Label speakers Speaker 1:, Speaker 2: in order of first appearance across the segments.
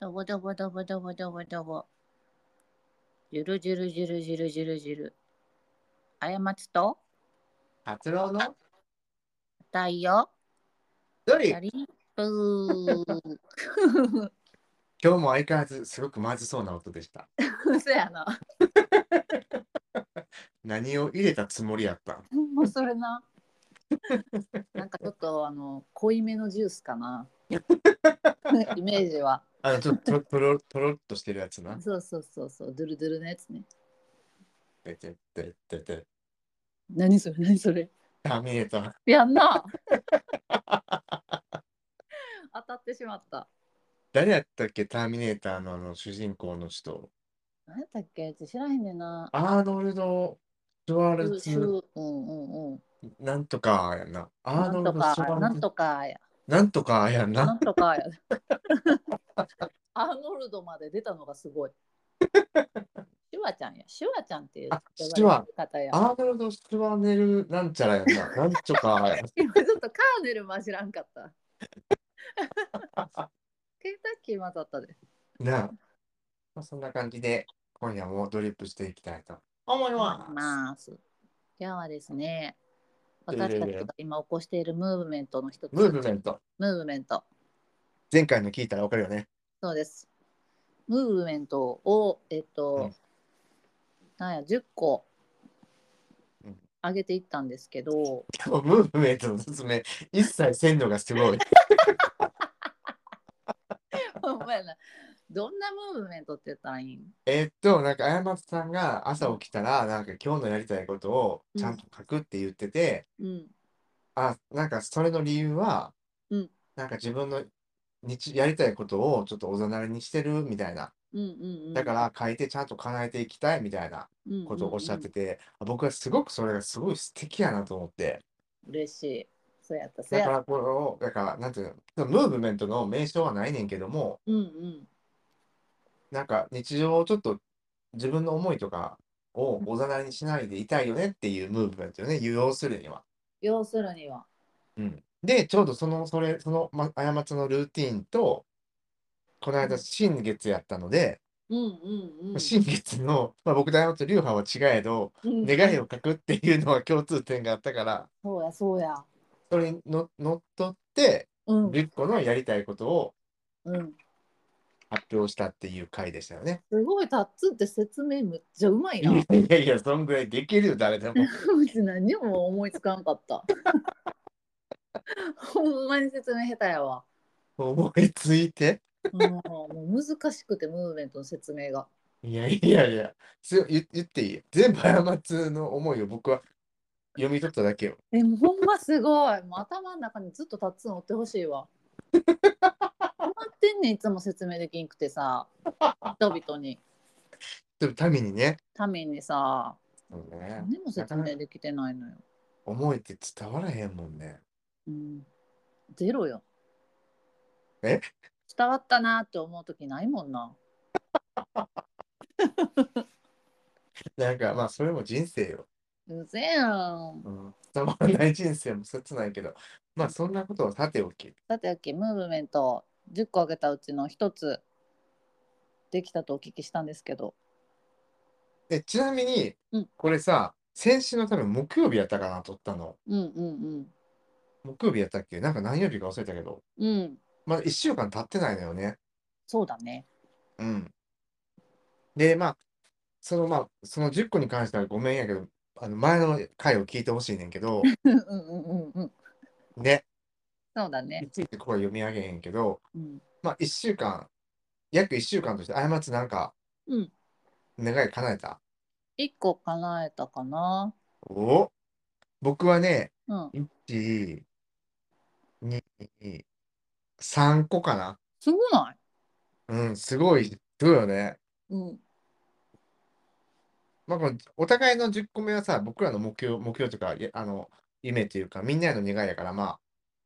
Speaker 1: どぼどぼどぼどぼどぼどぼ。じゅるじゅるじゅるじゅるじゅるじゅる。あやまつと、
Speaker 2: 達郎の
Speaker 1: 太陽、
Speaker 2: ド
Speaker 1: チ
Speaker 2: リ
Speaker 1: ャリンプー。
Speaker 2: 今日も相変わらずすごくまずそうな音でした。
Speaker 1: 嘘やな。
Speaker 2: 何を入れたつもりやったん
Speaker 1: もうそれ な。なんかちょっとあの濃いめのジュースか な。イメージは。
Speaker 2: あのちょっとととろとろっとしてるやつな。
Speaker 1: そうそうそうそう、ドゥルドゥルのやつね。
Speaker 2: ててててて
Speaker 1: 何それ何それ。
Speaker 2: ターミネーター。
Speaker 1: やんな。 当たってしまった。
Speaker 2: 誰やったっけターミネーターのあの主人公の人。
Speaker 1: 何やったっけうち知らへんねんな。
Speaker 2: アーノルド・シュワル
Speaker 1: シュ
Speaker 2: ツ、
Speaker 1: うんうんうん。
Speaker 2: なんとかやな。ア
Speaker 1: な
Speaker 2: ーノ
Speaker 1: ん
Speaker 2: ルド
Speaker 1: と・
Speaker 2: シュ
Speaker 1: か、
Speaker 2: ワ
Speaker 1: な
Speaker 2: ル
Speaker 1: ん
Speaker 2: ツ
Speaker 1: とかや。
Speaker 2: なんとかやな。
Speaker 1: なんとかや。 アーノルドまで出たのがす ごい。シュワちゃんや。シュワちゃんっていう
Speaker 2: あ
Speaker 1: 呼ばれてる方や。
Speaker 2: アーノルド・シュワネルなんちゃらや な。なんとかや。
Speaker 1: 今 ちょっとカーネルも知らんか った。ケンタッキー混ざったで。
Speaker 2: なあ、まあ、そんな感じで今夜もドリップしていきたいと思います。
Speaker 1: まあ、今日はですね、
Speaker 2: いやいや
Speaker 1: 私
Speaker 2: い
Speaker 1: た
Speaker 2: や
Speaker 1: ちが今起こしているムーブメントの一つ。
Speaker 2: ムーブメント。
Speaker 1: ムーブメント。
Speaker 2: 前回の聞いたらわかるよね。
Speaker 1: そうです。ムーブメントを、えっ
Speaker 2: う
Speaker 1: と
Speaker 2: ん、
Speaker 1: なんや、10個
Speaker 2: うん
Speaker 1: 上げていったんですけど、
Speaker 2: でもムーブメントの説明一切せんのがすご い。
Speaker 1: ほんまやなどんなムーブメントって言ったらいいん
Speaker 2: えっと、なんか、あやまつさんが朝起きたら、なんか今日のやりたいことをちゃんと書くって言ってて、
Speaker 1: うん。
Speaker 2: あ、なんかそれの理由は、
Speaker 1: うん
Speaker 2: なんか自分の日やりたいことをちょっとおざなりにしてるみたいな。
Speaker 1: うんうんうん。
Speaker 2: だから書いてちゃんと叶えていきたいみたいな
Speaker 1: うんうんうん、
Speaker 2: ことをおっしゃってて、あ僕はすごくそれがすごい素敵やなと思って。
Speaker 1: 嬉しい。そうやった、そう
Speaker 2: だ
Speaker 1: や
Speaker 2: か
Speaker 1: った。
Speaker 2: らこれを、だから、なんていうの、ムーブメントの名称はないねんけども、
Speaker 1: うんうん。
Speaker 2: なんか日常をちょっと自分の思いとかをおざなりにしないでいたいよねっていうムーブメントよね、要するには。
Speaker 1: 要するには。
Speaker 2: うん、で、ちょうどその、それ、その、ま、過ちのルーティンと、この間、新月やったので、
Speaker 1: うんうんうん。
Speaker 2: 新月の、まあ、僕と過ち流派は違えど、
Speaker 1: うん
Speaker 2: 願いを書くっていうのは共通点があったから、
Speaker 1: そうや、そうや。
Speaker 2: それにののっとって、
Speaker 1: うん。
Speaker 2: 10個のやりたいことを
Speaker 1: うん。
Speaker 2: 発表したっていう回でしたよね。
Speaker 1: すごい、タッツンって説明むっちゃうまい
Speaker 2: い
Speaker 1: な。 う
Speaker 2: やいやいや、そんぐらいできるよ、誰 でも。
Speaker 1: ち何も思いつかんかった。 ほんまに説明下手やわ。
Speaker 2: 思いついて。
Speaker 1: もうもう難しくて、ムーブメントの説明が。
Speaker 2: いやいやいや、す言言っていい。全部過つの思いを僕は読み取っただけよ。
Speaker 1: え、もうほんますごい。もう頭の中にずっとタッツン追ってほしいわ。困ってんねん、いつも説明できんくてさ。人々に、
Speaker 2: でも、民にね。
Speaker 1: 民にさ。
Speaker 2: そうね
Speaker 1: 何も説明できてないのよ。
Speaker 2: 思いって伝わらへんもんね。
Speaker 1: うん、ゼロよ。
Speaker 2: え
Speaker 1: 伝わったなって思う時ないもんな。
Speaker 2: なんか、まあ、それも人生よ。
Speaker 1: うぜやん。
Speaker 2: うん、伝わらない人生も切ないけど、まあ、そんなことはさておき。
Speaker 1: さて、きムーブメント10個あげたうちの1つできたとお聞きしたんですけど。
Speaker 2: えちなみに
Speaker 1: うん、
Speaker 2: これさ、先週の多分木曜日やったかな、撮ったの。
Speaker 1: うんうん
Speaker 2: 木曜日やったっけなんか何曜日か忘れたけど、
Speaker 1: うん。うん、
Speaker 2: まだ1週間経ってないのよね。
Speaker 1: そうだね。
Speaker 2: うん。で、まあ、そのまあ、その10個に関してはごめんやけど、あの前の回を聞いてほしいねんけど、
Speaker 1: うんうんうんうん。
Speaker 2: ね、
Speaker 1: そうだ
Speaker 2: い
Speaker 1: ね。
Speaker 2: ついてここは読み上げへんけど、
Speaker 1: うん。
Speaker 2: まあ1週間、約1週間として、過ちなんか
Speaker 1: うん。
Speaker 2: 願い叶えた。
Speaker 1: 1個叶えたかな。
Speaker 2: お僕はね、
Speaker 1: うん。
Speaker 2: 1、2、3個かな。
Speaker 1: すごない
Speaker 2: うん、すごい、すごいよね。
Speaker 1: うん。
Speaker 2: まあ、このお互いの10個目はさ、僕らの目標、目標とか、いやあの、夢というか、みんなへの願いやから、まあ、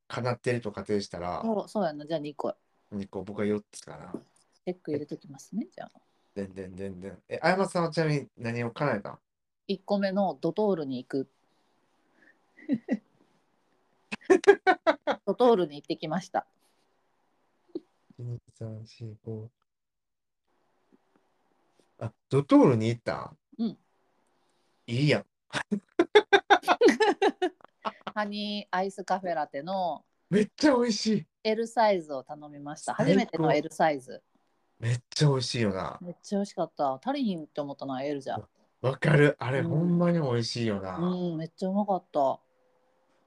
Speaker 2: 叶ってると仮定したら、
Speaker 1: そうそうやな。じゃあ2個。
Speaker 2: 2個、僕は4つかな。
Speaker 1: チェック入れときますね。じゃあ。
Speaker 2: 全然、全然。え、あやまさんはちなみに何を叶えたの
Speaker 1: 1個目のドトールに行くドトールに行ってきました
Speaker 2: ?1、2、3、4、5、あドトールに行った
Speaker 1: うん。
Speaker 2: いいやん。
Speaker 1: ハニーアイスカフェラテの
Speaker 2: めっちゃ美味しい。
Speaker 1: L サイズを頼みました。
Speaker 2: 最
Speaker 1: 初
Speaker 2: 高
Speaker 1: めての L サイズ。
Speaker 2: めっちゃ美味しいよな。
Speaker 1: めっちゃ美味しかった。足りひんって思ったな、L じゃ。
Speaker 2: わかる。あれ、
Speaker 1: うん
Speaker 2: ほんまに美味しいよな。
Speaker 1: うん、めっちゃうまかった。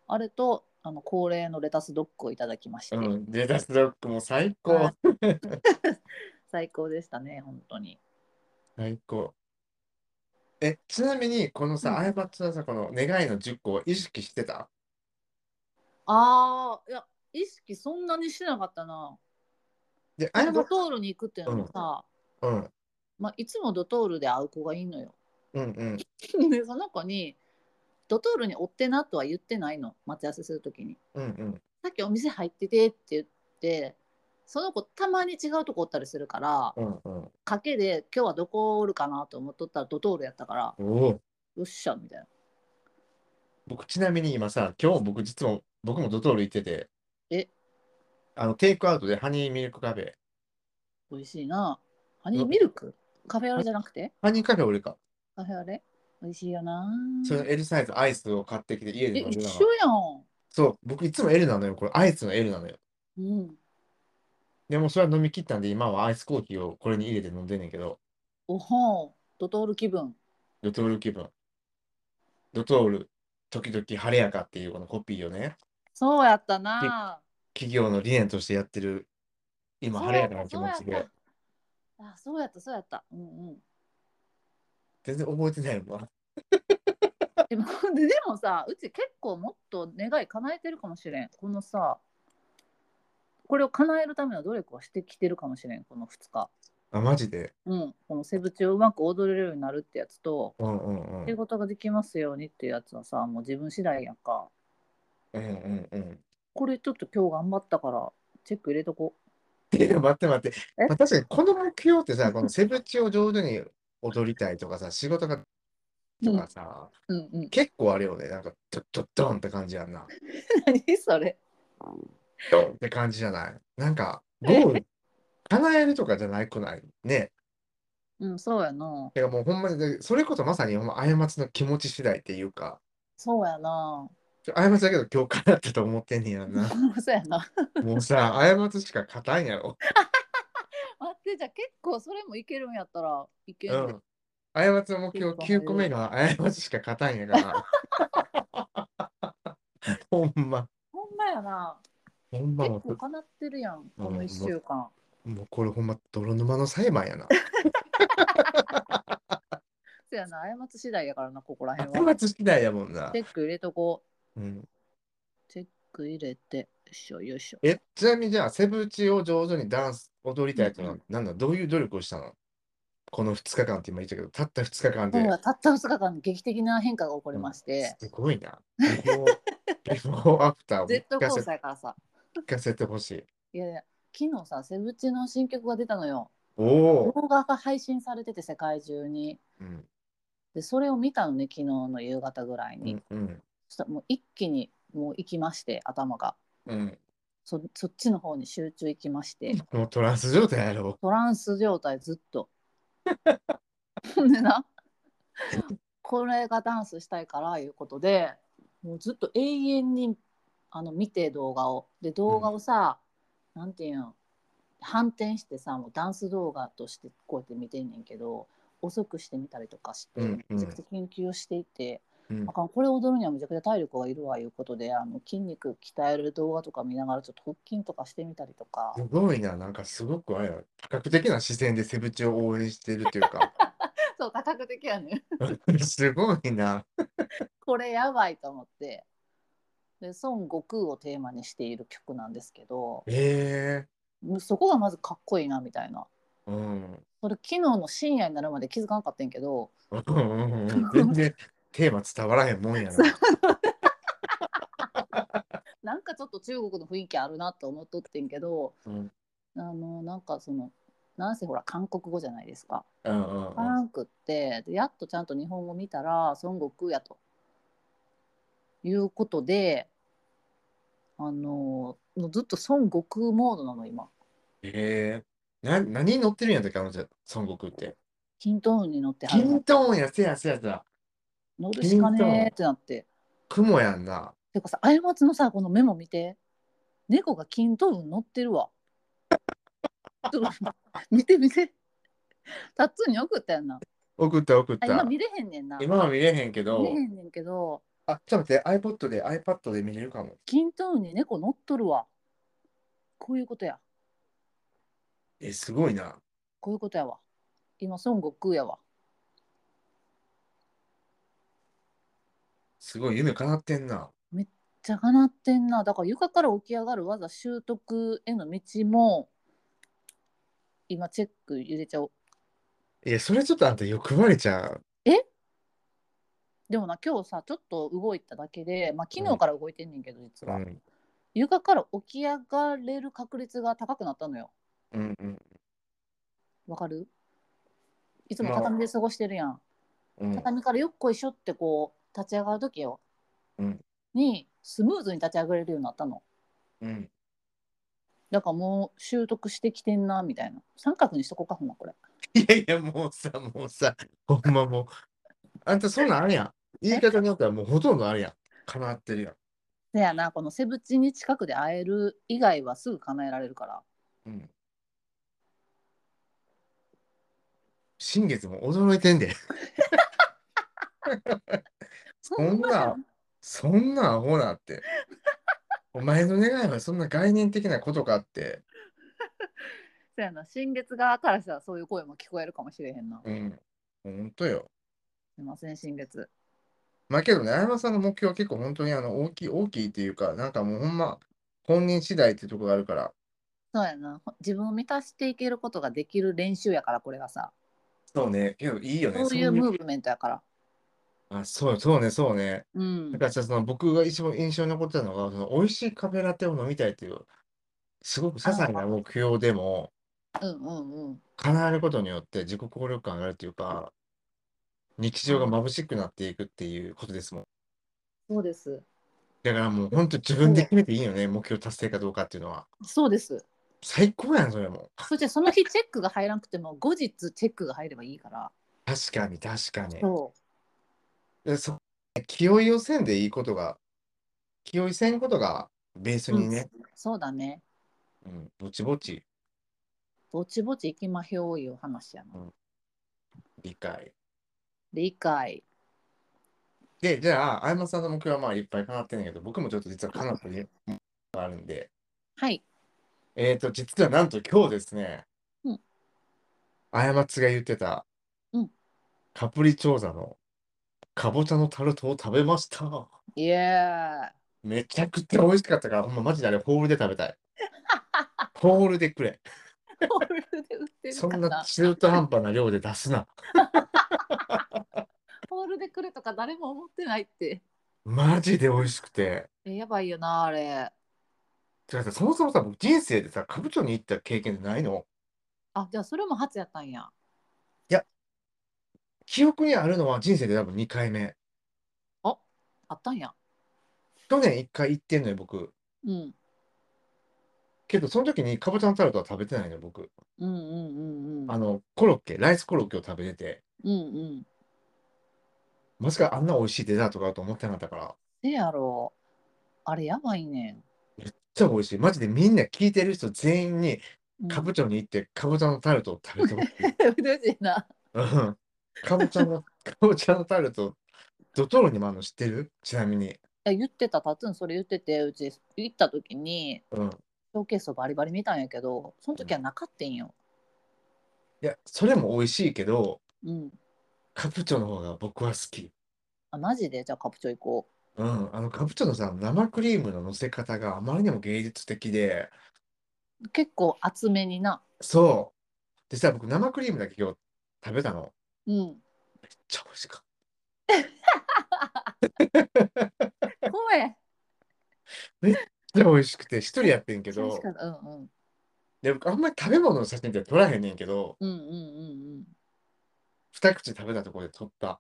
Speaker 1: あれと、あの恒例のレタスドッグをいただきまして、
Speaker 2: うん、レタスドッグも最
Speaker 1: は
Speaker 2: 高
Speaker 1: い。最高でしたね、本当に。
Speaker 2: 最高。え、ちなみに、この
Speaker 1: うん
Speaker 2: さ、あやばつはさ、この願いの10個を意識してた
Speaker 1: ああ、いや、意識そんなにしてなかったな。
Speaker 2: で、あや
Speaker 1: ド
Speaker 2: ば、
Speaker 1: トールに行くっていうのもさ、
Speaker 2: うん、
Speaker 1: まあ、いつもドトールで会う子がいいのよ。
Speaker 2: うん、うん。
Speaker 1: で、その子に、ドトールに追ってなとは言ってないの、待ち合わせするときに。
Speaker 2: うんうん、
Speaker 1: さっきお店入っててって言って、その子たまに違うとこおったりするから、
Speaker 2: うん、うん。
Speaker 1: 賭けで今日はどこおるかなと思っとったらドトールやったから、
Speaker 2: おお。
Speaker 1: よっしゃみたいな。
Speaker 2: 僕ちなみに今さ、今日僕実も僕もドトール行ってて、
Speaker 1: え
Speaker 2: あのテイクアウトでハニーミルクカフェ、
Speaker 1: 美味しいな。ハニーミルクカフェオレじゃなくて
Speaker 2: ハニーカフェ俺か、
Speaker 1: カフェオレ美味しいよな。
Speaker 2: その L サイズアイスを買ってきて家
Speaker 1: え
Speaker 2: で飲ん
Speaker 1: 一
Speaker 2: でた
Speaker 1: 緒
Speaker 2: の。
Speaker 1: やん。
Speaker 2: そう、僕いつも L なのよ、これアイスの L なのよ。
Speaker 1: うん。
Speaker 2: でもそれは飲み切ったんで今はアイスコーヒーをこれに入れて飲んでんねんけど、
Speaker 1: おほん。ドトール気分。
Speaker 2: ドトール気分。ドトール、時々晴れやかっていうこのコピーをね、
Speaker 1: そうやったな。
Speaker 2: 企業の理念としてやってる、今晴れやかな気持
Speaker 1: そ
Speaker 2: ち
Speaker 1: うやっ
Speaker 2: で、
Speaker 1: たあ、そうやった、そうやった。うんうん。
Speaker 2: 全然覚えてないもん。
Speaker 1: でも、 ででもさ、うち結構もっと願い叶えてるかもしれん。このさ、これを叶えるための努力をしてきてるかもしれん、この2日。
Speaker 2: あ、マジで。
Speaker 1: うん。このセブチをうまく踊れるようになるってやつと、
Speaker 2: うんうんう
Speaker 1: 仕
Speaker 2: ん。
Speaker 1: 事ができますようにっていうやつはさ、もう自分次第やんか。
Speaker 2: うんうんうん。
Speaker 1: これちょっと今日頑張ったから、チェック入れとこ
Speaker 2: いや待って待って。
Speaker 1: え
Speaker 2: まあ、確かにこの目標ってさ、このセブチを上手に踊りたいとかさ、仕事が
Speaker 1: う。
Speaker 2: とかさ、
Speaker 1: うんうん。
Speaker 2: 結構あれよね、なんかドッドッドンって感じやんな。
Speaker 1: 何それ。
Speaker 2: ドンって感じじゃない。なんか、ゴール、叶えるとかじゃないくないね。
Speaker 1: うん、そうやな。
Speaker 2: てかもうほんまに、でそれこそまさにほんま過ちの気持ち次第っていうか、
Speaker 1: そうやな。
Speaker 2: ちょ過ちだけど共感だったと思ってんねやんな。
Speaker 1: そうやな。
Speaker 2: もうさ、過ちしか勝たんやろ。
Speaker 1: 待って、じゃあ結構それもいけるんやったら、いけ
Speaker 2: う
Speaker 1: る、
Speaker 2: ん。過ちの目標9個目が過ちしか勝たんやから。 ほんま。
Speaker 1: ほんまやな。
Speaker 2: ほんま
Speaker 1: 結
Speaker 2: も
Speaker 1: 構かなってるやん、この1週間。
Speaker 2: う、もうこれほんま泥沼の裁判や な。
Speaker 1: そうやな、過ち次第やからな、ここら辺は。
Speaker 2: 過ち次第やもんな
Speaker 1: チ。ェック入れとこ
Speaker 2: うん、
Speaker 1: う。チェック入れて、よいしょよいしょ。
Speaker 2: え、ちなみにじゃあ、セブチを上手にダンス踊りたいというのは、なんだ、どういう努力をしたのこの2日間って今言ったけど、たった2日間
Speaker 1: 今
Speaker 2: で
Speaker 1: 日。はたった2日間に劇的な変化が起こりまして、
Speaker 2: すご いな。ビフォービフォーアフターを
Speaker 1: ジェッ
Speaker 2: 聞
Speaker 1: ト
Speaker 2: か
Speaker 1: コー
Speaker 2: せ
Speaker 1: スターからさ、
Speaker 2: 聞かせてほしい。
Speaker 1: いやいや、昨日さ、セブチの新曲が出たのよ。
Speaker 2: お
Speaker 1: 動
Speaker 2: お、
Speaker 1: 画が配信されてて、世界中に。
Speaker 2: うん。
Speaker 1: で、それを見たのね、昨日の夕方ぐらいうに。
Speaker 2: ん。うん。
Speaker 1: そしたらもう一気にもう行きまして、頭が。
Speaker 2: うん。
Speaker 1: そそっちの方に集中行きまして。
Speaker 2: もうトランス状態やろ。
Speaker 1: トランス状態ずっ と。ほんでなこれがダンスしたいからいうことでもうずっと永遠にあの見て動画をで動画をさ、なんていうん反転してさもうダンス動画としてこうやって見てんねんけど遅くしてみたりとかして、
Speaker 2: うんうん
Speaker 1: めちゃくちゃ研究をしていて、
Speaker 2: うん
Speaker 1: あ。かんこれ踊るにはめちゃくちゃ体力がいるわいうことであの筋肉鍛える動画とか見ながらちょっと腹筋とかしてみたりと か
Speaker 2: すごいな、なんかすごくあれや、多角的な視線でセブチを応援してるってい うか、
Speaker 1: そう多角的やね
Speaker 2: すごいな。
Speaker 1: これやばいと思ってで孫悟空をテーマにしている曲なんですけど
Speaker 2: え
Speaker 1: そこがまずかっこいいなみたいな
Speaker 2: えうん。
Speaker 1: それ昨日の深夜になるまで気づかなかったんやけど
Speaker 2: うんうんうん 全然テーマ伝わらへんもんやな。
Speaker 1: なんかちょっと中国の雰囲気あるなと思っとってんけど
Speaker 2: うん
Speaker 1: あのなんかそのなんせほら韓国語じゃないですか
Speaker 2: うんうんうん
Speaker 1: 韓国ってでやっとちゃんと日本語見たら孫悟空やということであのもうずっと孫悟空モードなの今。
Speaker 2: ええな何に乗ってるんやったっけ、あのじゃ孫悟空って。
Speaker 1: キントーンに乗っては
Speaker 2: キン
Speaker 1: る
Speaker 2: トーンや、せやせやせや。
Speaker 1: 乗るしか
Speaker 2: キントーン
Speaker 1: ねーってなって
Speaker 2: 雲やんな。
Speaker 1: てかさ過ちのさこのメモ見て猫がキントーン乗ってるわちょっと見て見てタッツーに送ったやんな
Speaker 2: 送った送っ
Speaker 1: あ今
Speaker 2: た。
Speaker 1: 見れへんねんな
Speaker 2: 今は見れへんけど
Speaker 1: 見れ、へんねんけど
Speaker 2: あ、ちょっと待って、iPod で iPad で見れるかも。
Speaker 1: キントーンに猫乗っとるわこういうことや
Speaker 2: え、すごいな。
Speaker 1: こういうことやわ今孫悟空やわ
Speaker 2: すごい夢叶ってんな。
Speaker 1: じゃがなってんなだから床から起き上がる技習得への道も今チェック入れちゃおう
Speaker 2: いや、それちょっとあんた欲張りちゃう。
Speaker 1: でもな今日さちょっと動いただけでまあ昨日から動いてんねんけど実
Speaker 2: う
Speaker 1: は、
Speaker 2: ん。
Speaker 1: 床から起き上がれる確率が高くなったのよ
Speaker 2: うんうん。
Speaker 1: わかるいつも畳で過ごしてるやん、
Speaker 2: うん、
Speaker 1: 畳からよっこいしょってこう立ち上がる時よ、
Speaker 2: うん
Speaker 1: にスムーズに立ち上がれるようになったの
Speaker 2: うん。
Speaker 1: だからもう習得してきてんなみたいな三角にしとこうかほんまこれ
Speaker 2: いやいや、もうさ、もうさ、ほんまもう。あんたそんなんあるやん。言い方によってはもうほとんどあるやん。叶ってるやん。
Speaker 1: せやなこのセブチに近くで会える以外はすぐ叶えられるから
Speaker 2: うん。新月も驚いてんで。そ んな、そんなアホなって。お前の願いはそんな概念的なことかって。
Speaker 1: せやな新月側からしたらそういう声も聞こえるかもしれへんな、
Speaker 2: うん。本当よ。
Speaker 1: すいません新月
Speaker 2: まあけどね、相葉さんの目標は結構本当にあの大きい、大きいっていうか、なんかもうほんま、本人次第ってとこがあるから。
Speaker 1: そうやな自分を満たしていけることができる練習やからこれがさ
Speaker 2: そうね、けどいいよね。
Speaker 1: そういうムーブメントやから
Speaker 2: あ、そう、そうね、そうね。
Speaker 1: うん
Speaker 2: だからさ、その僕が一番印象に残ったのが、その美味しいカフェラテを飲みたいっていう、すごく些細な目標でも、
Speaker 1: うんうんうん
Speaker 2: 叶えることによって自己効力感があるっていうか、日常が眩しくなっていくっていうことですもん。
Speaker 1: そうです
Speaker 2: だからもう本当自分で決めていいよね、目標達成かどうかっていうのは。
Speaker 1: そうです
Speaker 2: 最高やん、それも。
Speaker 1: そしてその日チェックが入らなくても後日チェックが入ればいいから
Speaker 2: 確かに、確かに。
Speaker 1: そ
Speaker 2: でそ気負いをせんでいいことが、気負いせんことがベース
Speaker 1: う、う
Speaker 2: に
Speaker 1: ん
Speaker 2: ね、
Speaker 1: そうだね
Speaker 2: うん、ぼちぼち
Speaker 1: ぼちぼち行きまひょういう話やな
Speaker 2: 理解。
Speaker 1: 理解
Speaker 2: で、じゃあ、相馬さんの目標はまあいっぱい叶ってんだけど、僕もちょっと実は叶ってるものがあるんで、
Speaker 1: はい
Speaker 2: えっ、と、実はなんと今日ですね、
Speaker 1: うん
Speaker 2: 過ちが言ってた、
Speaker 1: うん
Speaker 2: カプリチョーザのかぼちゃのタルトを食べました。
Speaker 1: イエーイ
Speaker 2: めちゃくちゃ美味しかったから、ほんまマジであれホールで食べた い。ホールでくれ。
Speaker 1: ホールで売ってる
Speaker 2: そ
Speaker 1: か
Speaker 2: んな
Speaker 1: な
Speaker 2: 中途半端な量で出すな。
Speaker 1: ホールで来るとか誰も思ってないって
Speaker 2: マジで美味しくて。
Speaker 1: えやばいよなあれ
Speaker 2: てかさ、そもそもさ、僕人生でさ、カブチョに行った経験ないの。
Speaker 1: あじゃあそれも初やったんや
Speaker 2: 記憶にあるのは人生で多分2回目。
Speaker 1: あったんや
Speaker 2: 去年1回行ってんのよ、僕。
Speaker 1: うん
Speaker 2: けど、その時にかぼちゃのタルトは食べてないのよ、僕。
Speaker 1: うんうんうんうん
Speaker 2: あの、コロッケ、ライスコロッケを食べてて、
Speaker 1: うんうん
Speaker 2: まさかあんな美味しいデザートがあると思ってなかったから、め
Speaker 1: せ
Speaker 2: っ
Speaker 1: やろあれやばいね
Speaker 2: ちゃ美味しい。マジでみんな聞いてる人全員に、
Speaker 1: ん、うん、
Speaker 2: かぼちゃに行って、かぼちゃのタルトを食べてほしい。
Speaker 1: 嬉しいな
Speaker 2: うんかぼちゃの、かぼちゃのタルト、ドトロにもあるの知ってるちなみに。
Speaker 1: いや言ってたタツンそれ言っててうち行った時に
Speaker 2: うん。
Speaker 1: ショーケースをバリバリ見たんやけどその時はなかったんよ、
Speaker 2: いや、それも美味しいけど、
Speaker 1: うん、
Speaker 2: カプチョの方が僕は好き。
Speaker 1: あマジでじゃあカプチョ行こ
Speaker 2: うん、あのカプチョのさ、生クリームの乗せ方があまりにも芸術的で、
Speaker 1: う結構厚めにな
Speaker 2: そう。でさ、僕生クリームだけ今日食べたの。めっ
Speaker 1: うん
Speaker 2: ちゃ美味しかっ
Speaker 1: 声
Speaker 2: た。めっちゃ美味しくて、一人やってんけ
Speaker 1: 確
Speaker 2: ど
Speaker 1: か、にうんうん
Speaker 2: で、僕あんまり食べ物の写真って撮らへんねんけど、
Speaker 1: うんうん
Speaker 2: 二口食べたところで撮った。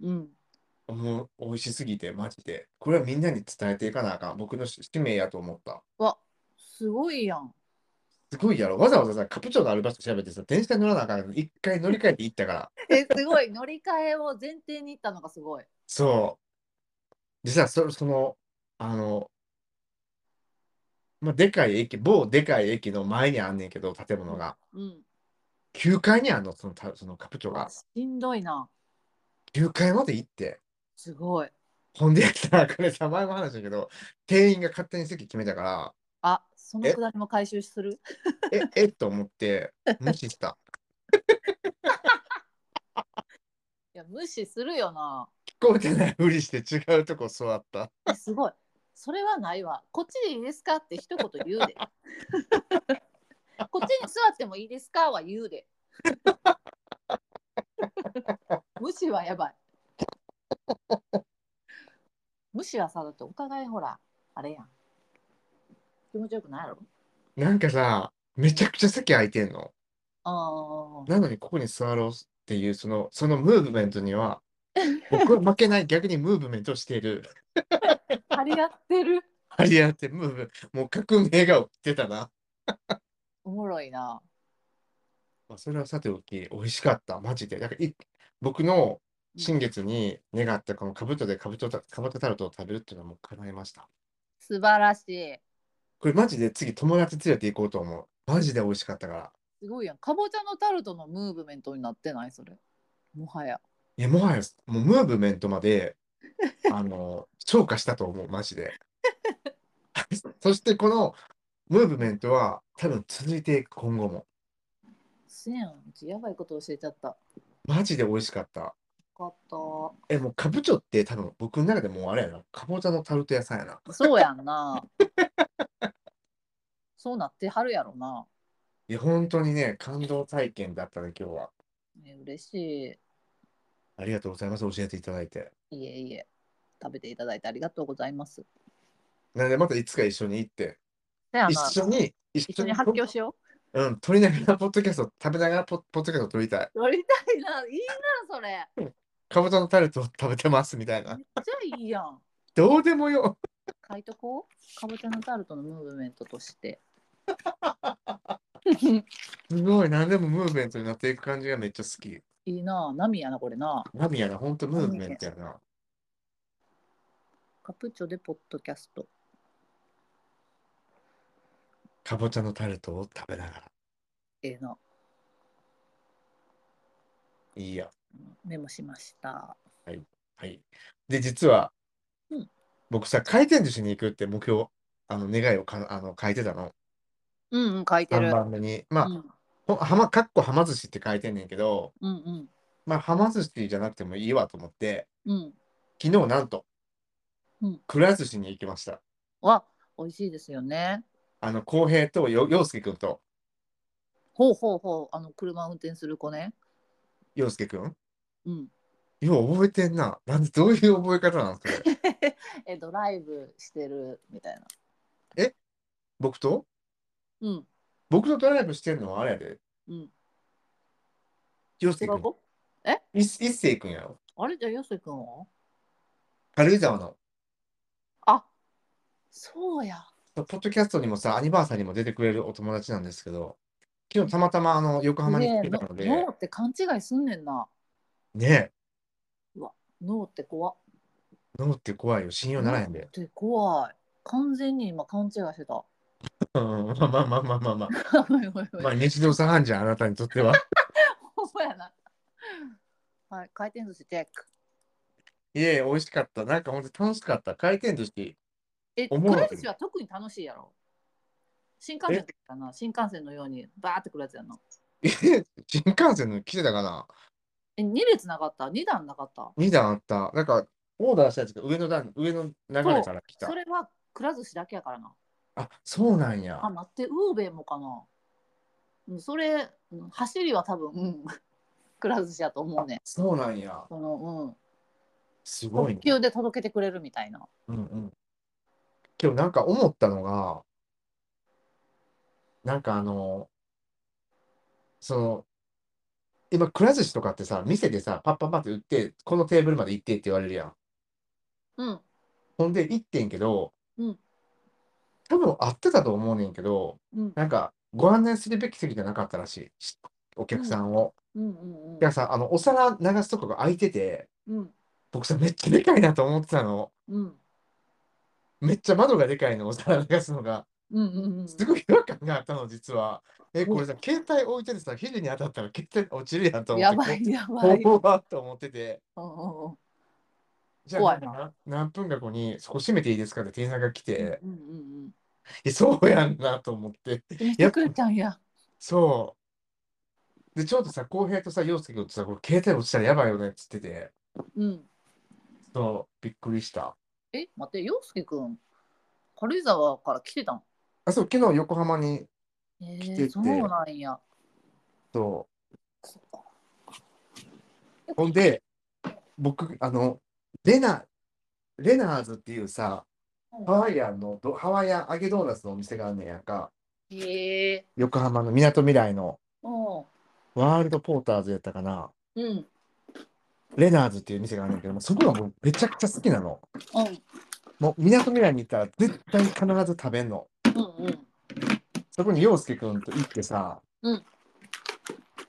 Speaker 1: うんうん
Speaker 2: もう美味しすぎて、マジで。これはみんなに伝えていかなあかん。僕の使命やと思った。
Speaker 1: わすごいやん
Speaker 2: すごいやろ。わざわざさ、カプチョのアルバスト調べてさ、電車に乗らなあかんのに一回乗り換えて行ったから。
Speaker 1: えすごい乗り換えを前提に行ったのがすごい。
Speaker 2: そう。でさ、そその、あの、まあ、でかい駅、某でかい駅の前にあんねんけど、建物が。
Speaker 1: うん、
Speaker 2: 9階にあんの、そのたそのカプチョが。
Speaker 1: しんどいな
Speaker 2: 9階まで行って。
Speaker 1: すごい。
Speaker 2: ほんでやったら、これさ、前も話したけど、店員が勝手に席決めたから、
Speaker 1: あそのくだりも回収する
Speaker 2: え、 えっと思って、無視した。
Speaker 1: いや無視するよな。
Speaker 2: 聞こえてないふりして違うとこ座った。
Speaker 1: えすごい。それはないわ。こっちでいいですかって一言言うで。こっちに座ってもいいですかは言うで。無視はやばい。無視はさだってお互いほらあれやん。気持ちよくないやろ
Speaker 2: なんかさ、めちゃくちゃ席空いてんの。
Speaker 1: あー
Speaker 2: なのにここに座ろうっていうそのそのムーブメントには僕は負けない逆にムーブメントをしている
Speaker 1: 張り合ってる。
Speaker 2: あり合ってムーブもう革命が起きてたな、
Speaker 1: おもろいな。
Speaker 2: まあ、それはさておき美味しかったマジでだからい僕の新月に願ったこのかぶとでかぶとたかぶとタルトを食べるっていうのはもう叶いました
Speaker 1: 素晴らしい。
Speaker 2: これマジで次友達連れて行こうと思うマジで美味しかったから
Speaker 1: すごいやん。かぼちゃのタルトのムーブメントになってないそれ。もはや。
Speaker 2: いやもはやもうムーブメントまであの 昇華したと思うマジで そしてこのムーブメントは多分続いていく今後も
Speaker 1: せやん。うちやばいこと教えちゃった。よ
Speaker 2: マジで美味しかった
Speaker 1: かった。
Speaker 2: えもうカブチョって多分僕の中でもうあれやなかぼちゃのタルト屋さんやな
Speaker 1: そうやんな。 そうなってはるやろな。
Speaker 2: いや本当にね感動体験だったね今日は
Speaker 1: ね嬉し
Speaker 2: ありがとうございます教えていただいて
Speaker 1: い。いえいえ。食べていただいてありがとうございます。
Speaker 2: なのでまたいつか一緒に行って
Speaker 1: せやな。
Speaker 2: 一緒に一
Speaker 1: 一
Speaker 2: 緒
Speaker 1: 緒
Speaker 2: に
Speaker 1: に発表しよ。
Speaker 2: うん撮りながらポッドキャスト食べながらポポッドキャスト撮りたいう
Speaker 1: やりたいな。いいな、それ。
Speaker 2: かぼちゃのタルトを食べてますみたい
Speaker 1: めっ
Speaker 2: な
Speaker 1: ちゃいいやん。
Speaker 2: どうでもよ
Speaker 1: 書いとこう。かぼちゃのタルトのムーブメントとして。
Speaker 2: すごい、何でもムーブメントになっていく感じがめっちゃ好き。
Speaker 1: いいな。波やな、これな。
Speaker 2: ナミやな、ほんとムーブメントやな。
Speaker 1: カプチョでポッドキャスト。
Speaker 2: かぼちゃのタルトを食べながら。
Speaker 1: ええな。
Speaker 2: いいや。
Speaker 1: メモしました。
Speaker 2: はい。で、実は、
Speaker 1: うん
Speaker 2: 僕さ、回転寿司に行くって目標、あの願いをかあの書いてたの。
Speaker 1: うんうん、書いて
Speaker 2: 3
Speaker 1: る。
Speaker 2: 番目に。まあ、
Speaker 1: うん
Speaker 2: ほはま、かっこはま寿司って書いてんねんけど、
Speaker 1: うんうん。
Speaker 2: まあ、はま寿司じゃなくてもいいわと思って、
Speaker 1: うん。
Speaker 2: 昨日なんと
Speaker 1: うん、
Speaker 2: くら寿司に行きました。
Speaker 1: わ、美味しいですよね。
Speaker 2: あの、浩平とよ陽介くんと、
Speaker 1: ほうほうほう、あの車運転する子ね。
Speaker 2: 陽介くん。
Speaker 1: うん。
Speaker 2: よう覚えてんな。なんで、どういう覚え方なんそれ。
Speaker 1: え、ドライブしてるみたいな。
Speaker 2: 僕と
Speaker 1: うん。
Speaker 2: 僕とドライブしてんのはあれやで。
Speaker 1: うん。
Speaker 2: 洋
Speaker 1: 違
Speaker 2: 介
Speaker 1: う
Speaker 2: 君。
Speaker 1: 子
Speaker 2: 一一星君やろ。
Speaker 1: あれじゃあ、よせくんは
Speaker 2: 軽井沢の。
Speaker 1: あ、そうや。
Speaker 2: ポッドキャストにもさ、アニバーサリーにも出てくれるお友達なんですけど、昨日たまたまあの横浜に
Speaker 1: ね
Speaker 2: 来
Speaker 1: え
Speaker 2: てた
Speaker 1: の
Speaker 2: ので、ね
Speaker 1: 脳って勘違いすんねんな。脳って怖っ
Speaker 2: え、脳って怖いよ。信用ならへんで。
Speaker 1: って怖い。完全に今勘違いして た。
Speaker 2: うん、まあまあまあまあまあまあ。
Speaker 1: おいおいおい
Speaker 2: まあ、日常茶飯事あなたにとって は。
Speaker 1: ほんまやな。はい、回転寿司チェック。
Speaker 2: いえいえ、美味しかった。なんか本当楽しかった。回転寿司。
Speaker 1: え、
Speaker 2: 思わ
Speaker 1: く
Speaker 2: ず
Speaker 1: ら寿司は特に楽しいやろ。新幹線の時かな新幹線のようにバーってくるやつやんな。
Speaker 2: えへ新幹線の来てたかな
Speaker 1: え、2列なかった ?2 段なかった
Speaker 2: ?2 段あった。なんか、オーダーしたやつが上の段、上の流れから来た
Speaker 1: そ。れはくら寿司だけやからな。
Speaker 2: あ、そうなんや
Speaker 1: あ、。待って、ウーベイもかな。うん、それ、うん走りは多分、うん、 くら寿司やと思うね。
Speaker 2: そうなんや。
Speaker 1: その、
Speaker 2: す
Speaker 1: うん、
Speaker 2: ご
Speaker 1: 特
Speaker 2: いね。
Speaker 1: 急で届けてくれるみたいな。
Speaker 2: うんうん。今日なんか思ったのが、なんかあの、その、今、くら寿司とかってさ、店でさ、パッパッパって売って、このテーブルまで行ってって言われるやん。
Speaker 1: うん、
Speaker 2: ほんで、行ってんけど、
Speaker 1: うん
Speaker 2: 多分合ってたと思うねんけど、
Speaker 1: うん、
Speaker 2: なんか、ご案内するべき席じゃなかったらしいしお客さんを。
Speaker 1: うんうんうん
Speaker 2: だからさあのお皿流すとこが空いてて
Speaker 1: うん
Speaker 2: 僕さめっちゃでかいなと思ってたの
Speaker 1: うん
Speaker 2: めっちゃ窓がでかいのお皿流すのが
Speaker 1: うんうんうん
Speaker 2: すごい違和感があったの実は。えこれさ携帯置いててさ肘に当たったら携帯落ちるやんと思
Speaker 1: や
Speaker 2: っ
Speaker 1: ば
Speaker 2: て
Speaker 1: いやば
Speaker 2: こ
Speaker 1: い。
Speaker 2: 怖はと思ってて。
Speaker 1: うんうんうん
Speaker 2: じゃあ
Speaker 1: 怖いな
Speaker 2: な何分か後にそこ閉めていいですかって店員さんが来て、
Speaker 1: うんうん
Speaker 2: えそうやんなと思って
Speaker 1: うん。めっちゃくれたんや。
Speaker 2: そうでちょうどさ浩平とさ陽介君とさこれ携帯落ちたらやばいよねっつってて
Speaker 1: うん。
Speaker 2: そうびっくりした
Speaker 1: え、待って、洋介くん。軽井沢から来てたん。
Speaker 2: あそう昨日横浜に
Speaker 1: え
Speaker 2: 来
Speaker 1: ー
Speaker 2: てて
Speaker 1: そうなんや。
Speaker 2: そ
Speaker 1: そっか
Speaker 2: うほんで僕あのレナレナーズっていうさハワイアンのどハワイアン揚げドーナツのお店があんねんやんか
Speaker 1: へえ。
Speaker 2: 横浜のみなとみらいの
Speaker 1: うん。
Speaker 2: ワールドポーターズやったかな
Speaker 1: うん。うん。
Speaker 2: レナーズっていう店があるんだけども、そこがもうめちゃくちゃ好きなの。もう、みなとみらいに行ったら絶対必ず食べんの。
Speaker 1: うんうん。
Speaker 2: そこに陽介くんと行ってさ、
Speaker 1: うん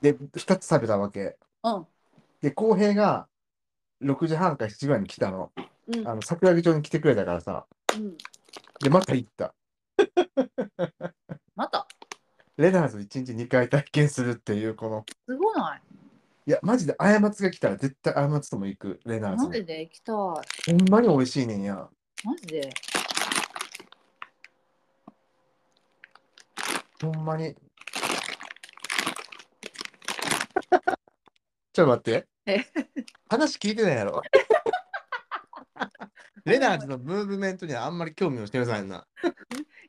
Speaker 2: で、2つ食べたわけ。
Speaker 1: うん。
Speaker 2: で、浩平が6時半か7時ぐらいに来たの。
Speaker 1: うん。
Speaker 2: あの、桜木町に来てくれたからさ。
Speaker 1: うん。
Speaker 2: で、また行った。
Speaker 1: また。
Speaker 2: レナーズ1日2回体験するっていう、この、
Speaker 1: すごない。
Speaker 2: いや、マジで過ちが来たら絶対過ちとも行く、レナー
Speaker 1: マ
Speaker 2: ズ
Speaker 1: ジ
Speaker 2: に。
Speaker 1: で行きたい。
Speaker 2: ほんまに美味しいねんや。
Speaker 1: マジで。
Speaker 2: ほんま に。ちょっと待って
Speaker 1: え。
Speaker 2: 話聞いてないやろ。 レナーズのムーブメントにはあんまり興味をしてませんな。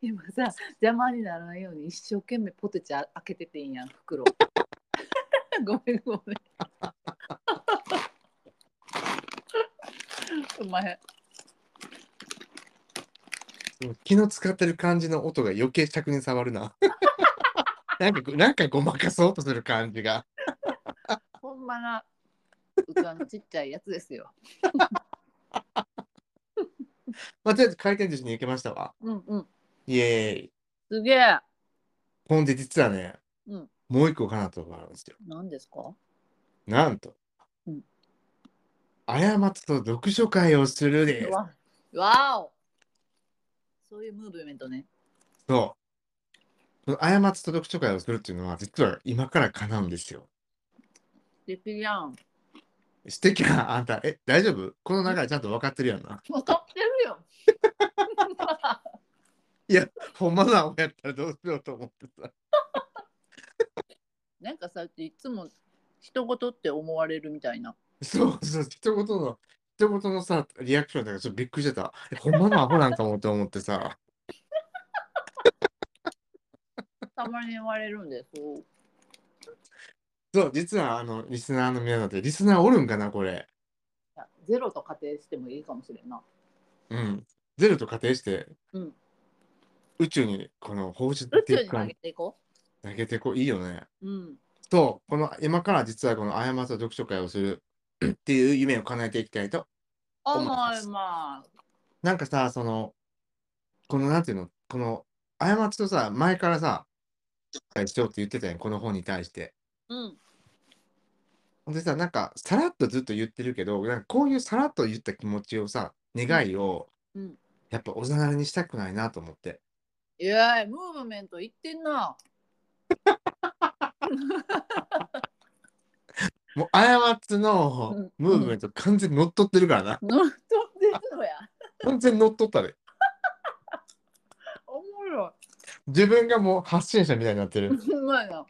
Speaker 1: 今さ、邪魔にならないように一生懸命ポテチあ開けてていいんやん、袋。 ごめんごめん。 うまい。
Speaker 2: 気の使ってる感じの音が余計尺に触る な。なんかご、なんかごまかそうとする感じが。
Speaker 1: ほんまな。器のちっちゃいやつですよ。
Speaker 2: まあ、とりあえず回転寿司に行けましたわ。
Speaker 1: うんうん。
Speaker 2: イエーイ。
Speaker 1: すげえ。
Speaker 2: ほんで実はね、
Speaker 1: うん
Speaker 2: もう一個かなとこがあるんですよ。
Speaker 1: 何ですか
Speaker 2: なんと。
Speaker 1: うん
Speaker 2: 過ちと読書会をするです。
Speaker 1: わわおそういうムーブメントね。
Speaker 2: そう。この過ちと読書会をするっていうのは、実は今から叶うんですよ。
Speaker 1: できるやん。
Speaker 2: 素敵な、あんた、え、大丈夫この流れちゃんと分かってるや んな。
Speaker 1: 分かってるよ。
Speaker 2: いや、ほんまな、やったらどうしようと思ってた。
Speaker 1: なんかさ、いつも人事って思われるみたいな。
Speaker 2: そうそう、一言の、一言のさ、リアクションだからちょっとびっくりしてた。え、ほんまのアホなんかもって思ってさ。
Speaker 1: たまに言われるんです。そう
Speaker 2: そう、実は、あの、リスナーの皆さんって、リスナーおるんかな、これ。
Speaker 1: いやゼロと仮定してもいいかもしれんな。
Speaker 2: うん。ゼロと仮定して、
Speaker 1: うん
Speaker 2: 宇宙に、この、放出
Speaker 1: 宇
Speaker 2: って
Speaker 1: 宙
Speaker 2: い
Speaker 1: に
Speaker 2: う
Speaker 1: 投
Speaker 2: か
Speaker 1: げ、ていこ
Speaker 2: 投げてこう、いいよね。
Speaker 1: う。うん。
Speaker 2: と、この今から実はこの過ちと読書会をする っていう夢を叶えていきたいと。
Speaker 1: 思
Speaker 2: 思います
Speaker 1: いま
Speaker 2: なんかさ、その、このなんていうの、この過ちとさ、前からさ、しようって言ってたやん、この本に対して。
Speaker 1: す。うん。
Speaker 2: ほんでさ、なんかさらっとずっと言ってるけど、なんかこういうさらっと言った気持ちをさ、願いを、
Speaker 1: うん
Speaker 2: やっぱおざなりにしたくないなと思って。
Speaker 1: いやい、ムーブメントいってん な。
Speaker 2: もう過ちの
Speaker 1: うん
Speaker 2: ムーブメント完全に乗っ取ってるからな。
Speaker 1: 乗っ取ってるのや。
Speaker 2: 完全に乗っ取ったで。
Speaker 1: おもろ
Speaker 2: 自分がもう発信者みたいになってる。
Speaker 1: い。うまいな。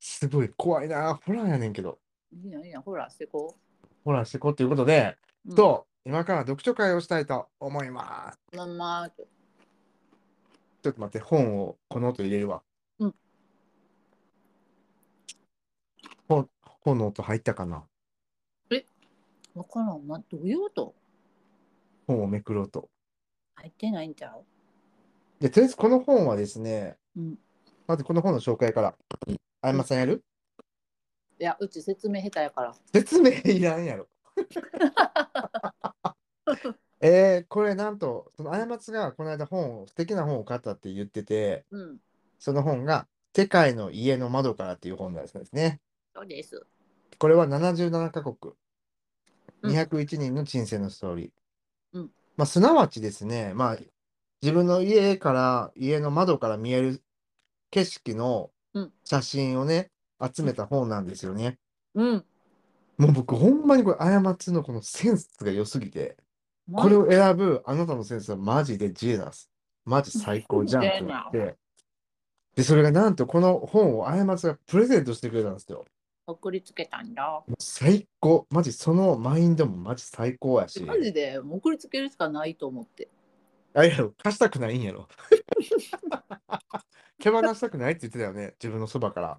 Speaker 2: すごい怖いな、ホラーやねんけど。
Speaker 1: いいやんいいやん、ほら、してこ
Speaker 2: ほらしていこうということで、
Speaker 1: う。うん、
Speaker 2: と今から読書会をしたいと思います。
Speaker 1: まんまー
Speaker 2: ちょっと待って、本をこの音入れるわ。
Speaker 1: うん
Speaker 2: 本本の音入ったかな
Speaker 1: わからんな。どういう音
Speaker 2: 本をめくる音。
Speaker 1: 入ってないんちゃう
Speaker 2: で、とりあえずこの本はですね、
Speaker 1: うん
Speaker 2: まずこの本の紹介から。あやまさんやる
Speaker 1: いや、うち説明下手やから。
Speaker 2: 説明いらん やろ。えー、これなんと、その過ちがこの間本を、素敵な本を買ったって言ってて、
Speaker 1: うん。
Speaker 2: その本が、世界の家の窓からっていう本なんですね。
Speaker 1: そうです。
Speaker 2: これは77カ国、
Speaker 1: うん
Speaker 2: 201人の人生のストーリー。
Speaker 1: うん
Speaker 2: まあ、すなわちですね、まあ、自分の家から、家の窓から見える景色の
Speaker 1: うん
Speaker 2: 写真をね、集めた本なんですよね。
Speaker 1: うん。
Speaker 2: もう僕、ほんまにこれ、過ちのこのセンスが良すぎて、
Speaker 1: ま
Speaker 2: これを選ぶあなたのセンスはマジでジェナス。マジ最高じゃんってなって。で、それがなんとこの本を過ちがプレゼントしてくれたんですよ。
Speaker 1: 送りつけたんだ。
Speaker 2: 最高。マジそのマインドもマジ最高やし。
Speaker 1: マジでもう送りつけるしかないと思って。
Speaker 2: あれやろ、貸したくないんやろ。 手放したくないって言ってたよね、自分のそばから。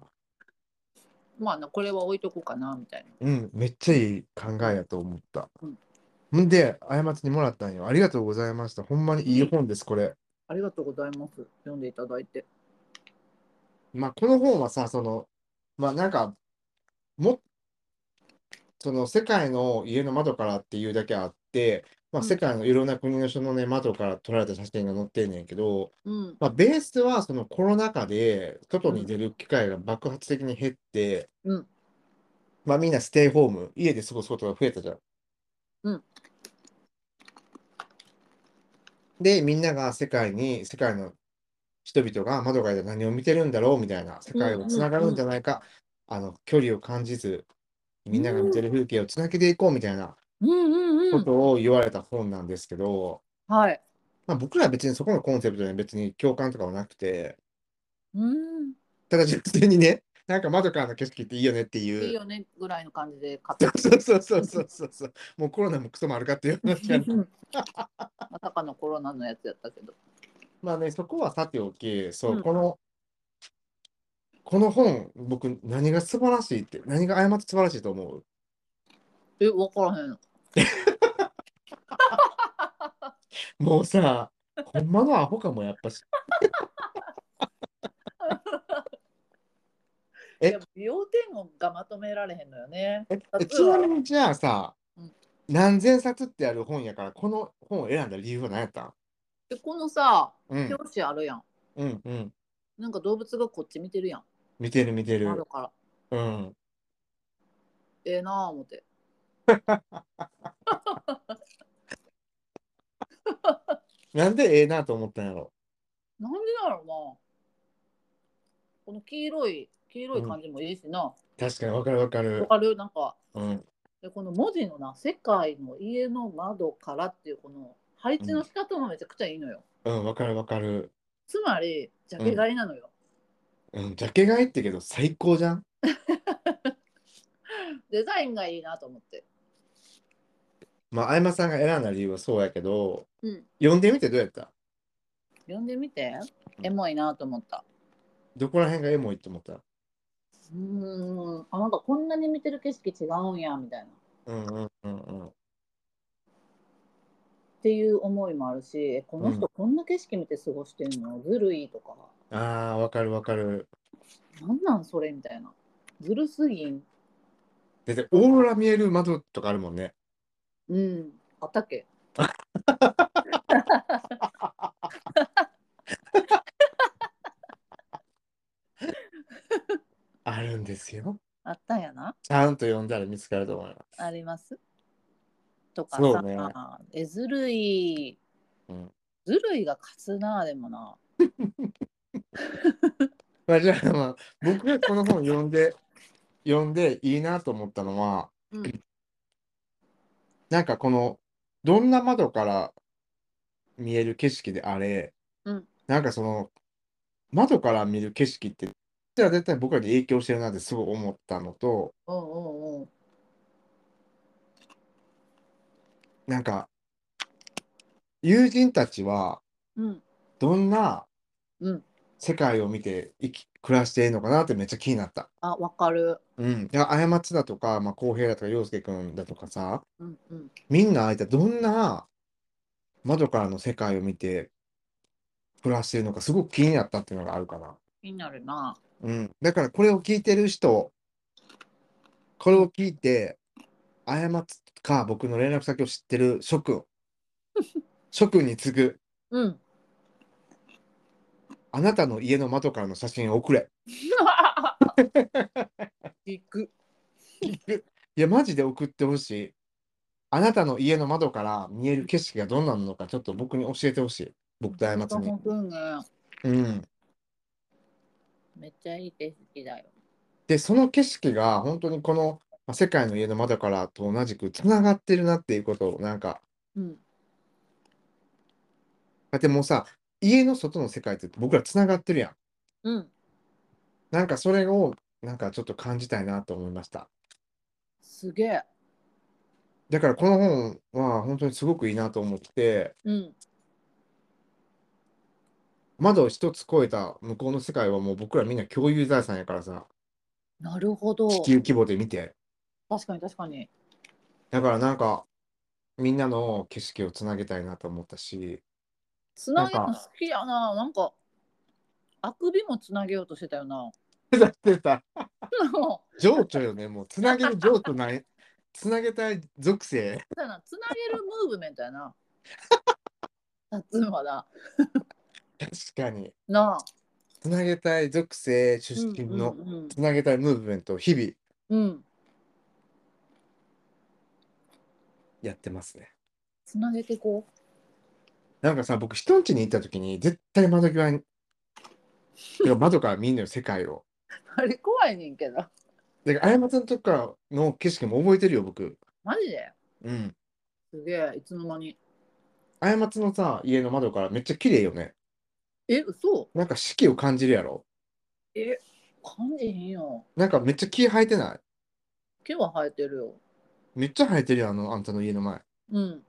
Speaker 1: まあなこれは置いとこうかなみたいな。
Speaker 2: うん、めっちゃいい考えやと思った。
Speaker 1: うん
Speaker 2: ほんで、過ちにもらったんよ。ありがとうございました。ほんまにいい本です、これ。
Speaker 1: ありがとうございます。読んでいただいて。
Speaker 2: まあ、この本はさ、その、まあ、なんか、も、その、世界の家の窓からっていうだけあって、まあ、
Speaker 1: うん
Speaker 2: 世界のいろんな国の人のね、窓から撮られた写真が載ってんねんけど、
Speaker 1: うん
Speaker 2: まあ、ベースはそのコロナ禍で、外に出る機会が爆発的に減って、
Speaker 1: うん
Speaker 2: まあ、みんなステイホーム、家で過ごすことが増えたじゃん。
Speaker 1: うん
Speaker 2: で、みんなが世界に、世界の人々が窓から何を見てるんだろうみたいな、世界をつながるんじゃないか、あの距離を感じず、みんなが見てる風景をつなげていこうみたいな
Speaker 1: うんうんう
Speaker 2: こ
Speaker 1: ん。
Speaker 2: とを言われた本なんですけど、
Speaker 1: はい。
Speaker 2: まあ、僕らは別にそこのコンセプトに別に共感とかはなくて、
Speaker 1: うん。
Speaker 2: ただ純粋にね、なんか窓からの景色っていいよねっていう。
Speaker 1: いいよねぐらいの感じで買っ
Speaker 2: そ
Speaker 1: た。
Speaker 2: うそうそうそうそうそう。もうコロナもクソもあるかっていう話 が
Speaker 1: まさかのコロナのやつやったけど。
Speaker 2: まあね、そこはさておき、そう、
Speaker 1: うん
Speaker 2: この、この本、僕、何が素晴らしいって、何が過って素晴らしいと思う
Speaker 1: え、わからへん。
Speaker 2: もうさ、ほんまのアホかも、やっぱし。え
Speaker 1: いや要点をがまとめられへんのよね。
Speaker 2: え
Speaker 1: は
Speaker 2: ちなみにじゃあさ
Speaker 1: うん、
Speaker 2: 何千冊ってある本やから、この本を選んだ理由は何やったん
Speaker 1: でこのさ
Speaker 2: うん、
Speaker 1: 表紙あるやん。
Speaker 2: うん、うん。
Speaker 1: なんか動物がこっち見てるやん。
Speaker 2: 見てる見てる。
Speaker 1: 窓から。
Speaker 2: うん。
Speaker 1: ええなあ思って。
Speaker 2: なんでええなと思ったんやろ。
Speaker 1: なんでだろうな。この黄色い黄色い感じもいいしな。わ、
Speaker 2: 確かにわかるわかる。
Speaker 1: かるなんか
Speaker 2: うん。
Speaker 1: でこの文字のな「世界の家の窓から」っていうこの配置の仕方もめちゃくちゃいいのよ。
Speaker 2: うん、わかるわかる。
Speaker 1: つまりジャケ買いなのよ。
Speaker 2: うん、ジャケ買いってけど最高じゃん。
Speaker 1: デザインがいいなと思って。
Speaker 2: まあ、あやまさんが選んだ理由はそうやけど、
Speaker 1: うん。
Speaker 2: 読んでみてどうやった
Speaker 1: 読んでみて。
Speaker 2: うん
Speaker 1: エモいなと思った。
Speaker 2: どこら辺がエモいって思った
Speaker 1: うーん。あなんかこんなに見てる景色違うんやみたいな。っ
Speaker 2: うんうんうんうん。
Speaker 1: ていう思いもあるし、えこの人こんな景色見て過ごしてんのずるいとか。
Speaker 2: ああ、わかるわかる。
Speaker 1: なんなんそれみたいな。ずるすぎん。
Speaker 2: だってオーロラ見える窓とかあるもんね。
Speaker 1: うん。あったっけ
Speaker 2: あるんですよ。
Speaker 1: あったんやな。
Speaker 2: ちゃんと読んだら見つかると思います。
Speaker 1: ありますとか
Speaker 2: そ
Speaker 1: さ、
Speaker 2: うね
Speaker 1: えずるい、
Speaker 2: うん
Speaker 1: ずるいが勝つなでもな
Speaker 2: まあ、じゃあ、まあ、僕がこの本読んで、読んでいいなと思ったのは、
Speaker 1: うん
Speaker 2: なんかこの、どんな窓から見える景色であれ、
Speaker 1: うん
Speaker 2: なんかその、窓から見る景色って、実は絶対僕らに影響してるなってすごい思ったのと、
Speaker 1: うんうんうん
Speaker 2: なんか、友人たちは
Speaker 1: うん
Speaker 2: どんな
Speaker 1: うん
Speaker 2: 世界を見て生き暮らしているのかなってめっちゃ気になった。
Speaker 1: あわかる
Speaker 2: うん。だから、過ちだとか、まあ、浩平だとか、陽介くんだとかさ、
Speaker 1: うんうん
Speaker 2: みんなあいたどんな窓からの世界を見て暮らしてるのかすごく気になったっていうのがあるかな。
Speaker 1: 気になるな
Speaker 2: うん、だからこれを聞いてる人これを聞いて過つか僕の連絡先を知ってる 諸君諸君に次ぐ
Speaker 1: うん
Speaker 2: 過あなたの家の窓からの写真を送れ。
Speaker 1: 行く。
Speaker 2: いや、マジで送ってほしい。あなたの家の窓から見える景色がどんなのか、ちょっと僕に教えてほしい。僕と過ちに。
Speaker 1: 本当ね。
Speaker 2: うん。
Speaker 1: めっちゃいい景色だよ。
Speaker 2: で、その景色が本当にこのまあ世界の家の窓からと同じくつながってるなっていうことを、なんか、
Speaker 1: うん。
Speaker 2: だってもうさ、家の外の世界って僕らつながってるやん。
Speaker 1: うん。
Speaker 2: なんかそれを、なんかちょっと感じたいなと思いました。
Speaker 1: すげえ。
Speaker 2: だからこの本は本当にすごくいいなと思って、
Speaker 1: うん。
Speaker 2: 窓を一つ越えた向こうの世界はもう僕らみんな共有財産やからさ、
Speaker 1: なるほど。
Speaker 2: 地球規模で見て。
Speaker 1: 確かに確かに。
Speaker 2: だからなんか、みんなの景色をつなげたいなと思ったし、
Speaker 1: つなげる
Speaker 2: な
Speaker 1: の
Speaker 2: ん
Speaker 1: 好きやな。なんか、あくびもつなげようとしてたよな。
Speaker 2: だってさ、情緒よね、もうつなげる情緒ない、つなげたい属性。
Speaker 1: そうやなつなげるムーブメントや な。さつまだ。
Speaker 2: 確かに。
Speaker 1: なあ。
Speaker 2: つなげたい属性出身の
Speaker 1: うんうん
Speaker 2: つなげたいムーブメントを日々
Speaker 1: うん、うん。
Speaker 2: やってますね。
Speaker 1: つなげていこ
Speaker 2: なんかさ、僕、人ん家に行った時に、絶対窓際に、てか窓から見んのよ、世界を。
Speaker 1: う。 あれ怖いねんけど。
Speaker 2: だから、過ちのとこからの景色も覚えてるよ、僕。
Speaker 1: マジで
Speaker 2: うん。
Speaker 1: すげえ、いつの間に。
Speaker 2: 過ちのさ、家の窓からめっちゃ綺麗よね。
Speaker 1: え、嘘
Speaker 2: なんか四季を感じるやろ。
Speaker 1: え、感じへんよ。
Speaker 2: なんかめっちゃ木生えてない
Speaker 1: 毛は生えてるよ。
Speaker 2: めっちゃ生えてるよ、あの、あんたの家の前。
Speaker 1: うん。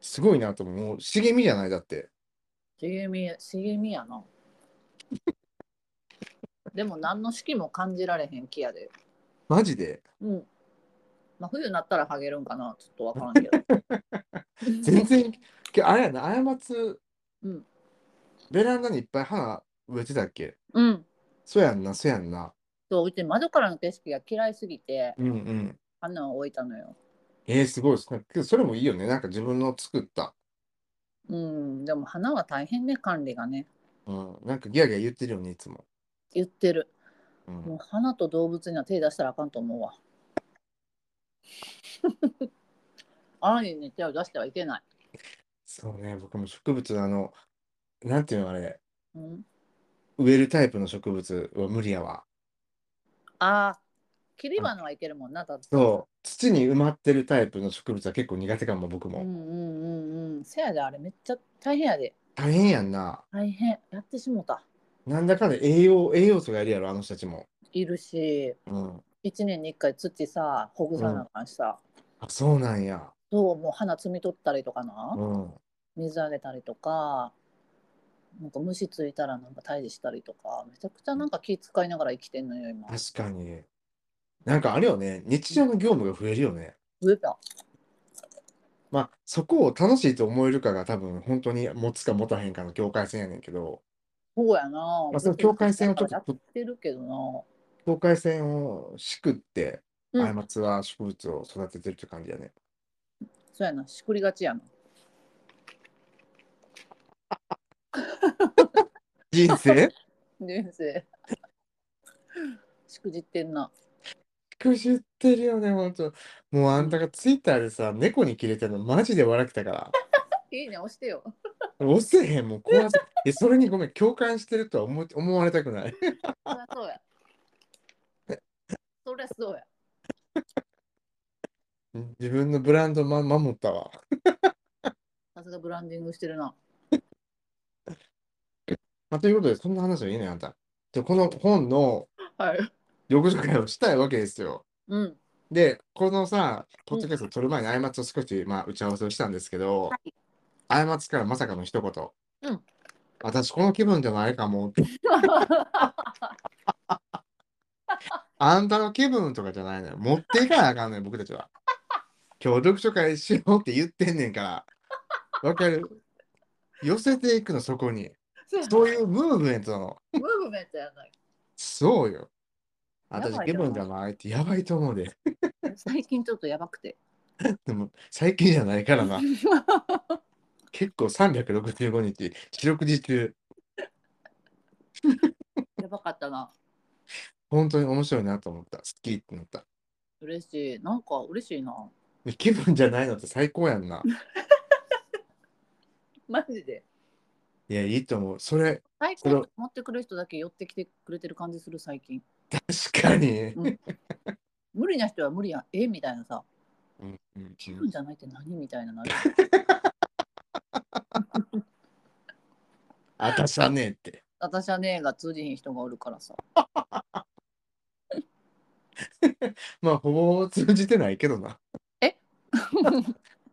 Speaker 2: すごいなと思う。もう茂みじゃない、だって。
Speaker 1: 茂み、茂みやな。 でも何の四季も感じられへん木やで。
Speaker 2: マジで。
Speaker 1: うん。まあ、冬になったらハゲるんかなちょっとわからんけど。
Speaker 2: 全然、けあれやな、過ち、
Speaker 1: うん
Speaker 2: ベランダにいっぱい花植えてたっけ
Speaker 1: うん。
Speaker 2: そうやんな、そうやんな。
Speaker 1: そう、うち窓からの景色が嫌いすぎて、
Speaker 2: うんうん。
Speaker 1: 花を置いたのよ。
Speaker 2: えー、すごいですね。けどそれもいいよね。なんか自分の作った。
Speaker 1: うん、でも花は大変ね、管理がね。
Speaker 2: うん。なんかギャーギャー言ってるよね、いつも。
Speaker 1: 言ってる。
Speaker 2: う。
Speaker 1: もうん花と動物には手出したらあかんと思うわ。 安易に手を出してはいけない。
Speaker 2: そうね、僕も植物のあの、なんていうのあれ、
Speaker 1: うん、
Speaker 2: 植えるタイプの植物は無理やわ。
Speaker 1: ああ、切り花はいけるもんな、だって。
Speaker 2: そう。土に埋まってるタイプの植物は結構苦手かも、僕
Speaker 1: うんう
Speaker 2: も。
Speaker 1: んうんうん。せやで、あれめっちゃ大変やで。
Speaker 2: 大変やんな。
Speaker 1: 大変。やってしもた。
Speaker 2: なんだかんだ栄養、栄養素がいるやろ、あの人たちも。
Speaker 1: いるし、
Speaker 2: うん。
Speaker 1: 1年に1回土さ、ほぐさなあかんしさ。
Speaker 2: あ、そうなんや。
Speaker 1: そう、もう花摘み取ったりとかな。
Speaker 2: うん。
Speaker 1: 水あげたりとか、なんか虫ついたらなんか退治したりとか、めちゃくちゃなんか気使いながら生きてんのよ、今。
Speaker 2: 確かに。なんかあれよね、日常の業務が増えるよね。
Speaker 1: 増えた。
Speaker 2: まあ、そこを楽しいと思えるかが多分本当に持つか持たへんかの境界線やねんけど、
Speaker 1: そうやな。
Speaker 2: まあ、その境界線をちょっ
Speaker 1: やっ
Speaker 2: と
Speaker 1: てるけどな。
Speaker 2: 境界線をしくって、
Speaker 1: うん
Speaker 2: あいまつは植物を育ててるって感じやね。
Speaker 1: そうやな、しくりがちやな。
Speaker 2: 人 生
Speaker 1: 人生。しくじってんな。
Speaker 2: しくじってるよね、本当。もうあんたがツイッターでさ、猫に切れてるのマジで笑けたから。
Speaker 1: いいね、押してよ。
Speaker 2: 押せへん、もう怖すえ、それにごめん、共感してるとは思い思われたくない。
Speaker 1: そりゃそう や。そりゃそうや。
Speaker 2: 自分のブランド、ま、守ったわ。
Speaker 1: さすがブランディングしてるな。
Speaker 2: まあ、ということで、そんな話はいいね、あんた。で、この本の
Speaker 1: はい。
Speaker 2: 読書会をしたいわけですよ。
Speaker 1: うん。
Speaker 2: で、このさ、ポッドキャスト撮る前に、あいまつを少し、まあ、打ち合わせをしたんですけど、あいまつからまさかの一言。
Speaker 1: うん
Speaker 2: 私、この気分でもあれかも。 あんたの気分とかじゃないのよ。持っていかなあかんのよ、僕たちは。今日読書会しようって言ってんねんから。わかる寄せていくの、そこに。
Speaker 1: そうやな
Speaker 2: そういうムーブメントなの。
Speaker 1: ムーブメントやない。
Speaker 2: そうよ。私
Speaker 1: やば、い
Speaker 2: 気
Speaker 1: よな
Speaker 2: 分でもあれってやばいと思うで。
Speaker 1: 最近ちょっとやばく て。
Speaker 2: でも、最近じゃないからな。結構365日、四六時中。
Speaker 1: やばかったな。
Speaker 2: 本当に面白いなと思った。好きってなった。
Speaker 1: 嬉しい。なんか嬉しいな。
Speaker 2: 気分じゃないのって最高やんな。
Speaker 1: マジで。
Speaker 2: いや、いいと思う。それ、
Speaker 1: 最
Speaker 2: それ
Speaker 1: 高って持ってくる人だけ寄ってきてくれてる感じする最近。
Speaker 2: 確かに。
Speaker 1: うん無理な人は無理やん。えみたいなさ。
Speaker 2: うんうん
Speaker 1: 気分じゃないって何みたいななる。
Speaker 2: あたしゃねえって。
Speaker 1: 私はねえが通じひん人がおるからさ。
Speaker 2: まあ、ほぼ通じてないけどな。 え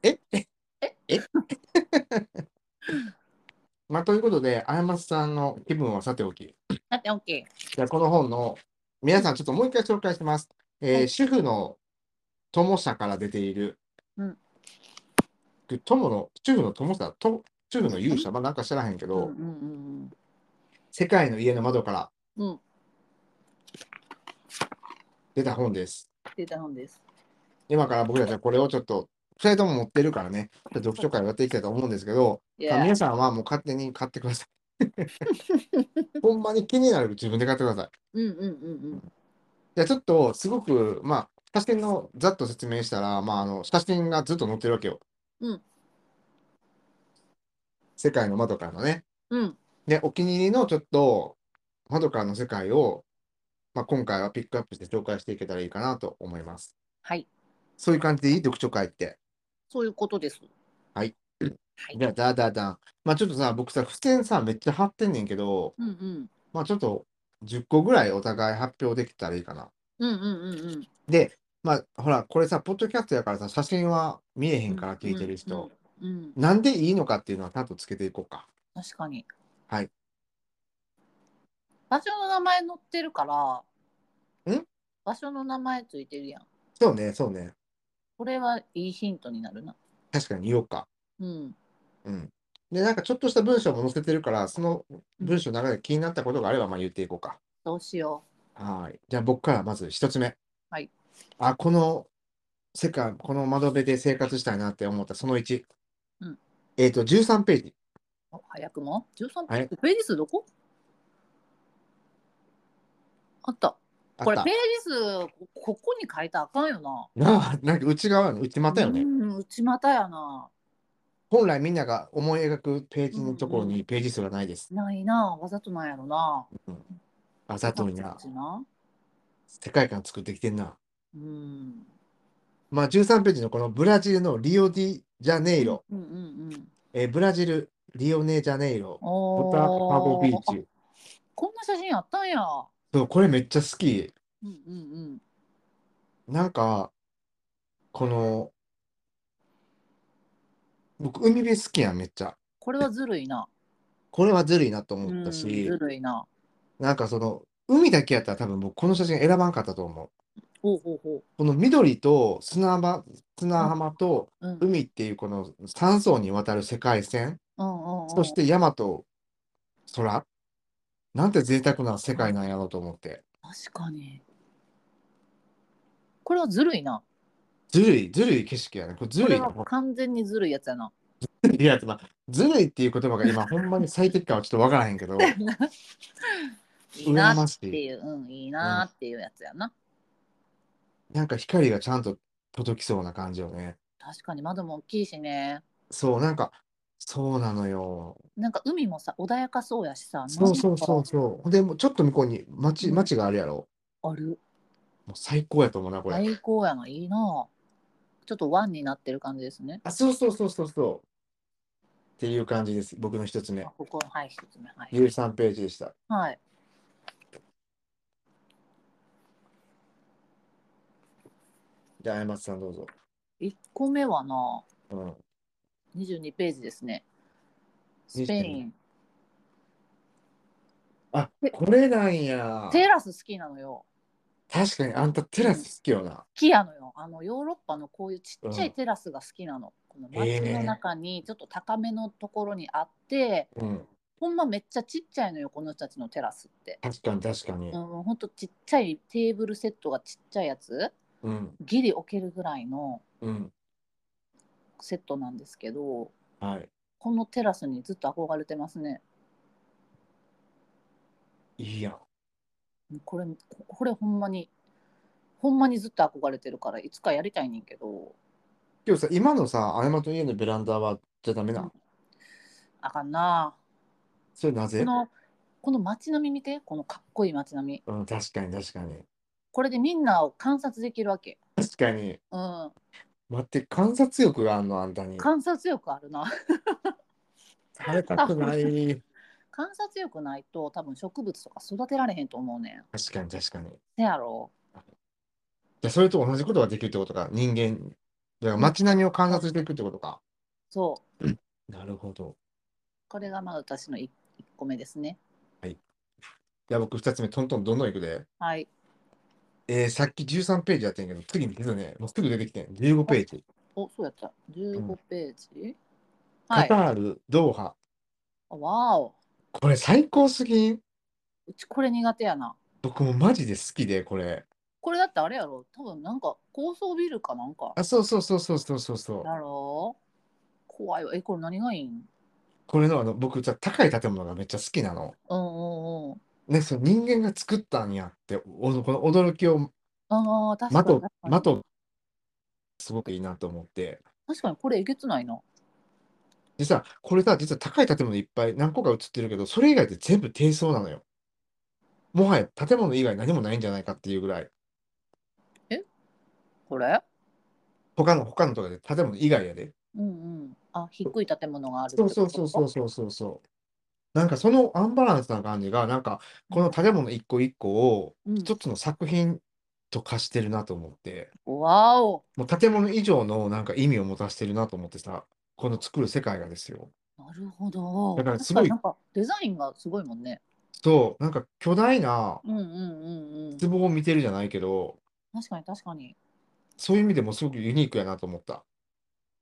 Speaker 2: え
Speaker 1: え
Speaker 2: え まあ、ということで、あやまつさんの気分はさておき。
Speaker 1: だってオッケー。
Speaker 2: じゃあこの本の、皆さんちょっともう一回紹介します。えー
Speaker 1: はい
Speaker 2: 主婦の友社から出ている、
Speaker 1: うん
Speaker 2: 友の、主婦の友社、と主婦の勇者、まあなんか知らへんけ
Speaker 1: う
Speaker 2: ど、
Speaker 1: んうん
Speaker 2: 世界の家の窓から
Speaker 1: うんうん。うん。
Speaker 2: 出た本です。
Speaker 1: 出たんです。
Speaker 2: 今から僕たちはこれをちょっと、2人とも持ってるからね、ちょっと読書会をやっていきたいと思うんですけど、
Speaker 1: いや、
Speaker 2: 皆さんはもう勝手に買ってください。 ほんまに気になる自分で買ってください。
Speaker 1: うんうんうん
Speaker 2: いや、ちょっと、すごく、まあ、写真のざっと説明したら、まあ、あの、写真がずっと載ってるわけよ。
Speaker 1: うん。
Speaker 2: 世界の窓からのね。
Speaker 1: うん。うん。
Speaker 2: で、お気に入りのちょっと、窓からの世界を、まあ、今回はピックアップして紹介していけたらいいかなと思います。
Speaker 1: はい。
Speaker 2: そういう感じでいい読書会って。
Speaker 1: そういうことです。はい
Speaker 2: じゃあ、だーだーだん。まあ、ちょっとさ、僕さ、付箋さ、めっちゃ貼ってんねんけど、
Speaker 1: うんうん。
Speaker 2: まあ、ちょっと、10個ぐらいお互い発表できたらいいかな。
Speaker 1: うんうんうんうん。
Speaker 2: で、まあ、ほら、これさ、ポッドキャストやからさ、写真は見えへんから聞いてる人、
Speaker 1: うん。うんうん。
Speaker 2: なんでいいのかっていうのはちゃんとつけていこうか。
Speaker 1: 確かに。
Speaker 2: はい。
Speaker 1: 場所の名前載ってるから。
Speaker 2: ん
Speaker 1: 場所の名前ついてるやん。
Speaker 2: そうね、そうね。
Speaker 1: これはいいヒントになるな。
Speaker 2: 確かに言おうか。
Speaker 1: うん。
Speaker 2: うん。で、なんかちょっとした文章も載せてるから、その文章の中で気になったことがあれば、まあ言っていこうか。
Speaker 1: どうしよ
Speaker 2: はい。じゃあ僕からまず一つ目。
Speaker 1: はい。
Speaker 2: あ、この世界、この窓辺で生活したいなって思った、その1。
Speaker 1: うん
Speaker 2: えっと、13ページ。
Speaker 1: う。お早くも。十三ペ
Speaker 2: はい
Speaker 1: ージ。ページ数どこ。あった。
Speaker 2: あ
Speaker 1: こ
Speaker 2: っ
Speaker 1: れ
Speaker 2: た
Speaker 1: ページ。数こここに書いたらあかんよな。
Speaker 2: なあ、なんか内側の内股よね
Speaker 1: う。ん、内股やな。
Speaker 2: 本来みんなが思い描くページのところにページ数がないです。
Speaker 1: ないな。わざとなんやろな。
Speaker 2: あざといな
Speaker 1: こっ。ちな。
Speaker 2: 世界観作ってきてんな。
Speaker 1: うん。
Speaker 2: まあ、13ページのこのブラジルのリオディジャネイロ、
Speaker 1: うんうんうん。
Speaker 2: えーブラジル、リオネジャネイロ、ボ
Speaker 1: お
Speaker 2: タパゴビー
Speaker 1: あ
Speaker 2: チ。
Speaker 1: こんな写真あったんや。
Speaker 2: そう、これめっちゃ好き。
Speaker 1: うんうん
Speaker 2: なんか、この、僕、海辺好きやん、めっちゃ。
Speaker 1: これはずるいな。
Speaker 2: これはずるいなと思
Speaker 1: う
Speaker 2: っ
Speaker 1: ん、
Speaker 2: た
Speaker 1: ず
Speaker 2: し、
Speaker 1: るいな。
Speaker 2: なんかその、海だけやったら多分僕、この写真選ばんかったと思う。
Speaker 1: ほうほうほ
Speaker 2: この緑と砂浜砂浜と
Speaker 1: う。うん、うん
Speaker 2: 海っていうこの3層にわたる世界線、
Speaker 1: うんうん。
Speaker 2: そして山と空なんて贅沢な世界なんやろうと思って。
Speaker 1: 確かに。これはずるいな。
Speaker 2: ずるい、ずるい景色やね。これず
Speaker 1: こ
Speaker 2: る
Speaker 1: れ
Speaker 2: いな。
Speaker 1: は完全にずるいやつやな。
Speaker 2: いや、まあ、ずるいっていう言葉が今、ほんまに最適かはちょっとわからへんけ ど、
Speaker 1: いい
Speaker 2: 羨
Speaker 1: な
Speaker 2: ま
Speaker 1: っ
Speaker 2: してい。
Speaker 1: いう、うん、いいなっていうやつやな。
Speaker 2: なんか光がちゃんと届きそうな感じよね。
Speaker 1: 確かに窓も大きいしね。
Speaker 2: そう、なんか、そうなのよ。
Speaker 1: なんか海もさ、穏やかそうやしさ。
Speaker 2: そうそうそうそう。ほんで、もうちょっと向こうに町、
Speaker 1: うん
Speaker 2: 町があるやろ。
Speaker 1: なんかある。
Speaker 2: もう最高やと思うな、これ。
Speaker 1: 最高やな。いいな。ちょっと湾になってる感じですね。
Speaker 2: あ、そうそうそうそうそう。っていう感じです。僕の一つ目
Speaker 1: あ。ここ、はい、一つ目。はい。
Speaker 2: 13ページでした。
Speaker 1: はい。
Speaker 2: じゃあ、まつさんどうぞ。
Speaker 1: 1個目はな、
Speaker 2: うん。
Speaker 1: 22ページですね。スペイン。
Speaker 2: あ、これなんや。
Speaker 1: テラス好きなのよ。
Speaker 2: 確かに、あんたテラス好きよな。
Speaker 1: 好きやのよ。あのヨーロッパのこういうちっちゃいテラスが好きなの。この街の中にちょっと高めのところにあって、
Speaker 2: うん。
Speaker 1: ほんまめっちゃちっちゃいのよ、この人たちのテラスって。
Speaker 2: 確かに、確かに
Speaker 1: う。ん、ほんとちっちゃいテーブルセットがちっちゃいやつ、
Speaker 2: うん。
Speaker 1: ギリ置けるぐらいの
Speaker 2: うん。
Speaker 1: セットなんですけど、
Speaker 2: はい。
Speaker 1: このテラスにずっと憧れてますね。
Speaker 2: いいやん。
Speaker 1: これこれほんまにほんまにずっと憧れてるからいつかやりたいねんけど
Speaker 2: 今日さ、今のさ、あやまと家のベランダはじゃダメな
Speaker 1: うん
Speaker 2: の。
Speaker 1: あかんな
Speaker 2: それなぜ
Speaker 1: このこの街並み見てこのかっこいい街並み
Speaker 2: うん、確かに確かに。
Speaker 1: これでみんなを観察できるわけ
Speaker 2: 確かに。
Speaker 1: うん
Speaker 2: 待って、観察力があんの、あんたに。
Speaker 1: 観察力あるな
Speaker 2: 晴れたくない。
Speaker 1: 観察力ないと多分植物とか育てられへんと思うねん
Speaker 2: 確かに確かに。じ
Speaker 1: せやろ
Speaker 2: ゃあそれと同じことができるってことか、人間。だから街並みを観察していくってことか。
Speaker 1: そう
Speaker 2: なるほど。
Speaker 1: これがまあ私の 1, 個目ですね。
Speaker 2: じゃあ僕2つ目、トントンどんどんいくで。
Speaker 1: はい。
Speaker 2: えー、さっき13ページやってんけど、次見てたね。もうすぐ出てきてん。15ページ。
Speaker 1: お、そうやった。
Speaker 2: う
Speaker 1: 15
Speaker 2: ん
Speaker 1: ページ。は
Speaker 2: カ
Speaker 1: い。
Speaker 2: タ
Speaker 1: あ
Speaker 2: ール、ドーハ。
Speaker 1: わお。
Speaker 2: これ最高すぎん
Speaker 1: うちこれ苦手やな。
Speaker 2: 僕もマジで好きで、これ。
Speaker 1: これだってあれやろ。多分なんか高層ビルかなんか。
Speaker 2: あ、そうそうそうそうそうそうそう。
Speaker 1: やろ怖いわ。え、これ何がいいん
Speaker 2: これのあの、僕さ、高い建物がめっちゃ好きなの。
Speaker 1: うんうんうん。
Speaker 2: ね、その人間が作ったんやって、おこの驚きを、
Speaker 1: ああ、確か
Speaker 2: ま
Speaker 1: に確
Speaker 2: と
Speaker 1: か、に。
Speaker 2: まと、すごくいいなと思って。
Speaker 1: 確かにこれえげつないな。
Speaker 2: でさ、これさ、実は高い建物いっぱい何個か映ってるけど、それ以外って全部低層なのよ。もはや建物以外何もないんじゃないかっていうぐらい、
Speaker 1: これ
Speaker 2: 他の、他のとかで建物以外やで。
Speaker 1: うんうん。あ、低い建物がある
Speaker 2: そうそうそうそう
Speaker 1: う。
Speaker 2: そうそうそう。なんかそのアンバランスな感じが、なんかこの建物一個一個を
Speaker 1: うん
Speaker 2: 一つの作品と化してるなと思って、
Speaker 1: わお。
Speaker 2: もう建物以上のなんか意味を持たせてるなと思ってさ、この作る世界がですよ。
Speaker 1: なるほど。
Speaker 2: だからす
Speaker 1: 確かに
Speaker 2: ごい
Speaker 1: なんかデザインがすごいもんね。
Speaker 2: そう、なんか巨大な
Speaker 1: うんうんうんうん。
Speaker 2: 壺を見てるじゃないけど、
Speaker 1: 確かに確かに。
Speaker 2: そういう意味でもすごくユニークやなと思った。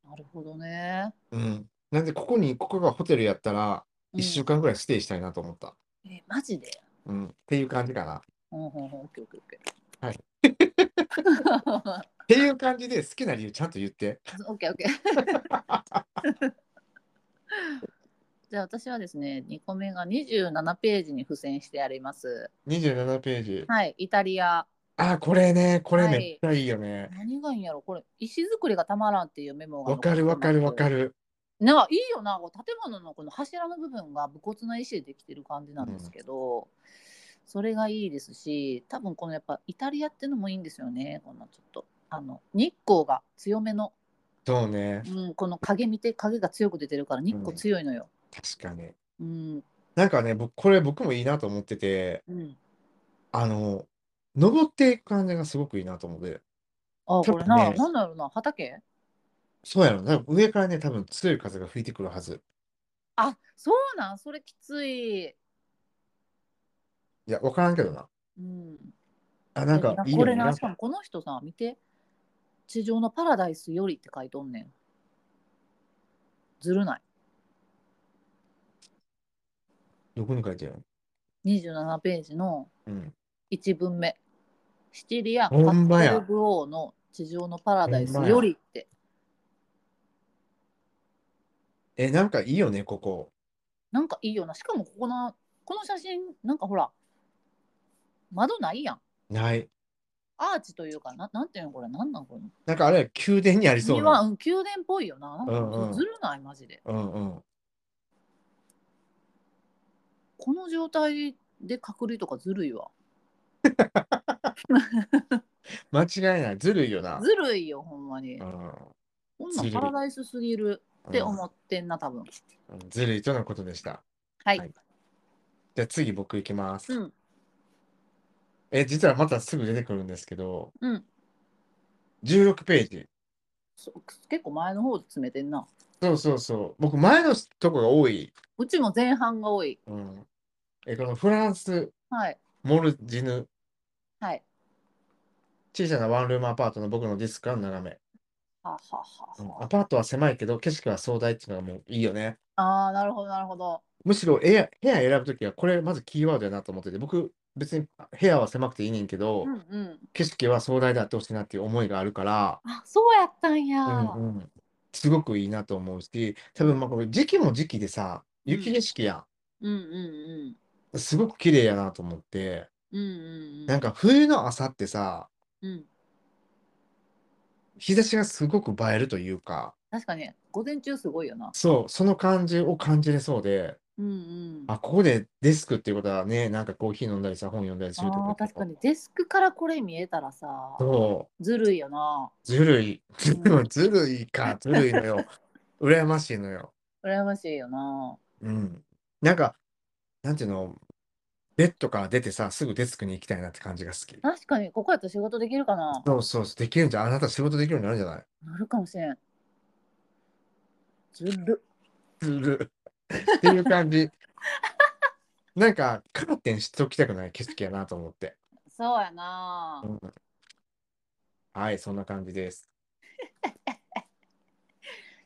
Speaker 1: なるほどね。
Speaker 2: うん。なんで、ここに、ここがホテルやったら、
Speaker 1: うん
Speaker 2: 1週間ぐらいステイしたいなと思った。
Speaker 1: え、マジで。
Speaker 2: うん。っていう感じかな。っ
Speaker 1: うん、ほんほん、オッケー、オッケー、オッケ
Speaker 2: はい
Speaker 1: ー。 はい。
Speaker 2: ていう感じで、好きな理由ちゃんと言って。
Speaker 1: オッケー、オッケー。じゃあ、私はですね、二個目が二十七ページに付箋してあります。
Speaker 2: 27ページ。
Speaker 1: はい、イタリア。
Speaker 2: あー、これね、これ
Speaker 1: はい
Speaker 2: めっちゃいいよね。
Speaker 1: 何がいいんやろ、これ、石造りがたまらんっていうメモが。
Speaker 2: わかるわかるわか
Speaker 1: る。
Speaker 2: る。
Speaker 1: なあ、いいよな、こう建物のこの柱の部分が武骨な石でできてる感じなんですけど。それがいいですし、多分このやっぱイタリアってのもいいんですよね。このちょっと、あの日光が強めの。
Speaker 2: そうね。
Speaker 1: うん、この影見て影が強く出てるから日光強いのよ。
Speaker 2: 確かに。
Speaker 1: うん、
Speaker 2: なんかね、僕、これ僕もいいなと思ってて、
Speaker 1: うん、
Speaker 2: あの、登っていく感じがすごくいいなと思って。
Speaker 1: あ、
Speaker 2: ちょ
Speaker 1: こ
Speaker 2: っとね
Speaker 1: れな、なんだろうな、畑？
Speaker 2: そうやろな。上からね、多分強い風が吹いてくるはず。
Speaker 1: あ、そうなん、それきつい。
Speaker 2: いや、わからんけどな。
Speaker 1: うん。
Speaker 2: あ、なんか
Speaker 1: でも
Speaker 2: いいよ
Speaker 1: こ
Speaker 2: ね。
Speaker 1: れ
Speaker 2: な
Speaker 1: な、
Speaker 2: ん
Speaker 1: しか
Speaker 2: か
Speaker 1: もこの人さ、見て、地上のパラダイスよりって書いとんねん。ずるない。
Speaker 2: どこに書いてある
Speaker 1: 二十七ページの
Speaker 2: うん。
Speaker 1: 一文目。シチリア・カ
Speaker 2: ほん
Speaker 1: ッ
Speaker 2: ま
Speaker 1: テ
Speaker 2: や
Speaker 1: ルブオーの地上のパラダイス
Speaker 2: ほんまや
Speaker 1: よりって。
Speaker 2: え、なんかいいよね、ここ。
Speaker 1: なんかいいよな。しかもここな、この写真なんかほら、窓ないやん。
Speaker 2: ない。
Speaker 1: アーチというか、ななんていうのこれ、なんなんこれ。
Speaker 2: なんかあれ、宮殿にありそう
Speaker 1: には、
Speaker 2: な。
Speaker 1: うん、宮殿っぽいよな。なんか
Speaker 2: うんうん
Speaker 1: ずるない、マジで。
Speaker 2: うんうん。
Speaker 1: この状態で隔離とかずるいわ。
Speaker 2: 間違いない。ずるいよな。
Speaker 1: ずるいよ、ほんまに
Speaker 2: う。ん
Speaker 1: こんな
Speaker 2: ずる
Speaker 1: ん
Speaker 2: い
Speaker 1: パラダイスすぎるって思
Speaker 2: う
Speaker 1: ってんな、多分。
Speaker 2: んずるいとのことでした。
Speaker 1: はい。
Speaker 2: はいじゃあ次僕行きます。
Speaker 1: うん、
Speaker 2: え、実はまたすぐ出てくるんですけど、
Speaker 1: うん。
Speaker 2: 16ページ。
Speaker 1: そ結構前の方詰めてんな。
Speaker 2: そうそうそう。僕、前のとこが多い。
Speaker 1: うちも前半が多い。
Speaker 2: うん、え、このフランス、
Speaker 1: はい。
Speaker 2: モルジヌ、
Speaker 1: はい。
Speaker 2: 小さなワンルームアパートの僕のディスクから眺め。
Speaker 1: ははは
Speaker 2: うんア
Speaker 1: は。
Speaker 2: パートは狭いけど、景色は壮大っていうのがもういいよね。
Speaker 1: ああ、なるほど、なるほど。
Speaker 2: むしろ部屋、部屋選ぶときは、これまずキーワードやなと思ってて、僕、別に部屋は狭くていいねんけど、
Speaker 1: うんうん。
Speaker 2: 景色は壮大であってほしいなっていう思いがあるから、
Speaker 1: あ、そうやったんや。
Speaker 2: うんうん、すごくいいなと思うし、多分まあこれ時期も時期でさ、雪景色やん。
Speaker 1: うんうんうん。
Speaker 2: すごく綺麗やなと思って、
Speaker 1: うんうんうん
Speaker 2: なんか冬の朝ってさ、
Speaker 1: うん
Speaker 2: 日差しがすごく映えるというか、
Speaker 1: 確かに午前中すごいよな
Speaker 2: そう、その感じを感じれそうで、
Speaker 1: うんうん
Speaker 2: あ、ここでデスクっていうことはね、なんかコーヒー飲んだりさ、本読んだりするってこ
Speaker 1: あー
Speaker 2: とだ
Speaker 1: 確
Speaker 2: けど
Speaker 1: かにデスクからこれ見えたらさ
Speaker 2: そう。
Speaker 1: ずるいよな
Speaker 2: ずるい。
Speaker 1: うん
Speaker 2: でも ずるいか、ずるいのよ。羨ましいのよ。
Speaker 1: 羨ましいよな
Speaker 2: うん。なんか、なんていうの、ベッドから出てさ、すぐデスクに行きたいなって感じが好き。
Speaker 1: 確かにここやったら仕事できるかな
Speaker 2: そうそうそう、できるんじゃん。あなた仕事できるようになるんじゃない
Speaker 1: なるかもしれんずる
Speaker 2: ずるい。っていう感じ。 なんか、カーテンしておきたくない景色やなと思って。
Speaker 1: そうやな
Speaker 2: うんはい、そんな感じです。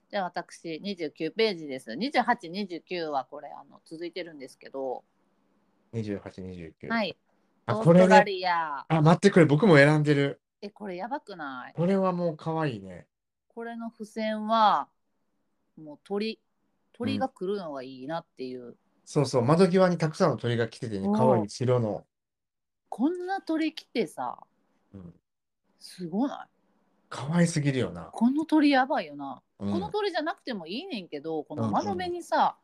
Speaker 1: じゃあ私29ページです2829はこれあの続いてるんですけど
Speaker 2: 28、29。
Speaker 1: はい
Speaker 2: あ、
Speaker 1: オー
Speaker 2: こ
Speaker 1: ス
Speaker 2: れ
Speaker 1: トラ
Speaker 2: ね。
Speaker 1: リア
Speaker 2: あ、待って、これ僕も選んでる。
Speaker 1: えこれやばくない
Speaker 2: これはもう可愛いね。
Speaker 1: これの付箋はもう鳥鳥が来るのがいいなっていう、
Speaker 2: そうそう、窓際にたくさんの鳥が来ててね
Speaker 1: お、ー
Speaker 2: 可愛い白の。
Speaker 1: こんな鳥来てさ
Speaker 2: うん
Speaker 1: すごない
Speaker 2: 可愛すぎるよな。
Speaker 1: この鳥やばいよな、
Speaker 2: うん
Speaker 1: この鳥じゃなくてもいいねんけどこ
Speaker 2: うん
Speaker 1: の
Speaker 2: うん
Speaker 1: 窓辺にさ、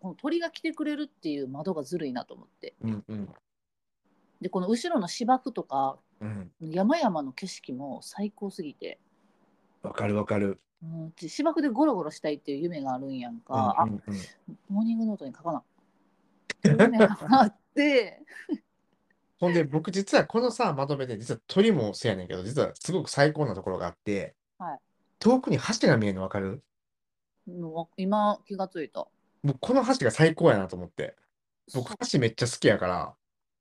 Speaker 1: この鳥が来てくれるっていう窓がずるいなと思って
Speaker 2: うんうん
Speaker 1: でこの後ろの芝生とか
Speaker 2: うん。
Speaker 1: 山々の景色も最高すぎて、
Speaker 2: わかるわかる。
Speaker 1: うん、うち芝生でゴロゴロしたいっていう夢があるんやんか、
Speaker 2: うんうんうん
Speaker 1: あモーニングノートに書かな夢があって
Speaker 2: ほんで、僕実はこのさ、まとめて、実は鳥もそうやねんけど、実はすごく最高なところがあって、
Speaker 1: はい
Speaker 2: 遠くに橋が見えるのわかる
Speaker 1: もう今気がついた
Speaker 2: 僕この橋が最高やなと思って。僕
Speaker 1: そう
Speaker 2: 橋めっちゃ好きやから、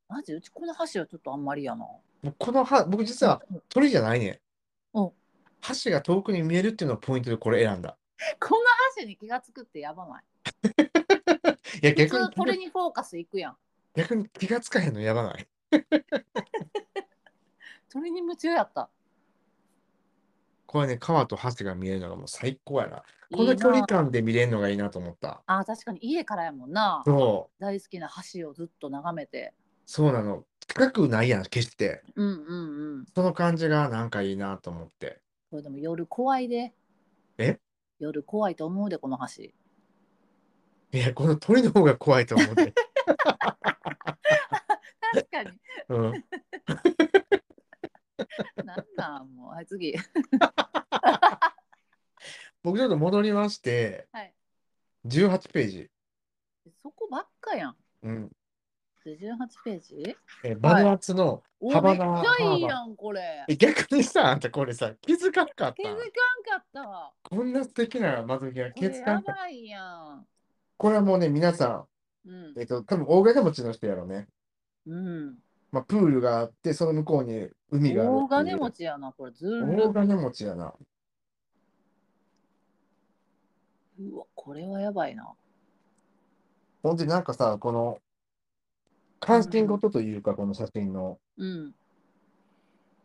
Speaker 1: マジうちこの橋はちょっとあんまりやな
Speaker 2: 僕この橋、僕実は鳥じゃないねん。
Speaker 1: うん
Speaker 2: 橋が遠くに見えるっていうのをポイントでこれ選んだ。
Speaker 1: この橋に気がつくってやばない
Speaker 2: いや、
Speaker 1: 普
Speaker 2: 逆
Speaker 1: 通
Speaker 2: に、
Speaker 1: これにフォーカスいくやん
Speaker 2: 逆に気がつかへんのやばない。
Speaker 1: それに夢中やった
Speaker 2: これね、川と橋が見えるのがもう最高やな。
Speaker 1: いい
Speaker 2: この距離
Speaker 1: な
Speaker 2: 感で見れるのがいいなと思った。
Speaker 1: あー確かに家からやもんな
Speaker 2: そう。
Speaker 1: 大好きな橋をずっと眺めて
Speaker 2: そうなの。近くないやん、決して。
Speaker 1: うんうんうん
Speaker 2: その感じがなんかいいなと思って。
Speaker 1: これでも夜怖いで
Speaker 2: え
Speaker 1: 夜怖いと思うでこの橋
Speaker 2: いや、この鳥の方が怖いと思 って。
Speaker 1: 確かに
Speaker 2: うん。
Speaker 1: なんなんもうはい次
Speaker 2: 僕ちょっと戻りまして、
Speaker 1: はい
Speaker 2: 18ページ。
Speaker 1: そこばっかやん
Speaker 2: うん。
Speaker 1: で18ページ
Speaker 2: え、バヌアツの、
Speaker 1: お
Speaker 2: ハ
Speaker 1: め
Speaker 2: バ
Speaker 1: っち
Speaker 2: ナ
Speaker 1: ゃいいやんこれ
Speaker 2: え、逆にさ、あんたこれさ、気づかんかっ
Speaker 1: 気づか
Speaker 2: た
Speaker 1: ん。かったわ
Speaker 2: こんな素敵な窓際、
Speaker 1: こ
Speaker 2: 気
Speaker 1: れ
Speaker 2: づか
Speaker 1: や
Speaker 2: んかった。
Speaker 1: ばいやん
Speaker 2: これはもうね、皆さ
Speaker 1: うん
Speaker 2: ん、えっと、多分大金持ちの人やろね。
Speaker 1: うん
Speaker 2: まあ、プールがあって、その向こうに海があるっていう。
Speaker 1: 大金持ちやなこれずる
Speaker 2: 大金持ちやな。
Speaker 1: うわこれはやばいな
Speaker 2: ほんで、なんかさ、この、関心事というか、この写真の、
Speaker 1: うん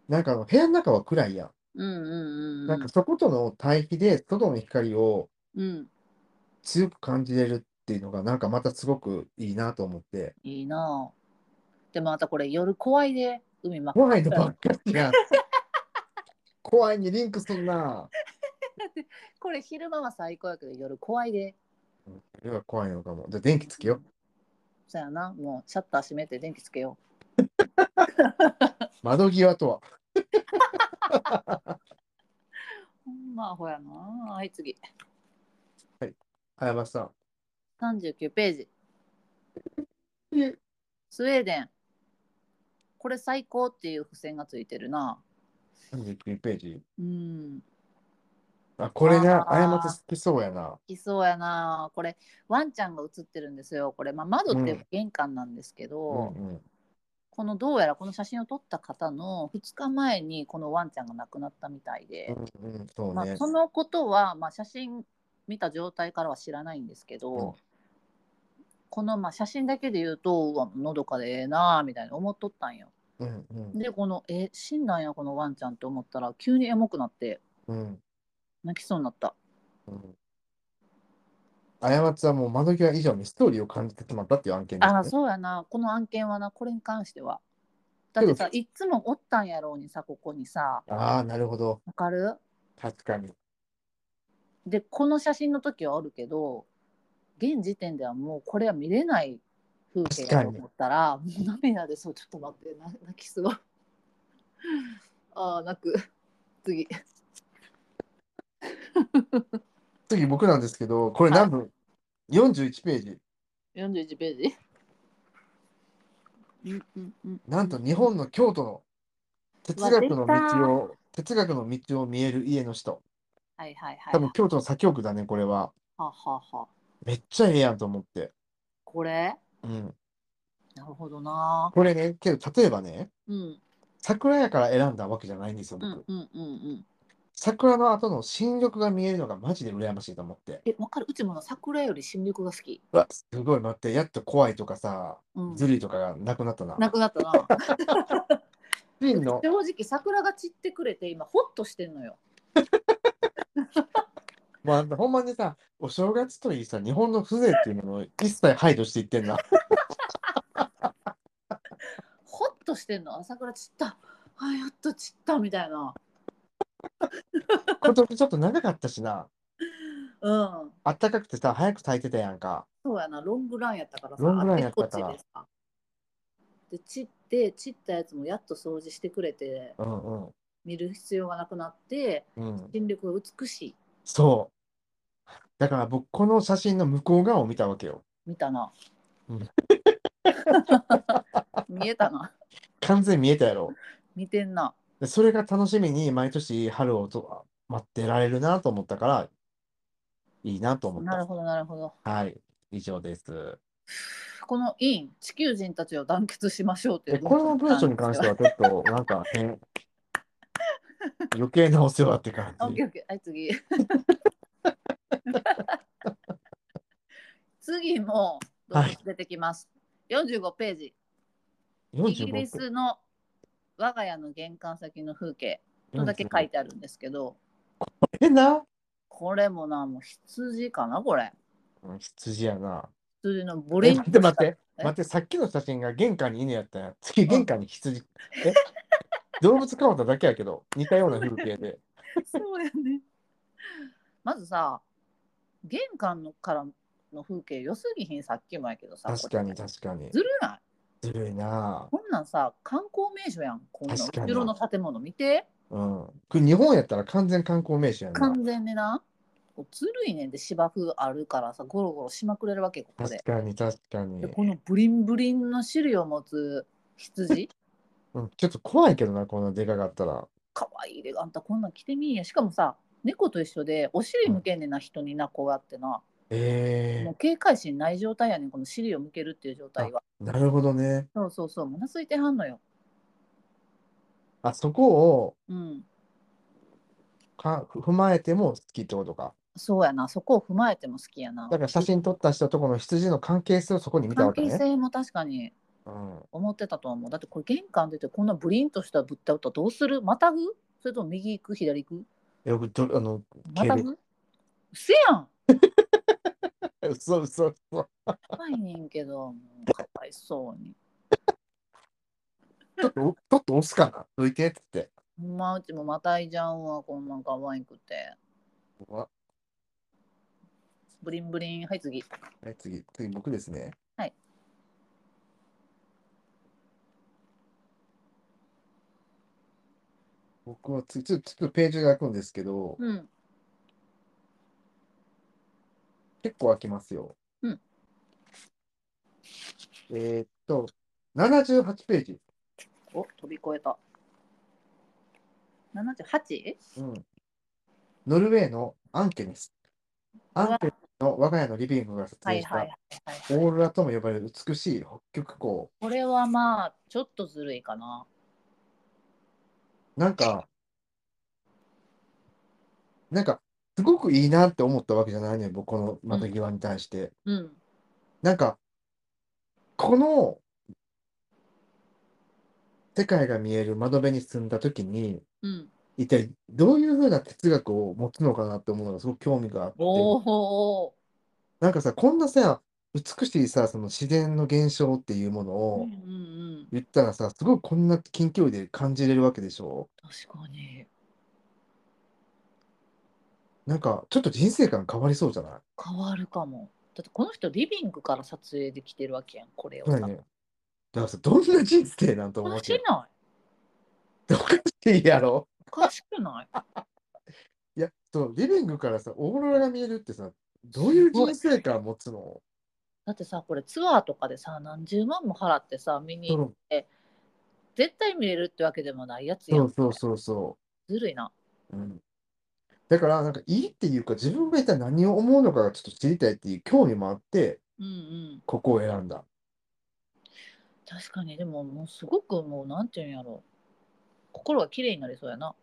Speaker 2: なんかあの部屋の中は暗いやん。
Speaker 1: うんうんうん
Speaker 2: なんかそことの対比で、外の光を
Speaker 1: うん
Speaker 2: 強く感じれるっていうのが、なんかまたすごくいいなと思って。
Speaker 1: いいなぁでもまたこれ夜怖いで海真っ
Speaker 2: 怖いのばっかり やん。怖いにリンクすんな。
Speaker 1: これ昼間は最高やけど夜怖いで
Speaker 2: 夜は怖いのかも。じゃあ電気つけよ
Speaker 1: そやなもうシャッター閉めて電気つけよ
Speaker 2: う。窓際とは。
Speaker 1: うほんまあほやなぁはい次
Speaker 2: あやばさ
Speaker 1: 39ページ
Speaker 2: ん。え
Speaker 1: スウェーデンこれ最高っていう付箋がついてるな
Speaker 2: 39ページ。
Speaker 1: うん
Speaker 2: あ、これな、
Speaker 1: あー
Speaker 2: あやまた好きそうやな。
Speaker 1: いそうやなぁこれワンちゃんが映ってるんですよこれ、まあ、窓って玄関なんですけど、
Speaker 2: うんうん。
Speaker 1: このどうやらこの写真を撮った方の2日前にこのワンちゃんが亡くなったみたいで、
Speaker 2: うんうん、そう
Speaker 1: ま
Speaker 2: ね
Speaker 1: あ、。そのことは、まあ、写真見た状態からは知らないんですけど、
Speaker 2: うん
Speaker 1: このまあ写真だけで言うとうわのどかでええなあみたいに思っとったんよ。
Speaker 2: うんうん
Speaker 1: でこの「え死んだんやこのワンちゃん」って思ったら急にエモくなって
Speaker 2: うん
Speaker 1: 泣きそうになった。
Speaker 2: うん。過ちはもう窓際以上にストーリーを感じてしまったっていう案件です、
Speaker 1: ああ
Speaker 2: ね。
Speaker 1: そうやなこの案件はなこれに関してはだってさいっつもおったんやろうにさここにさ
Speaker 2: ああ、なるほど。
Speaker 1: わかる
Speaker 2: 確かに。
Speaker 1: でこの写真の時はおるけど現時点ではもうこれは見れない風景だと思ったらもう涙でそうちょっと待ってな泣きそう ああ泣く次
Speaker 2: 次僕なんですけど、これ何分、?41 ページ。
Speaker 1: 41ページうんうんうん
Speaker 2: なんと日本の京都の哲学の道を、哲学の道を見える家の人。
Speaker 1: はいはいはい
Speaker 2: 多分京都の左京区だね、これは。
Speaker 1: はあはあはあ
Speaker 2: めっちゃええやんと思って。
Speaker 1: これ
Speaker 2: うん。
Speaker 1: なるほどな
Speaker 2: これね、けど例えばね、
Speaker 1: うん
Speaker 2: 桜屋から選んだわけじゃないんですよ、
Speaker 1: う
Speaker 2: 僕。
Speaker 1: んうんうんうん
Speaker 2: 桜の後の新緑が見えるのがマジで羨ましいと思って。
Speaker 1: えわかるうちもな桜より新緑が好き
Speaker 2: うわすごい待って、やっと怖いとかさ、
Speaker 1: うん
Speaker 2: ずるいとかがなくなったな。
Speaker 1: なくなったな
Speaker 2: 真の
Speaker 1: 正直桜が散ってくれて今ホッとしてんのよ
Speaker 2: もうあんたほんまにさ、お正月といいさ、日本の風情っていうものを一切排除していって んな。
Speaker 1: ホッとしてんの朝倉散ったあやっと散ったみたいな
Speaker 2: 今年ちょっと長かったしな。
Speaker 1: うん
Speaker 2: あったかくてさ、早く咲いてたやんか。
Speaker 1: そうやなロングランやったからさ
Speaker 2: ロングランやったから
Speaker 1: あっちこっちでさで散って散ったやつもやっと掃除してくれて
Speaker 2: うんうん。
Speaker 1: 見る必要がなくなって
Speaker 2: うん、
Speaker 1: 新緑が美しい
Speaker 2: そう。だから僕、この写真の向こう側を見たわけよ。
Speaker 1: 見たな
Speaker 2: うん
Speaker 1: 見えたな
Speaker 2: 完全に見えたやろ。
Speaker 1: 見てんな
Speaker 2: でそれが楽しみに毎年春をと待ってられるなと思ったから、いいなと思っ
Speaker 1: なる
Speaker 2: た。
Speaker 1: ほどなるほど
Speaker 2: はい、以上です。
Speaker 1: この「イン地球人たちを団結しましょう」ってい
Speaker 2: え、
Speaker 1: う
Speaker 2: この文章に関してはちょっとなんか変。余計なお世話って感
Speaker 1: あオッ
Speaker 2: じ
Speaker 1: ケー。オッケーはい 次次も動物出てきます、45ページイギリ
Speaker 2: 45
Speaker 1: スの我が家の玄関先の風景とだけ書いてあるんですけど
Speaker 2: えな、
Speaker 1: これもなもう羊かなこれ
Speaker 2: うん、羊やな。
Speaker 1: 羊のボ
Speaker 2: え
Speaker 1: リン
Speaker 2: 待って待って、
Speaker 1: え
Speaker 2: 待って、さっきの写真が玄関に犬やったやん。次、玄関に羊。え動物変わっただけやけど、似たような風景 で。
Speaker 1: そうやねまずさ玄関のからの風景良すぎひんさっきもやけどさ
Speaker 2: 確かに
Speaker 1: これ
Speaker 2: 確かに。
Speaker 1: ずるない
Speaker 2: ずるいな。
Speaker 1: こんなんさ観光名所やんこんなん
Speaker 2: 確かに
Speaker 1: 後ろの建物見て
Speaker 2: うん。これ日本やったら完全観光名所やな。
Speaker 1: 完全になこうずるいねんで芝生あるからさゴロゴロしまくれるわけここ
Speaker 2: 確
Speaker 1: で
Speaker 2: かに確かに
Speaker 1: で。このブリンブリンの汁を持つ羊
Speaker 2: うん、ちょっと怖いけどな、こんなでかかったら。
Speaker 1: かわいいであんたこんなん着てみんやしかもさ猫と一緒でお尻向けんねんな人になこうやってな、
Speaker 2: え
Speaker 1: もう警戒心ない状態やねんこの尻を向けるっていう状態は
Speaker 2: ー、なるほどね。
Speaker 1: そうそうそう胸ついてはんのよ
Speaker 2: あそこを
Speaker 1: うん
Speaker 2: か踏まえても好きってことか。
Speaker 1: そうやなそこを踏まえても好きやな
Speaker 2: だから写真撮った人とこの羊の関係性をそこに見た
Speaker 1: 関
Speaker 2: わけ
Speaker 1: 係
Speaker 2: ね。
Speaker 1: 性も確かに
Speaker 2: うん、
Speaker 1: 思ってたと思う。だってこれ玄関出てこんなブリンとした物体打ったらどうするまたぐそれとも右行く左行く
Speaker 2: え僕どあの、
Speaker 1: またぐうせやん
Speaker 2: 嘘嘘嘘。
Speaker 1: かわいねんけど、もうかわいそうに。
Speaker 2: ちょっとおちょっと押すかな。どいてっつって。
Speaker 1: ほんまうちもまたいじゃんわ、こんなんかわいくて。
Speaker 2: うわ
Speaker 1: ブリンブリン、はい次。
Speaker 2: はい、次、次僕ですね。
Speaker 1: はい。
Speaker 2: 僕は次、ちょっとちょっとページが開くんですけど、
Speaker 1: うん。
Speaker 2: 結構開きますよ。
Speaker 1: うん
Speaker 2: えーっと、78ページ。
Speaker 1: お飛び越えた。78?
Speaker 2: うん。ノルウェーのアンケネス。アンケネスの我が家のリビングが撮
Speaker 1: は
Speaker 2: 影
Speaker 1: い
Speaker 2: し
Speaker 1: はいは
Speaker 2: た
Speaker 1: いはい。
Speaker 2: オーロラとも呼ばれる美しい北極光。
Speaker 1: これはまあ、ちょっとずるいかな。
Speaker 2: なんか、なんか、すごくいいなって思ったわけじゃないね、僕、この窓際に対して。
Speaker 1: うん。
Speaker 2: なんか、この世界が見える窓辺に住んだ時に、
Speaker 1: うん。
Speaker 2: 一体どういうふうな哲学を持つのかなって思うのがすごく興味があって、
Speaker 1: おお。
Speaker 2: なんかさ、こんなさ、美しいさ、その自然の現象っていうもの
Speaker 1: うんう
Speaker 2: を
Speaker 1: ん、
Speaker 2: 言ったらさ、すごいこんな近距離で感じれるわけでしょ
Speaker 1: 確かに
Speaker 2: なんか、ちょっと人生観変わりそうじゃない
Speaker 1: 変わるかもだってこの人リビングから撮影できてるわけやんこれを
Speaker 2: そ
Speaker 1: さ、
Speaker 2: うやね。だからさ、どんな人生なんと
Speaker 1: お
Speaker 2: 思う
Speaker 1: か
Speaker 2: わ
Speaker 1: し
Speaker 2: け。
Speaker 1: な
Speaker 2: おかしいやろ。
Speaker 1: いおかしくない
Speaker 2: いや、そう、リビングからさ、オーロラが見えるってさ、どういう人生観持つの
Speaker 1: だってさこれツアーとかでさ何十万も払ってさ見に行っ
Speaker 2: そ
Speaker 1: て絶対見れるってわけでもないやつ
Speaker 2: う
Speaker 1: や
Speaker 2: そ
Speaker 1: ん
Speaker 2: うそうそうそ
Speaker 1: ずるいな
Speaker 2: う。うん、だから、なんかいいっていうか、自分が一体何を思うのかがちょっと知りたいっていう興味もあって、
Speaker 1: うんうん
Speaker 2: ここを選んだ。
Speaker 1: 確かにでももうすごくもうなんていうんやろ心が綺麗になりそうやな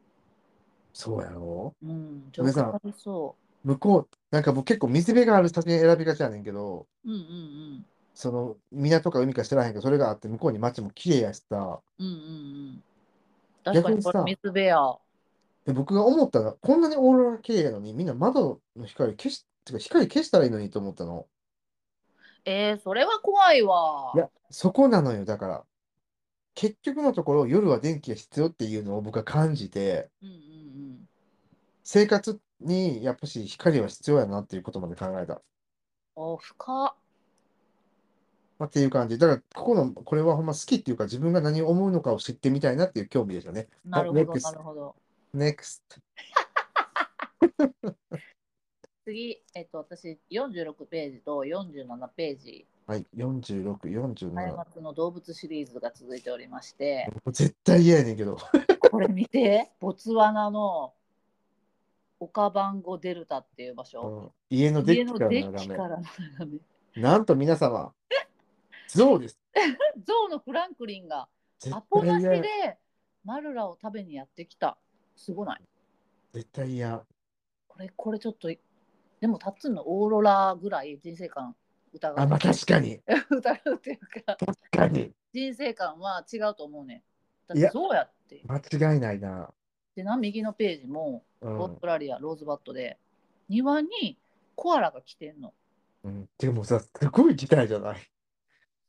Speaker 2: そうやろ
Speaker 1: うん
Speaker 2: 皆さん
Speaker 1: りそ
Speaker 2: 向こう、なんか僕結構水辺がある写真選びがちやねんけど、
Speaker 1: ううんうん
Speaker 2: その港か海か知らへんけど、それがあって、向こうに街も綺麗やしさ、
Speaker 1: うんうんうんうん確かにこれ
Speaker 2: 逆にさ
Speaker 1: 水辺や
Speaker 2: で、僕が思ったのは、こんなにオーロラ綺麗なのに、みんな窓の光消し、てか光消したらいいのにと思ったの。
Speaker 1: えー、それは怖いわ
Speaker 2: いや、そこなのよ。だから、結局のところ、夜は電気が必要っていうのを僕は感じて、
Speaker 1: うんうんうん
Speaker 2: 生活にやっぱし光は必要やなっていうことまで考えた。
Speaker 1: お深っ
Speaker 2: まあ、っていう感じ。だから、ここの、これはほんま好きっていうか、自分が何を思うのかを知ってみたいなっていう興味でしたね。
Speaker 1: なる
Speaker 2: は
Speaker 1: ほ
Speaker 2: い
Speaker 1: ど
Speaker 2: next
Speaker 1: なるほど
Speaker 2: NEXT。
Speaker 1: 次えっと私46ページと47ページ
Speaker 2: はい、46、47。
Speaker 1: 開
Speaker 2: も
Speaker 1: 幕の動物シリーズが続いておりまして
Speaker 2: う絶対嫌やねんけど。
Speaker 1: これ見てボツワナのオカバンゴデルタっていう場所
Speaker 2: うん家のデ
Speaker 1: 家
Speaker 2: ッ
Speaker 1: の
Speaker 2: キ
Speaker 1: デ
Speaker 2: か
Speaker 1: ッ
Speaker 2: らの
Speaker 1: キか
Speaker 2: 眺
Speaker 1: らの眺め
Speaker 2: め。なんと皆 様、ゾウです。
Speaker 1: ゾウのフランクリンが
Speaker 2: 絶
Speaker 1: アポ
Speaker 2: 対
Speaker 1: なし
Speaker 2: 嫌
Speaker 1: で
Speaker 2: や。
Speaker 1: マルラを食べにやってきた。すごない。
Speaker 2: 絶対嫌。
Speaker 1: これ、これちょっと、でもタッツンのオーロラぐらい人生観疑
Speaker 2: あ、
Speaker 1: う。
Speaker 2: まあ確かに。
Speaker 1: 疑うっていうか、
Speaker 2: 確かに。
Speaker 1: 人生観は違うと思うねん。だっ
Speaker 2: い
Speaker 1: て
Speaker 2: や
Speaker 1: ゾウやって。
Speaker 2: 間違いないな。
Speaker 1: でな、右のページも、
Speaker 2: う
Speaker 1: オー
Speaker 2: ん
Speaker 1: ス。トラリア、ローズバットで、庭にコアラが来てんの。
Speaker 2: うんでもさ、すごい事態じゃない。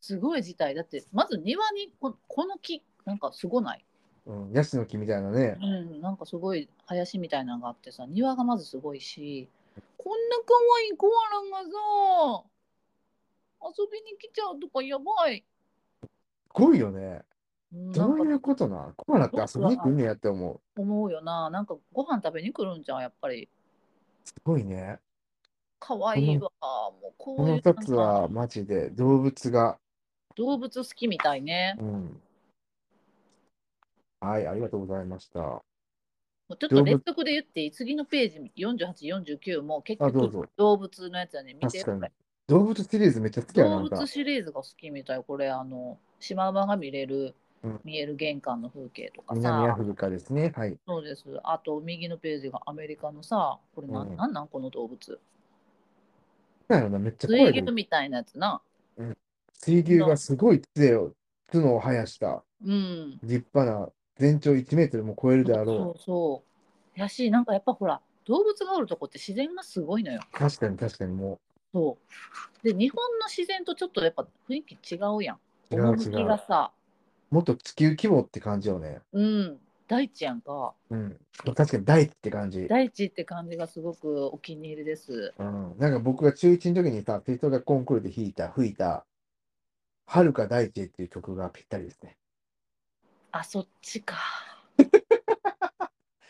Speaker 1: すごい事態。だって、まず庭にこ、この木、なんかすごない。
Speaker 2: うん、ヤシの木みたいなね。
Speaker 1: うん、なんかすごい林みたいなのがあってさ庭がまずすごいしこんな可愛いコアラがさ遊びに来ちゃうとかやばい、
Speaker 2: すごいよね。
Speaker 1: うん、な
Speaker 2: ど
Speaker 1: ん
Speaker 2: うい
Speaker 1: か
Speaker 2: うことなコアラって遊びに来んねやって思う。
Speaker 1: 思うよななんかご飯食べに来るんじゃんやっぱり
Speaker 2: すごいね。
Speaker 1: 可愛いわもうこう
Speaker 2: こ
Speaker 1: い
Speaker 2: の
Speaker 1: うなん
Speaker 2: 2
Speaker 1: か
Speaker 2: つはマジで動物が。
Speaker 1: 動物好きみたいね
Speaker 2: うん。はい、ありがとうございました。
Speaker 1: もうちょっと連続で言っていい次のページ4849も結
Speaker 2: あどうぞ
Speaker 1: 局動物のやつやね見て
Speaker 2: 確か
Speaker 1: よ
Speaker 2: に。動物シリーズめっちゃ好きやな、あ
Speaker 1: 動
Speaker 2: んた
Speaker 1: 物。シリーズが好きみたいこれあのシマウマが見れる、
Speaker 2: うん
Speaker 1: 見える玄関の風景とか
Speaker 2: 南ア
Speaker 1: さ
Speaker 2: フリカですね。はい。
Speaker 1: そうですあと右のページがアメリカのさこれなん、
Speaker 2: うん
Speaker 1: なんなんこの動物
Speaker 2: なんやろな、めっちゃ怖
Speaker 1: 水
Speaker 2: い
Speaker 1: 牛
Speaker 2: けど。
Speaker 1: みたいなやつな
Speaker 2: 水牛がすごい強い角を生やした
Speaker 1: うん
Speaker 2: 立派な全長1メートルも超えるで
Speaker 1: そ
Speaker 2: あろ
Speaker 1: うそうやしなんかやっぱほら動物がおるとこって自然がすごいのよ
Speaker 2: う。確かに確かにも
Speaker 1: そうで日本の自然とちょっとやっぱ雰囲気違うやん
Speaker 2: う違う違
Speaker 1: 趣
Speaker 2: う。
Speaker 1: がさ
Speaker 2: もっと地球規模って感じよね。
Speaker 1: うん大地やんか
Speaker 2: うん。確かに大地って感じ。
Speaker 1: 大地って感じがすごくお気に入りです
Speaker 2: うん。なんか僕が中1の時にさ、適当がコンクールで弾いた、吹いた、遥か大地へっていう曲がぴったりですね。
Speaker 1: あそっちか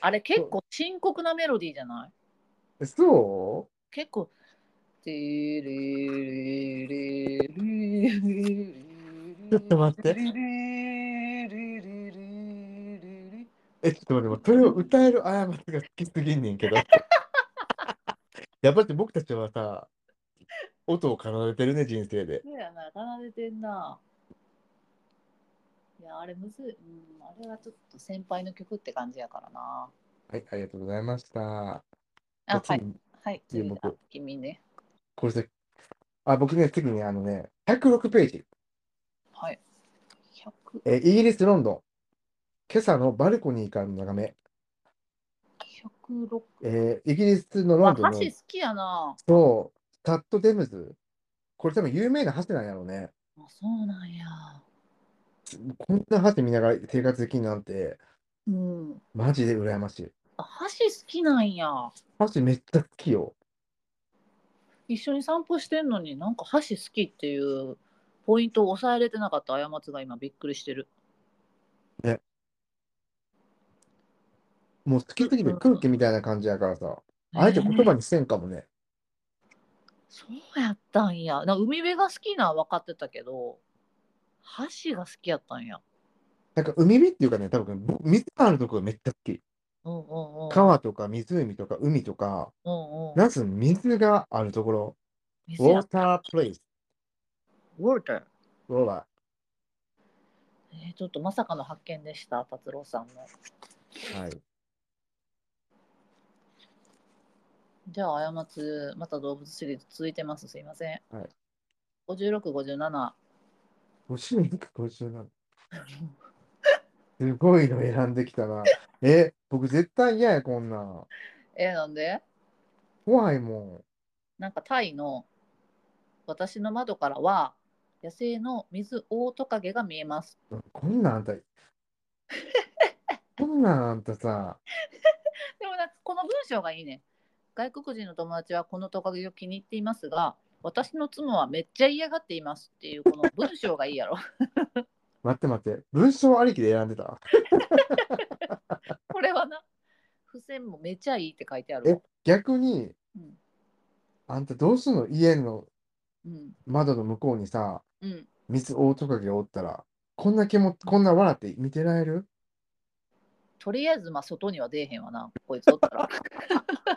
Speaker 1: あれ結構深刻なメロディーじゃない
Speaker 2: そ
Speaker 1: 結構ティリリリリリ
Speaker 2: うちょっと待って。
Speaker 1: リリリリリリ
Speaker 2: え、ちょっと待って、もうそれを歌える過ちが好きすぎんねんけど。やっぱり僕たちはさ、音を奏でてるね、人生で。
Speaker 1: そうやな奏でてんないやあれむずい、うん、あれはちょっと先輩の曲って感じやからな
Speaker 2: はい、ありがとうございました。
Speaker 1: あ
Speaker 2: じ
Speaker 1: は
Speaker 2: ゃあ
Speaker 1: い
Speaker 2: 次
Speaker 1: はい
Speaker 2: 次
Speaker 1: 次
Speaker 2: 僕
Speaker 1: あ君ね
Speaker 2: これで、あ、僕ね、次にあのね、106ページ。
Speaker 1: はい100
Speaker 2: えーイギリス・ロンドン。今朝のバルコニーからの眺め。
Speaker 1: 106
Speaker 2: えーイギリスのロ
Speaker 1: ま
Speaker 2: ンド
Speaker 1: あ
Speaker 2: ンの
Speaker 1: 箸好きやな
Speaker 2: そうカット・デムズ。これ多分有名なハテなんやろうね。
Speaker 1: あそうなんや。
Speaker 2: こんなハテ見ながら生活できるなんて、
Speaker 1: うん。
Speaker 2: マジで羨ましい。
Speaker 1: あ箸好きなんや。
Speaker 2: ハテめっちゃ好きよ。
Speaker 1: 一緒に散歩してんのになんか箸好きっていうポイントを抑えれてなかった過ちが今びっくりしてる。
Speaker 2: もう好きすぎて空気みたいな感じやからさ。あえて言葉にせんかもね。
Speaker 1: そうやったんや。なんか海辺が好きなは分かってたけど、箸が好きやったんや。
Speaker 2: なんか海辺っていうかね、多分僕水があるとこがめっちゃ好き。
Speaker 1: うんうんうん。
Speaker 2: 川とか湖とか海とか、
Speaker 1: うんうん。
Speaker 2: なんつうの水があるところ。ウ
Speaker 1: 水
Speaker 2: ォー
Speaker 1: や
Speaker 2: タープレイス。
Speaker 1: ウォーター。
Speaker 2: ローラー。
Speaker 1: えーちょっとまさかの発見でした、達郎さんの。
Speaker 2: はい。
Speaker 1: じゃあ、過ち、また動物シリーズ続いてます。すいません。
Speaker 2: はい、
Speaker 1: 56、57。
Speaker 2: 52か57。すごいの選んできたな。え、僕絶対嫌や、こんなん。
Speaker 1: えーなんで
Speaker 2: 怖いも
Speaker 1: なんかタイの私の窓からは野生の水オオトカゲが見えます。
Speaker 2: ん。こんなんあんた、こんなんあんたさ、
Speaker 1: でもなこの文章がいいね。外国人の友達はこのトカゲを気に入っていますが、私の妻はめっちゃ嫌がっていますっていうこの文章がいいやろ。
Speaker 2: 待って待って、文章ありきで選んでた。
Speaker 1: これはな、付箋もめちゃいいって書いてあるわ。
Speaker 2: 逆に、
Speaker 1: うん
Speaker 2: あんたどうすんの家の
Speaker 1: うん
Speaker 2: 窓の向こうにさ、
Speaker 1: うん。
Speaker 2: 水オオトカゲおったら、こんな気も、こんな笑って見てられる、
Speaker 1: とりあえずまあ外には出えへんわな、こいつおったら。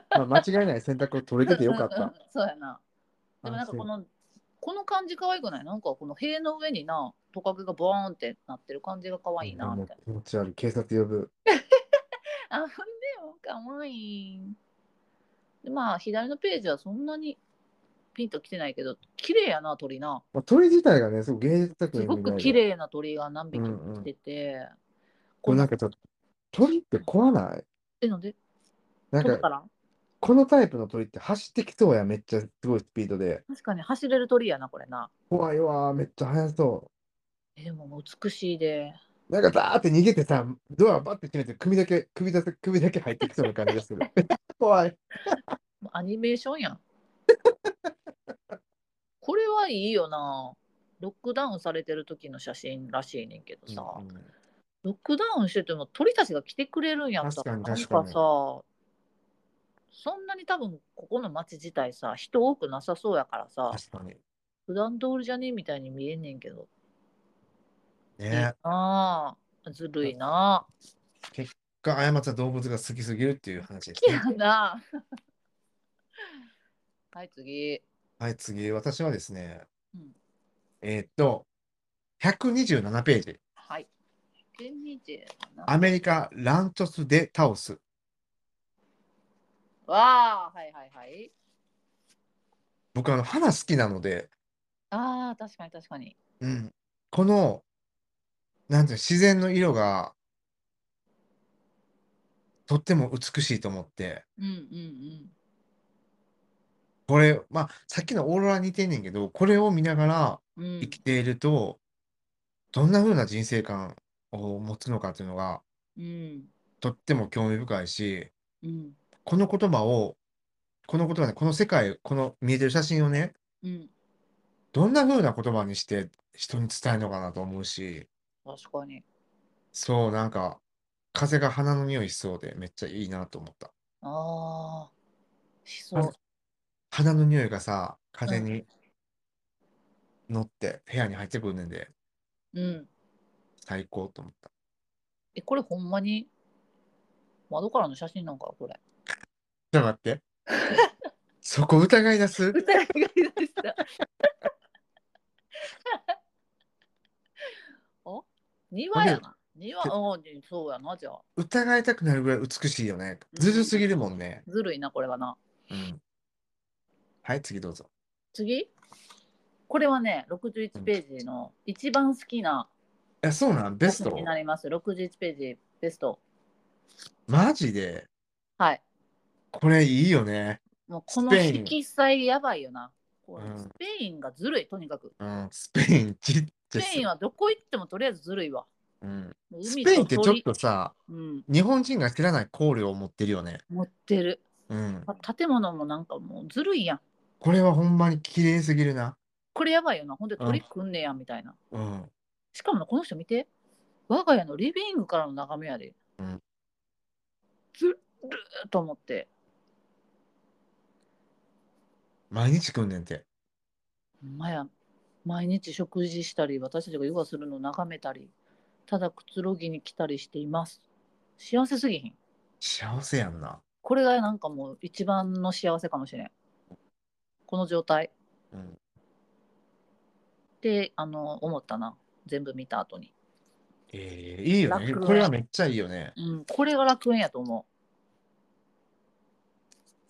Speaker 2: まあ、間違いない選択を取れててよかっ
Speaker 1: うんうん
Speaker 2: た。
Speaker 1: そうやな。 でもなんかこ
Speaker 2: 安心
Speaker 1: のこの感じ可愛くないなんかこの塀の上になトカゲがボーンってなってる感じが可愛いなみたい
Speaker 2: 気持ち悪い。警察呼ぶ。
Speaker 1: な。あほんでも可愛い。でまあ左のページはそんなにピンときてないけど綺麗やな鳥な。
Speaker 2: まあ、鳥自体がね、すごい芸術作
Speaker 1: す
Speaker 2: 品
Speaker 1: ご
Speaker 2: みたい
Speaker 1: く
Speaker 2: な
Speaker 1: 綺麗な鳥が何匹
Speaker 2: うん
Speaker 1: も
Speaker 2: う
Speaker 1: 来
Speaker 2: ん
Speaker 1: てて。
Speaker 2: これなんかちょっと、鳥って怖ない
Speaker 1: えなんで
Speaker 2: なん
Speaker 1: 飛ぶか
Speaker 2: か、
Speaker 1: ら
Speaker 2: このタイプの鳥って走ってきそうやん、めっちゃすごいスピードで。
Speaker 1: 確かに走れる鳥やなこれな。
Speaker 2: 怖いわー、めっちゃ速そ
Speaker 1: えでも美しいで。
Speaker 2: う。なんかザーって逃げてさ、ドアバッて閉めて、首だけ、首だけ、首だけ入ってきそうな感じがする。 怖い。
Speaker 1: もうアニメーションやん。 これはいいよな。ロックダウンされてる時の写真らしいねんけどさ、
Speaker 2: うんうん
Speaker 1: ロックダウンしてても鳥たちが来てくれるんやったら
Speaker 2: 確かに確
Speaker 1: な
Speaker 2: か
Speaker 1: ん
Speaker 2: に
Speaker 1: かさそんなに多分ここの町自体さ人多くなさそうやからさ
Speaker 2: 確かに。
Speaker 1: 普段通りじゃねえみたいに見えんねんけど、
Speaker 2: ね
Speaker 1: ああずるいな
Speaker 2: が過ちは動物が好きすぎるっていう話です
Speaker 1: 好き
Speaker 2: ね
Speaker 1: や。な はい次
Speaker 2: はい、次、私はですね、
Speaker 1: うん
Speaker 2: えーっと、127ページ、
Speaker 1: はい127
Speaker 2: アメリカ・ランチョス・デ・タオス。
Speaker 1: わあはいはいはい
Speaker 2: 僕、あの、花好きなので、
Speaker 1: ああ確かに確かに
Speaker 2: うん、この、なんていうの自然の色が、とっても美しいと思って、
Speaker 1: うんうん
Speaker 2: これ、まあ、さっきのオーロラに似てんねんけど、これを見ながら
Speaker 1: うんうん
Speaker 2: 生きていると、どんな風な人生観を持つのかっていうのが、
Speaker 1: うん
Speaker 2: とっても興味深いし、
Speaker 1: うん
Speaker 2: この言葉を、この言葉ね、この世界、この見えてる写真をね、
Speaker 1: うん
Speaker 2: どんな風な言葉にして人に伝えるのかなと思うし、
Speaker 1: 確かに
Speaker 2: そう、なんか、風が花の匂いしそうで、めっちゃいいなと思った。
Speaker 1: ああしそ
Speaker 2: あ
Speaker 1: う
Speaker 2: の花の匂いがさ、
Speaker 1: う
Speaker 2: 風
Speaker 1: ん
Speaker 2: に乗って部屋に入ってくるねんで、
Speaker 1: うん
Speaker 2: 最高と思った。
Speaker 1: えこれほんまに窓からの写真なんかこれ
Speaker 2: ちょっと待 って。そこ疑い出す
Speaker 1: 疑いが出した お庭やな庭うんそうやなじゃあ
Speaker 2: 疑いたくなるぐらい美しいよね。ずるすぎるもんね。
Speaker 1: ずるいなこれはな
Speaker 2: うん。はい、次どうぞ。
Speaker 1: 次これはね61ページの一番好きな
Speaker 2: え、そうなんベスト
Speaker 1: になります61ページベスト
Speaker 2: マジで
Speaker 1: はい
Speaker 2: これいいよね。
Speaker 1: もうこの
Speaker 2: スペイン
Speaker 1: 色彩やばいよな。これ
Speaker 2: うん
Speaker 1: スペインがずるいとにかく
Speaker 2: うん、スペインちっち
Speaker 1: ス
Speaker 2: ゃいっす
Speaker 1: ペインはどこ行ってもとりあえずずるいわ
Speaker 2: うん、
Speaker 1: 海
Speaker 2: スペインってちょっ
Speaker 1: 鳥
Speaker 2: とさ、
Speaker 1: うん、
Speaker 2: 日本人が知らない考慮を持ってるよね。
Speaker 1: 持ってる
Speaker 2: うん。
Speaker 1: あ建物もなんかもうずるいやん
Speaker 2: これはほんまに綺麗すぎるな。
Speaker 1: これやばいよなほんで鳥来んねやみたいな
Speaker 2: うん。
Speaker 1: しかもなこの人見て我が家のリビングからの眺めやで、
Speaker 2: うん
Speaker 1: ずるーと思って
Speaker 2: 毎日来んねんて。
Speaker 1: ほんまや毎日食事したり私たちがヨガするのを眺めたりただくつろぎに来たりしています幸せすぎひん
Speaker 2: 幸せやんな。
Speaker 1: これがなんかもう一番の幸せかもしれんこの状態
Speaker 2: うん。
Speaker 1: ってあの思ったな全部見た後に、
Speaker 2: ええいいよね。
Speaker 1: 楽
Speaker 2: これはめっちゃいいよね。
Speaker 1: うん、これが楽園やと思う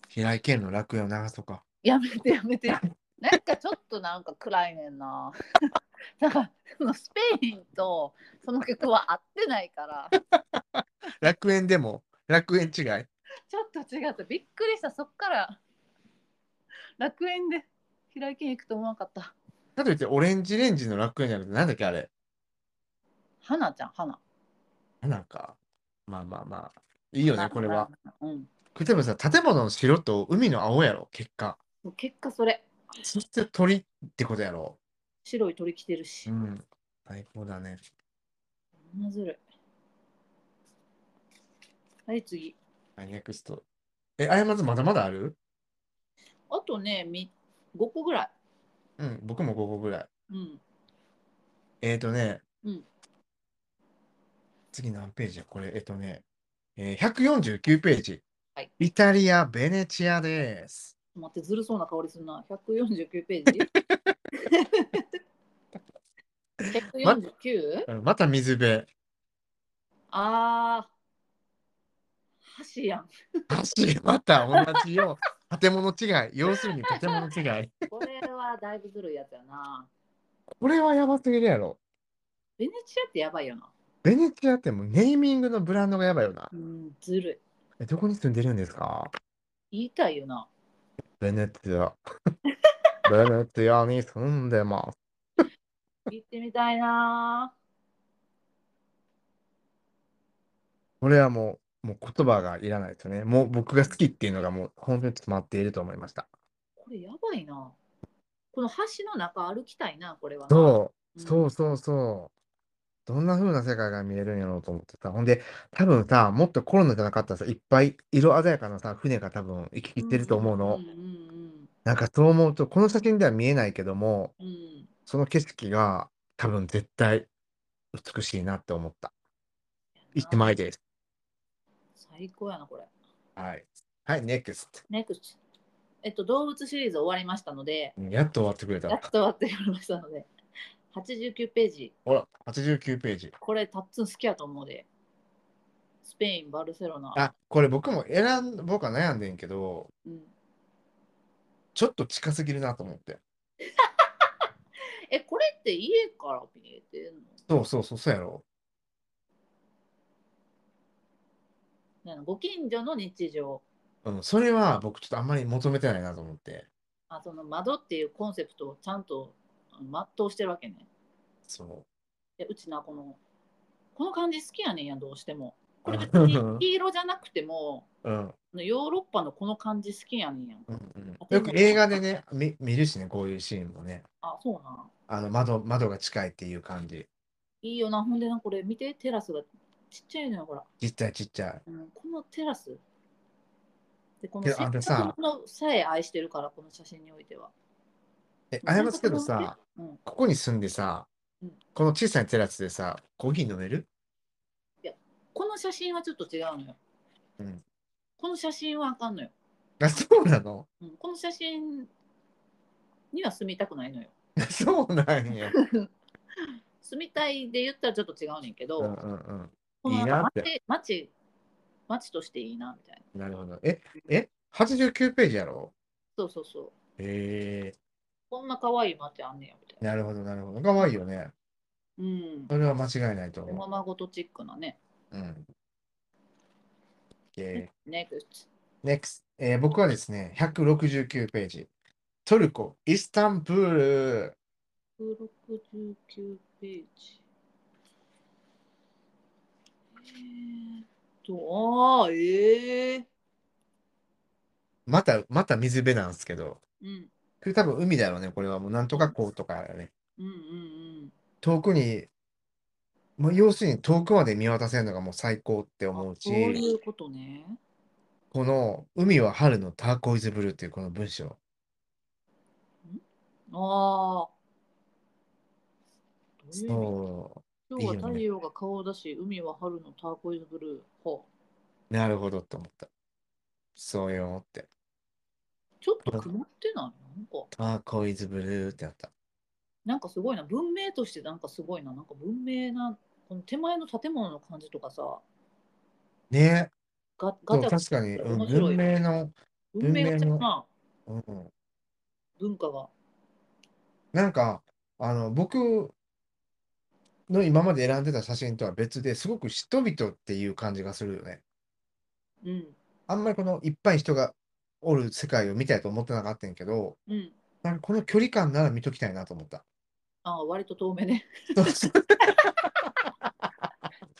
Speaker 2: 平井堅の楽園を流そうか。
Speaker 1: やめてやめて なんかちょっとなんか暗いねんな なんかそのスペインとその曲は合ってないから
Speaker 2: 楽園でも、楽園違い。
Speaker 1: ちょっと違った。びっくりした。そっから楽園で平井堅行くと思わなかった。
Speaker 2: かといって、オレンジレンジの楽園じゃなくて、なんだっけあれ。
Speaker 1: 花ちゃん、花。
Speaker 2: なんか。まあまあまあ。いいよね、これは。。
Speaker 1: うん。
Speaker 2: 例えばさ、建物の白と海の青やろ、結果。
Speaker 1: もう結果それ、
Speaker 2: そして鳥ってことやろ。
Speaker 1: 白い鳥来てるし
Speaker 2: う。ん。最高だね。
Speaker 1: うん、ずるい。はい、次。
Speaker 2: はい、ネクスト。え、あやまずまだまだある
Speaker 1: あとね、み5個ぐらい。
Speaker 2: うん、僕も5個ぐらい。
Speaker 1: うん。
Speaker 2: えーとね、
Speaker 1: うん
Speaker 2: 次何ページやこれ、えっとね、えー、149ページ、
Speaker 1: はい
Speaker 2: イタリア・ベネチアです。
Speaker 1: 待って、ずるそうな香りするな。149ページ。149?
Speaker 2: うんまた水辺。
Speaker 1: あー。橋やん。
Speaker 2: 橋、また同じよ う。建物違い。要するに建物違い。
Speaker 1: これはだいぶずるいやつやな。
Speaker 2: これはやばすぎるやろ。
Speaker 1: ベネチアってやばいよな。
Speaker 2: ベネチアってもうネーミングのブランドがやばいよな
Speaker 1: う。ん、ずる
Speaker 2: え、どこに住んでるんですか
Speaker 1: い。言いたいよな。
Speaker 2: ベネ チア。ベネチアに住んでます。
Speaker 1: 行ってみたいな。
Speaker 2: これはもう、もう言葉がいらないですよね。もう僕が好きっていうのがもう本当に詰まっていると思いました。
Speaker 1: これやばいな。この橋の中歩きたいな、これはな。
Speaker 2: そ
Speaker 1: う
Speaker 2: う、
Speaker 1: ん
Speaker 2: そうそうそう。どんな風な世界が見えるんやろうと思ってさ。ほんで、多分さ、もっとコロナじゃなかったらさ、いっぱい色鮮やかなさ、船が多分行き来ってると思うの。
Speaker 1: うんうん
Speaker 2: なんかそう思うと、この写真では見えないけども、
Speaker 1: うんうん。
Speaker 2: その景色が多分絶対美しいなって思った。一枚です。
Speaker 1: 最高やな、これ。
Speaker 2: はい。はい、NEXT。
Speaker 1: NEXT。えっと、動物シリーズ終わりましたので、
Speaker 2: やっと終わってくれ
Speaker 1: や
Speaker 2: た
Speaker 1: っ。と終わっておりましたので、89ページ、
Speaker 2: ほら、89ページ。
Speaker 1: これタッツン好きやと思うで、スペイン、バルセロナ。
Speaker 2: あ、これ僕も選ん、僕は悩んでんけど、
Speaker 1: うん、
Speaker 2: ちょっと近すぎるなと思って。
Speaker 1: え、これって家から見えてんの
Speaker 2: そうそうそう、そうやろ。
Speaker 1: なんかご近所の日常
Speaker 2: うん、それは僕ちょっとあんまり求めてないなと思って。
Speaker 1: あその窓っていうコンセプトをちゃんとあ全うしてるわけね
Speaker 2: そ
Speaker 1: でうちなこのこの感じ好きやねんやどうしてもこれ別
Speaker 2: うん
Speaker 1: に黄色じゃなくても
Speaker 2: う。うん。
Speaker 1: あのヨーロッパのこの感じ好きやねんやん
Speaker 2: うんうん、よく映画でね、見見るしね、こういうシーンもね。
Speaker 1: あそうなん
Speaker 2: あの窓窓が近いっていう感じ。
Speaker 1: いいよなほんでなこれ見てテラスがちっちゃいのよほら、
Speaker 2: ちっちゃいちっちゃい。
Speaker 1: うん、このテラスでこの
Speaker 2: いやあ
Speaker 1: 洗
Speaker 2: れさ
Speaker 1: 濯物さえ愛してるからこの写真においては
Speaker 2: え、あやますけどさ、、
Speaker 1: うん、
Speaker 2: ここに住んでさ
Speaker 1: うん、
Speaker 2: この小さいテラスでさ、コーヒー飲める
Speaker 1: この写真はちょっと違うのよ、
Speaker 2: うん
Speaker 1: この写真はあかんのよ
Speaker 2: あ、そうなの
Speaker 1: うんこの写真には住みたくないのよ。
Speaker 2: そうなんや。
Speaker 1: 住みたいで言ったらちょっと違うねんけど、
Speaker 2: うんうんうん。
Speaker 1: この
Speaker 2: いいなって
Speaker 1: 街街としていいなみたいな。
Speaker 2: なるほど。え、え、89ページやろ
Speaker 1: そうそうそう。
Speaker 2: へえ
Speaker 1: こんな可愛い街あんねやみたいな。
Speaker 2: なるほど、なるほど。かわいいよね。
Speaker 1: うん。
Speaker 2: それは間違いないと
Speaker 1: おま
Speaker 2: 思
Speaker 1: まごとチックなね。
Speaker 2: う。うん。OK。
Speaker 1: ネクス
Speaker 2: NEXT、えー僕はですね、169ページ。トルコ、イスタンブール。
Speaker 1: 169ページ。えーっと、ああ、ええ
Speaker 2: また、また水辺なんですけど。
Speaker 1: うん、
Speaker 2: これ多分海だろうね。これはもうなんとかこうとかだね。
Speaker 1: うん、うん、
Speaker 2: 遠くに、もう要するに遠くまで見渡せるのがもう最高って
Speaker 1: うん。
Speaker 2: 思う
Speaker 1: あそうい
Speaker 2: し、
Speaker 1: うことね。
Speaker 2: この海は春のターコイズブルーっていうこの文章。
Speaker 1: ああ。どういう意味
Speaker 2: そ
Speaker 1: 今日はい
Speaker 2: いよ
Speaker 1: 太
Speaker 2: ね
Speaker 1: 陽が顔を出し、海は春のターコイズブルー。ほう
Speaker 2: う。なるほどって思った。そうよって。
Speaker 1: ちょっと曇ってないなんか、
Speaker 2: ターコイズブルーってなった。
Speaker 1: なんかすごいな。文明としてなんかすごいな。なんか文明な、この手前の建物の感じとかさ、
Speaker 2: ね
Speaker 1: ガ
Speaker 2: で
Speaker 1: ガ
Speaker 2: も
Speaker 1: チャ
Speaker 2: 確かに、うん
Speaker 1: 面白い
Speaker 2: 文明の、
Speaker 1: 文明がちゃうな。
Speaker 2: うん、
Speaker 1: 文化が。
Speaker 2: なんかあの僕の今まで選んでた写真とは別ですごく人々っていう感じがするよね。
Speaker 1: うん。
Speaker 2: あんまりこのいっぱい人がおる世界を見たいと思ってなかったんやけど、
Speaker 1: うん。
Speaker 2: なんかこの距離感なら見ときたいなと思った。
Speaker 1: ああ、割と遠目ね。
Speaker 2: そうそう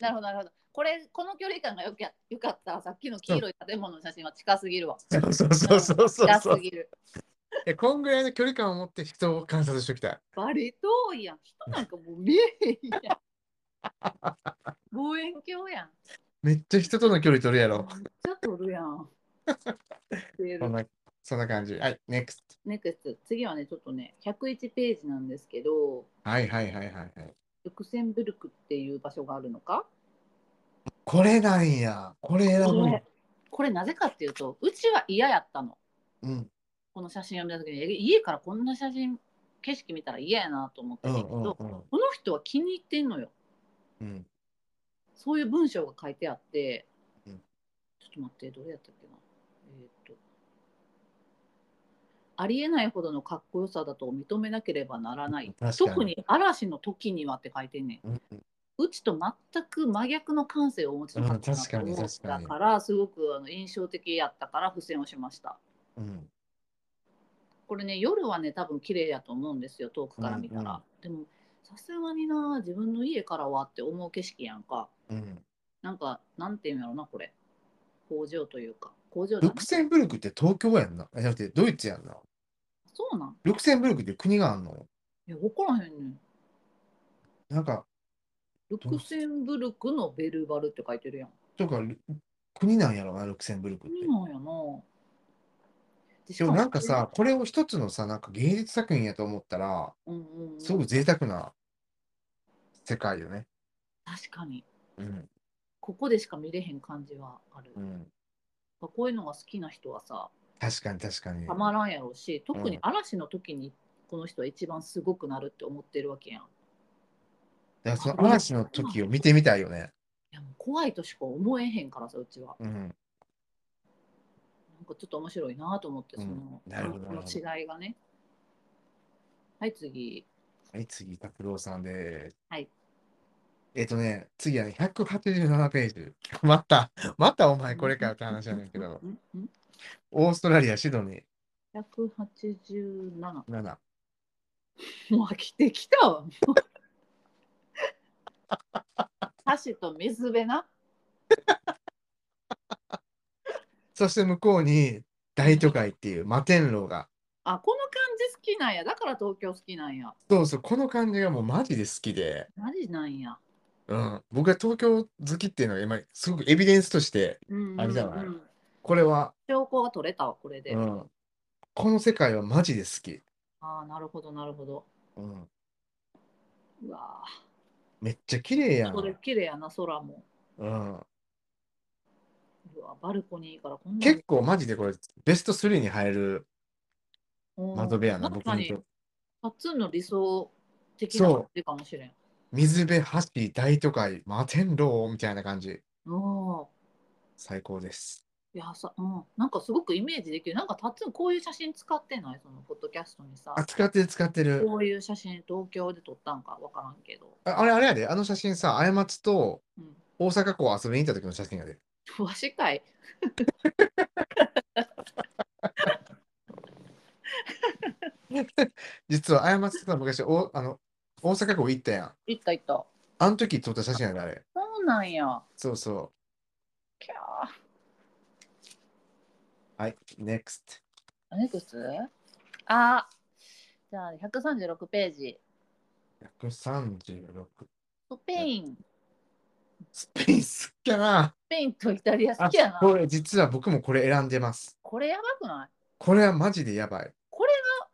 Speaker 1: なるほど、なるほど。これ、この距離感がよきゃよかったら、さっきの黄色い建物の写真は近すぎる わ。
Speaker 2: そうそうそうそう
Speaker 1: 近
Speaker 2: そう
Speaker 1: す。ぎる。
Speaker 2: え、こんぐらいの距離感を持って人を観察しておきたい。
Speaker 1: バリ遠いやん。人なんかもう見えへんや ん。望遠鏡やん。
Speaker 2: めっちゃ人との距離取るや
Speaker 1: めっ
Speaker 2: ろ。
Speaker 1: ちゃ撮るやん。
Speaker 2: そんな、そんな感じ。はい、NEXT。
Speaker 1: ネクスト次はねちょっとね101ページなんですけど
Speaker 2: はいはいはいはいはい。
Speaker 1: ルクセンブルクっていう場所があるのか
Speaker 2: これなんや。これ選ぶ
Speaker 1: こ
Speaker 2: の
Speaker 1: れ。これなぜかっていうとうちは嫌やったの
Speaker 2: うん
Speaker 1: この写真を見た時にえ家からこんな写真景色見たら嫌やなと思って
Speaker 2: うんん
Speaker 1: だ
Speaker 2: う
Speaker 1: けど、
Speaker 2: ん
Speaker 1: この人は気に入ってんのよ
Speaker 2: うん。うん
Speaker 1: そういう文章が書いてあって、
Speaker 2: うん
Speaker 1: ちょっと待って、どれやったっけな。えーっと。ありえないほどのかっこよさだと認めなければならない。
Speaker 2: 確かに
Speaker 1: 特に嵐の時にはって書いてんねん。
Speaker 2: うんうん
Speaker 1: うちと全く真逆の感性をお持ちの方だと
Speaker 2: うん確かに
Speaker 1: 思っ
Speaker 2: 確か
Speaker 1: た
Speaker 2: に
Speaker 1: から、すごくあの印象的やったから付箋をしました。
Speaker 2: うん
Speaker 1: これね、夜はね、多分綺麗やと思うんですよ、遠くから見たら。でも、さすがにな、自分の家からはって思う景色やんか。
Speaker 2: うん
Speaker 1: なんか、なんていうんやろな、これ。工場というか。工場じゃ
Speaker 2: ル
Speaker 1: ない
Speaker 2: クセンブルクって東京やんな。えじゃなくてドイツやんな。
Speaker 1: そうなん
Speaker 2: ルクセンブルクって国があんの
Speaker 1: いや、分からへんねん。
Speaker 2: なんか、
Speaker 1: ルクセンブルクのベルバルって書いてるやん。
Speaker 2: とか、ル国なんやろな、ルクセンブルクって。
Speaker 1: そうなんやな。で
Speaker 2: でもなんか、さ、これを一つのさ、なんか芸術作品やと思ったら、
Speaker 1: うんうんうん、
Speaker 2: すごく贅沢な世界よね。
Speaker 1: 確かに、
Speaker 2: うん。
Speaker 1: ここでしか見れへん感じはある。
Speaker 2: うん、
Speaker 1: こういうのが好きな人はさ、
Speaker 2: 確かに確かに
Speaker 1: た。まらんやろうし、特
Speaker 2: う
Speaker 1: に
Speaker 2: ん
Speaker 1: 嵐の時に、この人は一番すごくなるって思ってるわけやん。い
Speaker 2: だからその嵐の時を見てみたいよね。
Speaker 1: や、もう怖いとしか思えへんからさ、うちは。
Speaker 2: うん。
Speaker 1: なんかちょっと面白いなと思って、
Speaker 2: うん
Speaker 1: その、
Speaker 2: なるほど
Speaker 1: この違いがね。はい、次。
Speaker 2: はい、次、拓郎さんです。
Speaker 1: はい。
Speaker 2: えっとね、次はね、187ページ。 また、またお前これかよって話なんだけど
Speaker 1: う、んうん
Speaker 2: オーストラリア、シドニー、
Speaker 1: 187。も
Speaker 2: 7。
Speaker 1: う飽きてきたわ。もう箸と水辺な。
Speaker 2: そして向こうに大都会っていう摩天楼が。
Speaker 1: あ、この感じ好きなんや。だから東京好きなんや。
Speaker 2: そうそう、この感じがもうマジで好きで、
Speaker 1: マジなんや。
Speaker 2: うん、僕が東京好きっていうのが今、すごくエビデンスとして、
Speaker 1: うん、うん。
Speaker 2: あれじゃない
Speaker 1: うん
Speaker 2: これは、
Speaker 1: 証拠が取れたわ、これで。
Speaker 2: うん、この世界はマジで好き。
Speaker 1: ああ、なるほど、なるほど。
Speaker 2: うん、
Speaker 1: うわ
Speaker 2: めっちゃ綺麗や
Speaker 1: あ。
Speaker 2: ん。
Speaker 1: これ綺麗やな、空も。
Speaker 2: うん、
Speaker 1: うわバルコニーからこんな
Speaker 2: 結構マジでこれ、ベスト3に入る
Speaker 1: 構
Speaker 2: 窓辺やな、
Speaker 1: 確
Speaker 2: 僕
Speaker 1: か
Speaker 2: に
Speaker 1: に
Speaker 2: と。って。
Speaker 1: パッツンの理想的な感じかもしれん。
Speaker 2: 水辺、橋、大都会、摩天楼みたいな感じ。
Speaker 1: うん。
Speaker 2: 最高です。
Speaker 1: いやさ、うん、なんかすごくイメージできる。なんかタッツンこういう写真使ってないそのポッドキャストにさ
Speaker 2: あ、、使ってる使ってる。
Speaker 1: こういう写真東京で撮ったんかわからんけど。
Speaker 2: ああれあれやで、あの写真さ、過ちと
Speaker 1: うん。
Speaker 2: 大阪港遊びに行った時の写真やで。
Speaker 1: わしかい。
Speaker 2: 実は、過松さん昔、おあの大阪港行ったやん。
Speaker 1: 行った行った。
Speaker 2: あの時撮った写真やね、あれ。
Speaker 1: そうなんや。
Speaker 2: そうそ
Speaker 1: キャ
Speaker 2: う。はい、NEXT。
Speaker 1: ー。ネクスあじゃあ136ページ。
Speaker 2: 136。
Speaker 1: スペイン。
Speaker 2: スペイン好きやな。
Speaker 1: スペインとイタリア好
Speaker 2: あ
Speaker 1: きやな。
Speaker 2: これ、実は僕もこれ選んでます。
Speaker 1: これやばくない
Speaker 2: これはマジでやばい。
Speaker 1: あ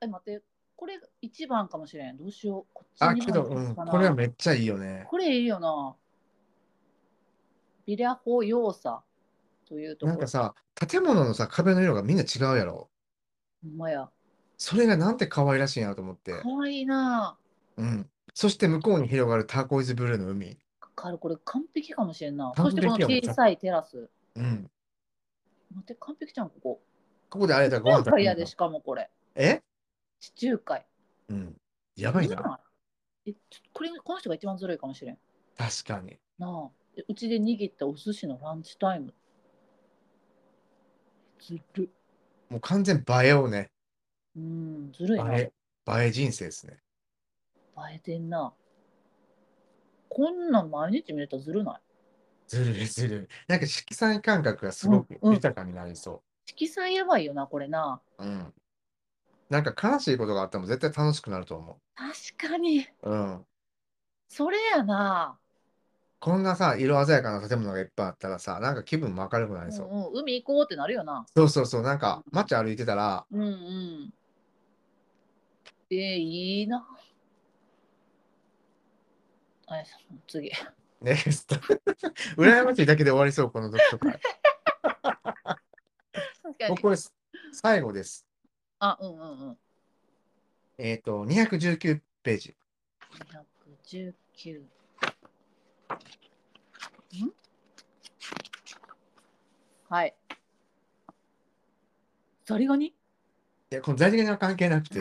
Speaker 1: え、待って。これ一番かもしれん。どうしよう。こっち
Speaker 2: あ、
Speaker 1: 二
Speaker 2: け
Speaker 1: 番
Speaker 2: ど、
Speaker 1: にし
Speaker 2: う
Speaker 1: よ
Speaker 2: ん、
Speaker 1: うかな
Speaker 2: これはめっちゃいいよね。
Speaker 1: これいいよな。ビラホ要査というとこ
Speaker 2: な
Speaker 1: ろ。
Speaker 2: んかさ、建物のさ、壁の色がみんな違うやろ。
Speaker 1: ほんまや。
Speaker 2: それがなんて可愛らしいなと思って
Speaker 1: か。わいいな。
Speaker 2: うん。そして向こうに広がるターコイズブルーの海。
Speaker 1: カルこれ完璧かもしれんな。
Speaker 2: 完
Speaker 1: そ
Speaker 2: 璧
Speaker 1: し
Speaker 2: や
Speaker 1: て
Speaker 2: ね
Speaker 1: この小さいテラス。
Speaker 2: うん。
Speaker 1: 待って、完璧じゃん、ここ。
Speaker 2: ここであれだ、ご
Speaker 1: イ
Speaker 2: 飯
Speaker 1: タリア
Speaker 2: べ
Speaker 1: で
Speaker 2: る
Speaker 1: しかもこれ。
Speaker 2: え
Speaker 1: 地中海。
Speaker 2: うん。やばい
Speaker 1: いい
Speaker 2: な。
Speaker 1: え、ちょこれ、この人が一番ずるいかもしれん。
Speaker 2: 確かに。
Speaker 1: なあ。えうちで握ったお寿司のランチタイム。ずる。
Speaker 2: もう完全映えをね。
Speaker 1: うん、ずるいな。
Speaker 2: 映
Speaker 1: 映
Speaker 2: え。映え人生ですね。
Speaker 1: えてんな。こんなん毎日見れたらずるない
Speaker 2: ずるいずるい。なんか色彩感覚がすごく
Speaker 1: うんうん
Speaker 2: 豊かになりそ
Speaker 1: 色彩やばいよなこれな
Speaker 2: う。うん。なんか悲しいことがあっても絶対楽しくなると思
Speaker 1: 確かに
Speaker 2: う。うん。
Speaker 1: それやな、
Speaker 2: こんなさ、色鮮やかな建物がいっぱいあったらさ、なんか気分も明るくな
Speaker 1: う
Speaker 2: りそう。
Speaker 1: んうん、海行こうってなるよな
Speaker 2: そうそうそう、なんか街歩いてたら、
Speaker 1: うんうんえー、いいなあ次
Speaker 2: ネ クスト。羨ましいだけで終わりそう、この読書会。
Speaker 1: 確か
Speaker 2: 僕これ最後です。
Speaker 1: あうんうんうん
Speaker 2: えっ、と、219ページ。
Speaker 1: 119んはいザリガニ
Speaker 2: いや、この在地には関係な くて、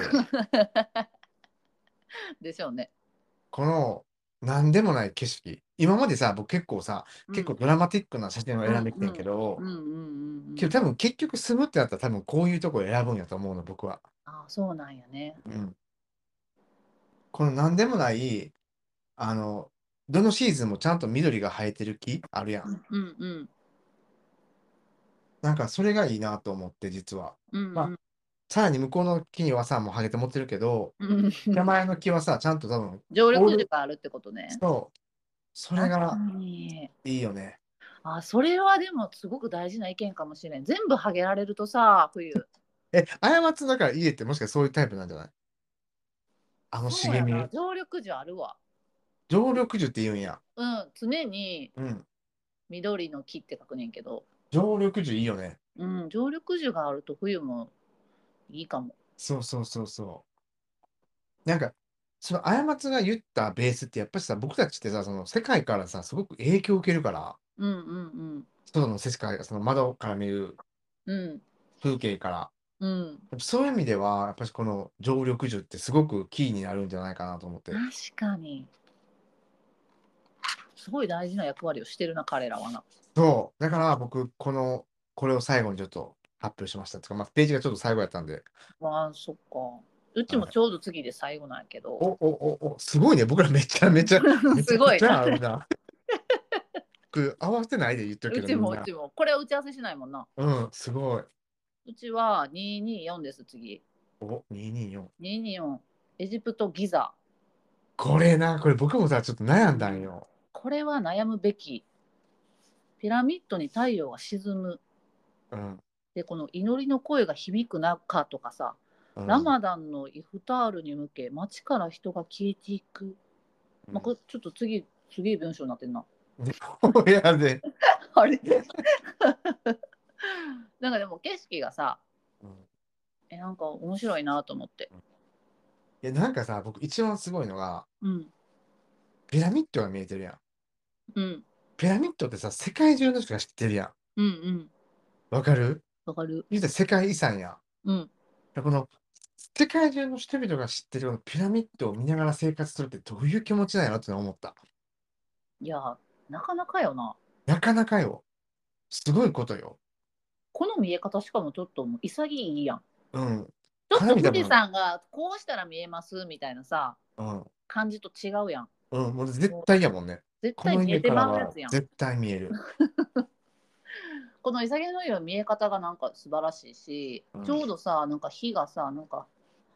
Speaker 1: でしょうね
Speaker 2: この何でもない景色。今までさ、僕結構さ、結構ドラマティックな写真を選んできてんけど、
Speaker 1: うんうんうんうん
Speaker 2: けど多分結局住むってなったら多分こういうとこ選ぶんやと思うの、僕は。
Speaker 1: あそうなんやね
Speaker 2: うん。この何でもない、あの、どのシーズンもちゃんと緑が生えてる木あるやん。
Speaker 1: うんうん
Speaker 2: なんかそれがいいなと思って、実は。
Speaker 1: うん
Speaker 2: まあさらに向こうの木にはさ、もうハゲて持ってるけど、
Speaker 1: うん
Speaker 2: 手前の木はさ、ちゃんと多分、
Speaker 1: 常緑樹があるってことね。
Speaker 2: そう、それが
Speaker 1: 確かに
Speaker 2: いいよね。
Speaker 1: あそれはでもすごく大事な意見かもしれん。全部ハゲられるとさ冬。
Speaker 2: え、過つだから家ってもしかしてそういうタイプなんじゃないあの
Speaker 1: そう
Speaker 2: 茂
Speaker 1: や
Speaker 2: み、
Speaker 1: な常緑樹あるわ。
Speaker 2: 常緑樹って言うんや。
Speaker 1: うん常に
Speaker 2: うん。
Speaker 1: 緑の木って書くねんけど、
Speaker 2: 常緑樹いいよね。
Speaker 1: うん、常緑樹があると冬もいいかも。
Speaker 2: そうそうそうそう。なんか、その過つが言ったベースってやっぱりさ、僕たちってさ、その世界からさ、すごく影響を受けるから、
Speaker 1: うんうん
Speaker 2: 外の世界、その窓から見る
Speaker 1: うんうん
Speaker 2: 風景から。
Speaker 1: うん。
Speaker 2: やっぱそういう意味では、やっぱりこの常緑樹ってすごくキーになるんじゃないかなと思って。
Speaker 1: 確かに。すごい大事な役割をしてるな彼らはな。
Speaker 2: そう、だから僕、この、これを最後にちょっと発表しました。つか、まあ、ページがちょっと最後やったんで。
Speaker 1: わあそっか。うちもちょうど次で最後なんやけど。
Speaker 2: おおおお、すごいね。僕らめちゃめちゃ、めち
Speaker 1: す
Speaker 2: ゃ
Speaker 1: ご
Speaker 2: く
Speaker 1: い
Speaker 2: ち。ゃあるな。僕、合わせてないで言っとく
Speaker 1: う
Speaker 2: け
Speaker 1: ち
Speaker 2: ど、み
Speaker 1: も
Speaker 2: ん
Speaker 1: う
Speaker 2: な。
Speaker 1: ちも。これは打ち合わせしないもんな。
Speaker 2: うん、すごい。
Speaker 1: うちは224です、次。
Speaker 2: お、224。
Speaker 1: 224。エジプト、ギザ。
Speaker 2: これな、これ僕もさ、ちょっと悩んだんよ。
Speaker 1: これは悩むべき。ピラミッドに太陽が沈む。
Speaker 2: うん。
Speaker 1: で、この祈りの声が響く中とかさ、
Speaker 2: うん
Speaker 1: ラマダンのイフタールに向け、街から人が消えていく。まあ、これちょっと次、すげえ文章になってんな。
Speaker 2: うんいやで。
Speaker 1: あれ なんかでも景色がさ、
Speaker 2: うん
Speaker 1: え、なんか面白いなと思って。
Speaker 2: いや、なんかさ、僕一番すごいのが、
Speaker 1: うん。
Speaker 2: ピラミッドが見えてるやん。
Speaker 1: うん。
Speaker 2: ピラミッドってさ、世界中の人が知ってるやん。
Speaker 1: うんうん。
Speaker 2: わかる
Speaker 1: わかる。
Speaker 2: 言うたら世界遺産やん。
Speaker 1: うん。
Speaker 2: だからこの世界中の人々が知ってるこのピラミッドを見ながら生活するってどういう気持ちなんやろってのは思った。
Speaker 1: いや、なかなかよな。
Speaker 2: なかなかよ。すごいことよ。
Speaker 1: この見え方しかもちょっともう潔いやん。
Speaker 2: う
Speaker 1: ちょ
Speaker 2: ん。
Speaker 1: っと
Speaker 2: 花火だもん
Speaker 1: 富士山がこうしたら見えますみたいなさ
Speaker 2: うん。
Speaker 1: 感じと違うやん
Speaker 2: うん、もう絶対やもんね。
Speaker 1: 絶
Speaker 2: こ
Speaker 1: 対
Speaker 2: の
Speaker 1: 見え
Speaker 2: 家
Speaker 1: て
Speaker 2: から
Speaker 1: まうや
Speaker 2: は
Speaker 1: つやん
Speaker 2: 絶対見える。
Speaker 1: この潔のよう見え方がなんか素晴らしいし、
Speaker 2: うん
Speaker 1: ちょうどさなんか火がさなんか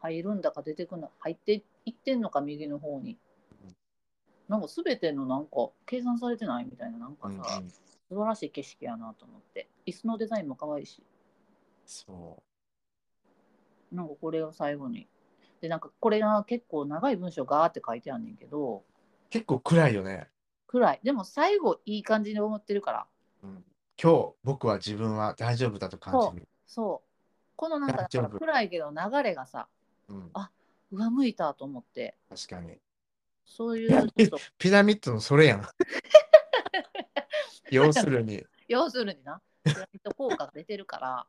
Speaker 1: 入るんだか出てくんだ入っていってんのか右の方になんか全てのなんか計算されてないみたいななんか
Speaker 2: うんう
Speaker 1: さ、
Speaker 2: ん、
Speaker 1: 素晴らしい景色やなと思って椅子のデザインも可愛いし
Speaker 2: そ
Speaker 1: なんかこれを最後にでなんかこれが結構長い文章ガーって書いてあんねんけど
Speaker 2: う。結構暗いよね。
Speaker 1: 暗いでも最後いい感じに思ってるから
Speaker 2: うん、今日僕は自分は大丈夫だと感じる。
Speaker 1: そうこのなんかだから
Speaker 2: 大丈夫
Speaker 1: 暗いけど流れがさ
Speaker 2: うん、
Speaker 1: 上向いたと思って
Speaker 2: 確かに。
Speaker 1: そういうちょっと
Speaker 2: ピラミッドのそれや ん。要するに。
Speaker 1: 要するになピラミッド効果が出てるから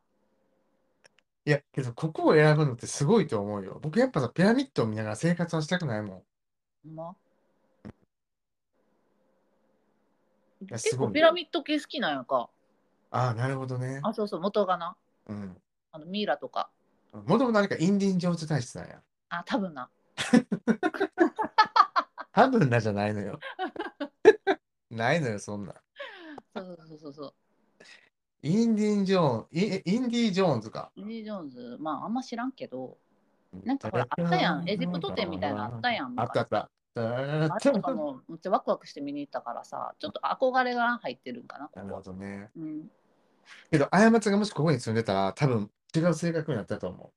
Speaker 2: いや、けどここを選ぶのってすごいと思うよ。僕やっぱさ、ピラミッドを見ながら生活はしたくないもん。
Speaker 1: ほんま
Speaker 2: や
Speaker 1: 結
Speaker 2: すごい
Speaker 1: 構ピラミッド系好きなんやんか
Speaker 2: ああ、なるほどね。
Speaker 1: あそうそう元がな
Speaker 2: うん。
Speaker 1: あのミイラとか
Speaker 2: もともと何かインディン・ジョーンズ体質なんや。
Speaker 1: あ多分な
Speaker 2: 多分なじゃないのよ。 ないのよ、そんな。
Speaker 1: そうそうそうそう
Speaker 2: インディン・ジョーン、イインディ・ジョーンズか。
Speaker 1: インディ・ジョーンズまああんま知らんけど
Speaker 2: うん
Speaker 1: なんかほらあったやんエジプト展みたいなのあったやん
Speaker 2: あったあった。
Speaker 1: あれとかもめっちゃワクワクして見に行ったからさちょっと憧れが入ってるんかなこ
Speaker 2: なるほ
Speaker 1: こ、
Speaker 2: どね。
Speaker 1: うん、
Speaker 2: けど、過ちがもしここに住んでたら、多分違う性格になったと思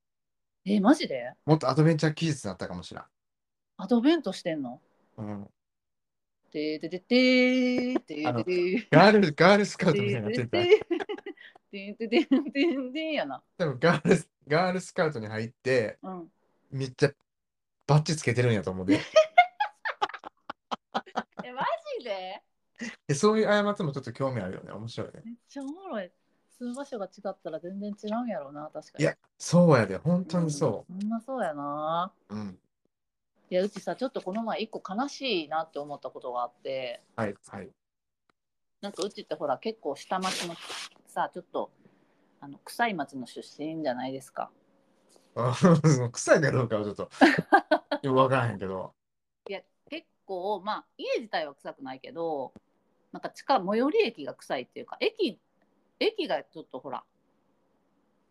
Speaker 1: えマジで
Speaker 2: う。もっとアドベンチャー技術になったかもしれん。
Speaker 1: アドベントしてんの
Speaker 2: うん、
Speaker 1: てーてててーてーててー
Speaker 2: ガールガールスカウトみたいになってて
Speaker 1: ー
Speaker 2: た。
Speaker 1: てーてーてーてーてーてーてーやな
Speaker 2: 多分ガールスガールスカウトに入って、
Speaker 1: うん
Speaker 2: めっちゃバッチつけてるんやと思うで。
Speaker 1: えマジで
Speaker 2: でそういう過ちもちょっと興味あるよね。面白いね。
Speaker 1: めっちゃおもろい住む場所が違ったら全然違うんやろうな確かに
Speaker 2: いや、そうやで。本当にそ
Speaker 1: うんほんまそうやな
Speaker 2: う。うん。
Speaker 1: いやうちさちょっとこの前一個悲しいなって思ったことがあって
Speaker 2: はい、はい。
Speaker 1: なんかうちってほら結構下町のさちょっとあの臭い町の出身じゃないですか
Speaker 2: あ その臭いかどうかはちょっ とよくわからへんけど。
Speaker 1: いや結構まあ家自体は臭くないけどなんか地下最寄り駅が臭いっていうか駅駅がちょっとほら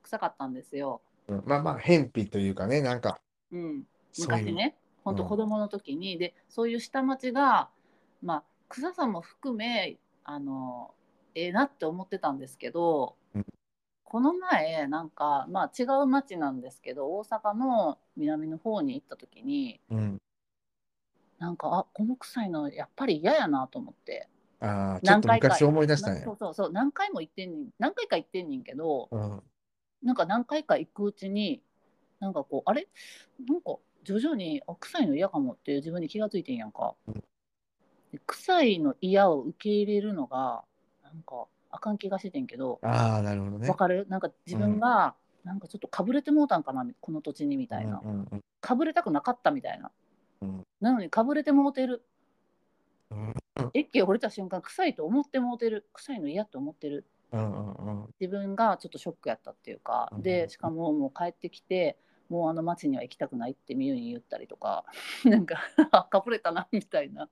Speaker 1: 臭かったんですよ、
Speaker 2: うんまあまあ、偏僻というかね、なんか、
Speaker 1: うん、
Speaker 2: そういう
Speaker 1: 昔ねほんと
Speaker 2: うん
Speaker 1: 子供の時に、でそういう下町が、まあ、臭さも含めあのええなって思ってたんですけど、
Speaker 2: うん
Speaker 1: この前なんか、まあ、違う町なんですけど大阪の南の方に行った時に
Speaker 2: うん。
Speaker 1: なんかあこの臭いのやっぱり嫌やなと思って
Speaker 2: ああ、ちょ
Speaker 1: 何
Speaker 2: っと
Speaker 1: 回か
Speaker 2: 昔思い出した
Speaker 1: な
Speaker 2: ね
Speaker 1: そ。うそうそう何回も行ってんねん何回か行ってんねんけど
Speaker 2: うん。
Speaker 1: なんか何回か行くうちになんかこうあれなんか徐々にあ臭いの嫌かもっていう自分に気がついてんやんか
Speaker 2: うん
Speaker 1: で臭いの嫌を受け入れるのがなんかあかん気がしててんけど
Speaker 2: ああ、なるほどね
Speaker 1: わ。かるなんか自分がなんかちょっとかぶれてもうたんかなこの土地にみたいな
Speaker 2: うんうんうん
Speaker 1: かぶれたくなかったみたいな
Speaker 2: うん
Speaker 1: なのにかぶれてもうてる
Speaker 2: うん
Speaker 1: 駅を降りた瞬間臭いと思ってもうてる臭いの嫌と思ってる
Speaker 2: うんうんうん
Speaker 1: 自分がちょっとショックやったっていうか、
Speaker 2: うん
Speaker 1: でしかももう帰ってきてもうあの町には行きたくないってみゆに言ったりとか なんかあかぶれたなみたいな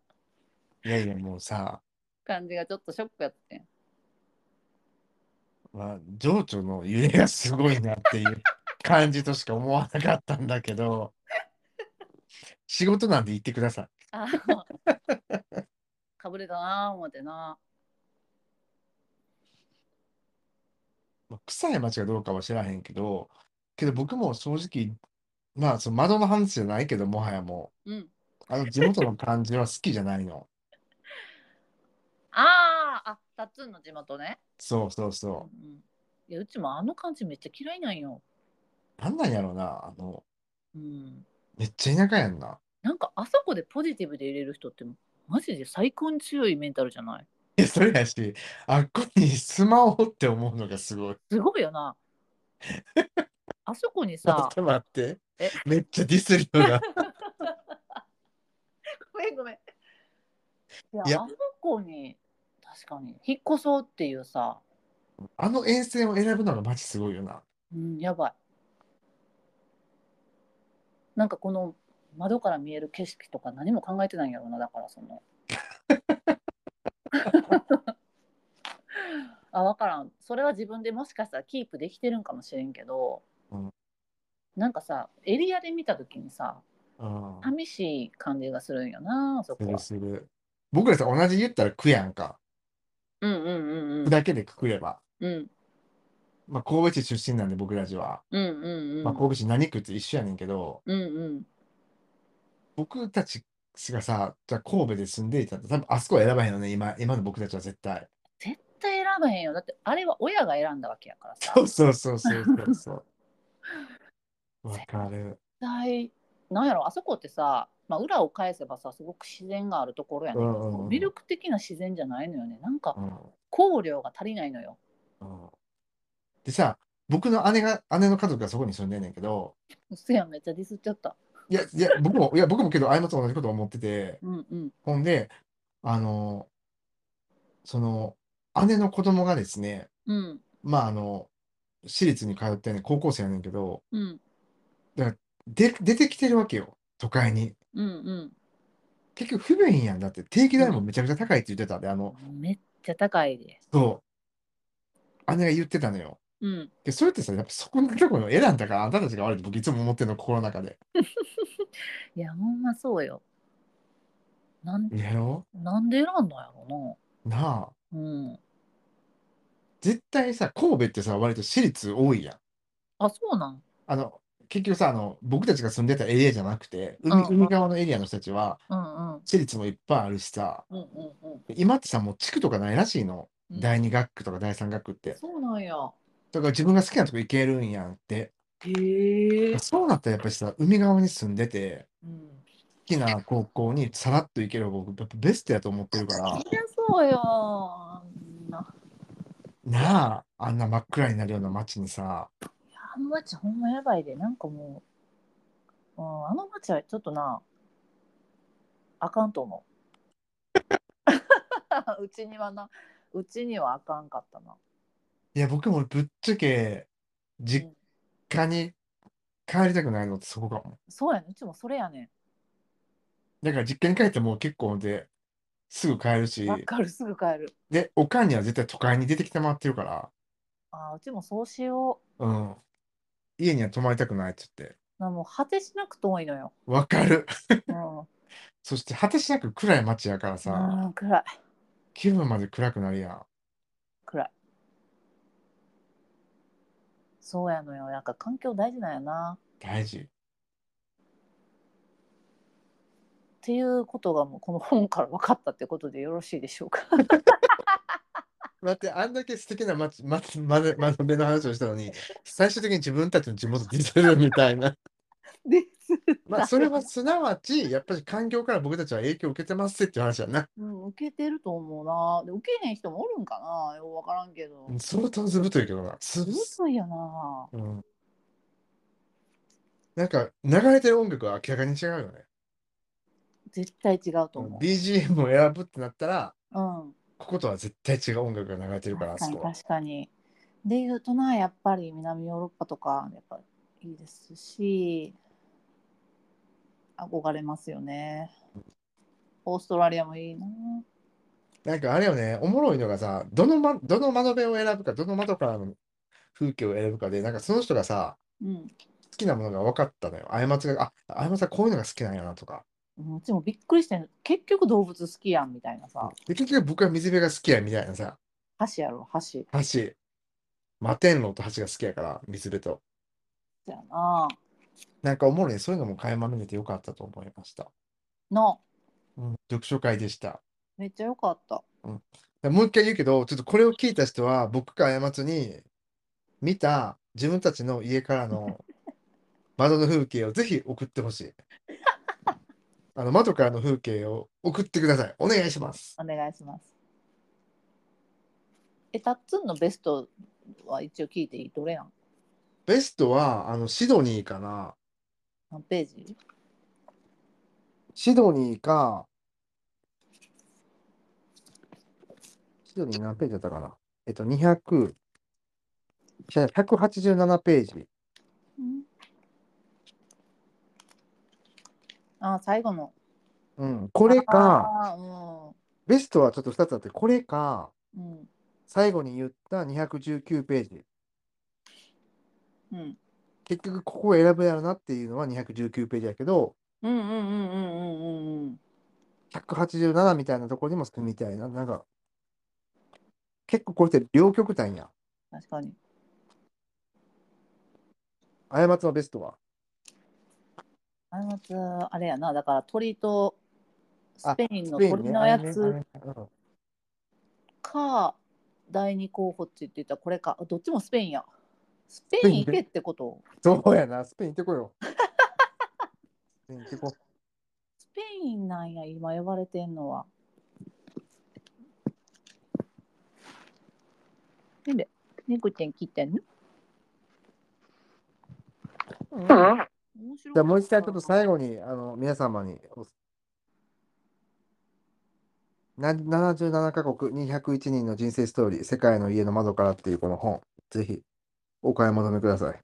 Speaker 1: い
Speaker 2: やいや、もうさ、
Speaker 1: 感じがちょっとショックやってん
Speaker 2: まあ、情緒の揺れがすごいなっていう感じとしか思わなかったんだ けど、仕事なんで言ってください。
Speaker 1: あの かぶれたな思ってな
Speaker 2: まあ臭い街がどうかは知らへんけど、けど僕も正直、まあ、その窓の話じゃないけど、もはやも
Speaker 1: うん
Speaker 2: う、あの地元の感じは好きじゃないの。
Speaker 1: あーあタッツンの地元ね、
Speaker 2: そうそう
Speaker 1: う
Speaker 2: そ
Speaker 1: ん、いやうちもあの感じめっちゃ嫌いなんよ、
Speaker 2: う。なんなんやろうな、あの、
Speaker 1: うん、
Speaker 2: めっちゃ田舎やんな。
Speaker 1: なんかあそこでポジティブで入れる人ってマジで最高に強いメンタルじゃない
Speaker 2: いや、それやし、あっこに住まおうって思うのがすごい。
Speaker 1: すごいよなあそこに
Speaker 2: ちょ
Speaker 1: さ
Speaker 2: っと待って
Speaker 1: え。
Speaker 2: めっちゃディスるような。
Speaker 1: ごめんごめん。いや
Speaker 2: いや
Speaker 1: あの子に確かに引っ越そうっていうさ、
Speaker 2: あの沿線を選ぶのがマジすごいよな。
Speaker 1: うん、やばい。なんかこの窓から見える景色とか何も考えてないんやろうなだからその あ分からんそれは自分でもしかしたらキープできてるんかもしれんけど、
Speaker 2: うん
Speaker 1: なんかさエリアで見た時にさ
Speaker 2: うん
Speaker 1: 寂しい感じがするんよなあそ
Speaker 2: す
Speaker 1: こ
Speaker 2: る
Speaker 1: は
Speaker 2: する。僕らさ、同じ言ったら区やんか。
Speaker 1: うんうんうんうん
Speaker 2: 区だけでくくれば。
Speaker 1: うん
Speaker 2: まあ、神戸市出身なんで僕らじは。
Speaker 1: うんうんうん
Speaker 2: まあ、神戸市何区って一緒やねんけど、
Speaker 1: うんうん
Speaker 2: 僕たちがさ、じゃあ神戸で住んでいたら、多分あそこは選ばへんよね、今、今の僕たちは絶対。
Speaker 1: 絶対選ばへんよだってあれは親が選んだわけやからさ
Speaker 2: そうそうそうそうそ うそう。わかる。
Speaker 1: 対なんやろあそこってさ、まあ、裏を返せばさすごく自然があるところやねんけ
Speaker 2: うんうんう
Speaker 1: ど
Speaker 2: ん
Speaker 1: 魅力的な自然じゃないのよねなんか
Speaker 2: うん
Speaker 1: 香料が足りないのよ
Speaker 2: うんでさ、僕の姉が、姉の家族がそこに住んでんねんけど、
Speaker 1: うっせやんめっちゃディスっちゃった
Speaker 2: いや、いや、僕も、いや、僕もけど、あいまと同じこと思ってて、
Speaker 1: うんうん
Speaker 2: ほんで、あの、その、姉の子供がですね、
Speaker 1: うん
Speaker 2: まあ、あの、私立に通ってね、高校生やねんけど、
Speaker 1: うん
Speaker 2: で、出てきてるわけよ、都会に。
Speaker 1: うん
Speaker 2: 結局不便やんだって、定期代もめちゃくちゃ高いって言ってたんで、あの、
Speaker 1: うんめっちゃ高いで
Speaker 2: そう、姉が言ってたのよ。
Speaker 1: うん
Speaker 2: で、それってさ、やっぱそこのところを選んだから、あんたたちが悪いって僕いつも思ってるの、心の中で。
Speaker 1: いやほんまそうよなん
Speaker 2: やろ
Speaker 1: なんで選んだんやろ
Speaker 2: なあ。
Speaker 1: なうん
Speaker 2: 絶対さ、神戸ってさ、割と私立多いやん。
Speaker 1: あそうなん
Speaker 2: あの、結局さ、あの、僕たちが住んでたエリアじゃなくて、
Speaker 1: うん
Speaker 2: 海、
Speaker 1: うん
Speaker 2: 海側のエリアの人たちは、
Speaker 1: うんうん
Speaker 2: 私立もいっぱいあるしさ、
Speaker 1: うんうんうん
Speaker 2: 今ってさ、もう地区とかないらしい
Speaker 1: う
Speaker 2: の。
Speaker 1: ん
Speaker 2: 第二学区とか第三学区って。
Speaker 1: そうなんや
Speaker 2: だから自分が好きなとこ行けるんやんって。
Speaker 1: へえ、
Speaker 2: そうなったらやっぱりさ、海側に住んでて、
Speaker 1: うん、
Speaker 2: 好きな高校にさらっと行ける方が僕、やっぱベストやと思ってるから
Speaker 1: そ、りゃそうよあんな
Speaker 2: なあ、あんな真っ暗になるような街にさ、
Speaker 1: あの街ほんまやばいで、なんかもう、うん、あの街はちょっとな、あかんと思 う。うちにはな、うちにはあかんかったな。
Speaker 2: いや、僕もぶっちゃけ、実家に帰りたくないのってそこかも。
Speaker 1: そうやね、うちもそれやね
Speaker 2: だから実家に帰ってもう結構で、すぐ帰るし
Speaker 1: ん。、わかる、すぐ帰る。
Speaker 2: で、おかんには絶対都会に出てきてもらってるから、
Speaker 1: あーうちもそうしよ
Speaker 2: うん。家には泊まりたくないって言って。
Speaker 1: う。なもう果てしなく遠いのよ。
Speaker 2: わかる。
Speaker 1: うん。
Speaker 2: そして果てしなく暗い街やからさ、
Speaker 1: うん、暗い。
Speaker 2: 気分まで暗くなるやん。
Speaker 1: 暗い。そうやのよ。なんか環境大事なんやな。
Speaker 2: 大事。
Speaker 1: っていうことがもうこの本から分かったってことでよろしいでしょうか。
Speaker 2: 待って、あんだけ素敵な街、ま、ま、ま、辺の話をしたのに、最終的に自分たちの地元ディスるみた いな。
Speaker 1: です。
Speaker 2: まあ、それはすなわち、やっぱり環境から僕たちは影響を受けてますっていう話やな。
Speaker 1: うん、受けてると思うな。で、受けへん人もおるんかな。よう分からんけど。
Speaker 2: 相当ずぶといけどな。すぶ
Speaker 1: 嘘やな。
Speaker 2: うんなんか流れてる音楽は明らかに違うよね。
Speaker 1: 絶対違うと思
Speaker 2: BGM を選ぶってなったら、
Speaker 1: う。うん。
Speaker 2: こことは絶対違う音楽が流れてるから、あ
Speaker 1: 確か
Speaker 2: そ
Speaker 1: に、
Speaker 2: こは。
Speaker 1: 確かに。でいうとな、やっぱり南ヨーロッパとか、やっぱいいですし。憧れますよね。オーストラリアもいいな。
Speaker 2: なんかあれよね、おもろいのがさ、どの,、ま、どの窓辺を選ぶか、どの窓からの風景を選ぶかで、なんかその人がさ、
Speaker 1: うん。
Speaker 2: 好きなものが分かったのよ。あやまつが、あ、あやまつはこういうのが好きなんやなとか。
Speaker 1: うんうちもびっくりしてん結局動物好きやんみたいなさ。
Speaker 2: で、結局僕は水辺が好きやみたいなさ、
Speaker 1: 箸やろ、箸。
Speaker 2: 橋、摩天楼と橋が好きやから、水辺と。
Speaker 1: やな。
Speaker 2: なんかおもろい、そういうのも垣間見れてよかったと思いました。
Speaker 1: の。
Speaker 2: うん、読書会でした。
Speaker 1: めっちゃ良かった。
Speaker 2: もう一回言うけど、ちょっとこれを聞いた人は、僕か過つに見た自分たちの家からの窓の風景をぜひ送ってほしい。あの窓からの風景を送ってください。お願いします。
Speaker 1: お願いします。え、タッツンのベストは一応聞いていいどれなん
Speaker 2: ベストはあのシドニーかな。
Speaker 1: 何ページ
Speaker 2: シドニーか、シドニー何ページだったかな。えっと、200、じゃあ187ページ。
Speaker 1: うんあ最後の。
Speaker 2: うん、これか、
Speaker 1: あー
Speaker 2: ベストはちょっと2つあって、これか、
Speaker 1: うんうん
Speaker 2: 最後に言った219ページ。
Speaker 1: うん
Speaker 2: 結局、ここを選ぶやろなっていうのは219ページやけど、
Speaker 1: うんうんうんうんうんうんうん
Speaker 2: 187みたいなところにも住みたいな。なんか、結構これって両極端や。
Speaker 1: 確かに。
Speaker 2: 過ちのベストは。
Speaker 1: あれあれやなだから鳥とスペインの
Speaker 2: スペイン
Speaker 1: 鳥のや
Speaker 2: ね
Speaker 1: つ
Speaker 2: あれねあれうん
Speaker 1: か、第二候補って言ってたこれかあどっちもスペインや。スペイン行けってこと
Speaker 2: そうやな、スペイン行ってこよう。スペイン行ってこ
Speaker 1: スペインなんや今呼ばれてんのは。なんで猫ちゃん切ってんの、うん、面
Speaker 2: う。
Speaker 1: 白い
Speaker 2: じゃあもう一回ちょっと最後にあの皆様におな77カ国201人の人生ストーリー「世界の家の窓から」っていうこの本ぜひお買い求めください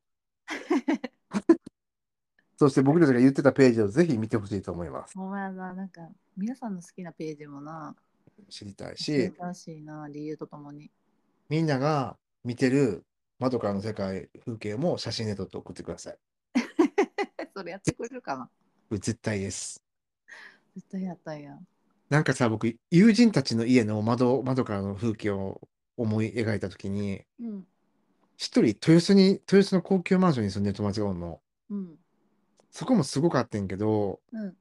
Speaker 2: そして僕たちが言ってたページをぜひ見てほしいと思います
Speaker 1: お前ななんか皆さんの好きなページもな
Speaker 2: 知りたいし
Speaker 1: 珍しいな理由とともに
Speaker 2: みんなが見てる窓からの世界風景も写真で撮って送ってください
Speaker 1: それやってくれるかな
Speaker 2: これ絶対です
Speaker 1: 絶対やったんや
Speaker 2: なんかさ僕友人たちの家の窓窓からの風景を思い描いた時に
Speaker 1: うん
Speaker 2: 一人豊洲に豊洲の高級マンションに住んでる友達がおんの
Speaker 1: うん
Speaker 2: そこもすごかってんけど
Speaker 1: うん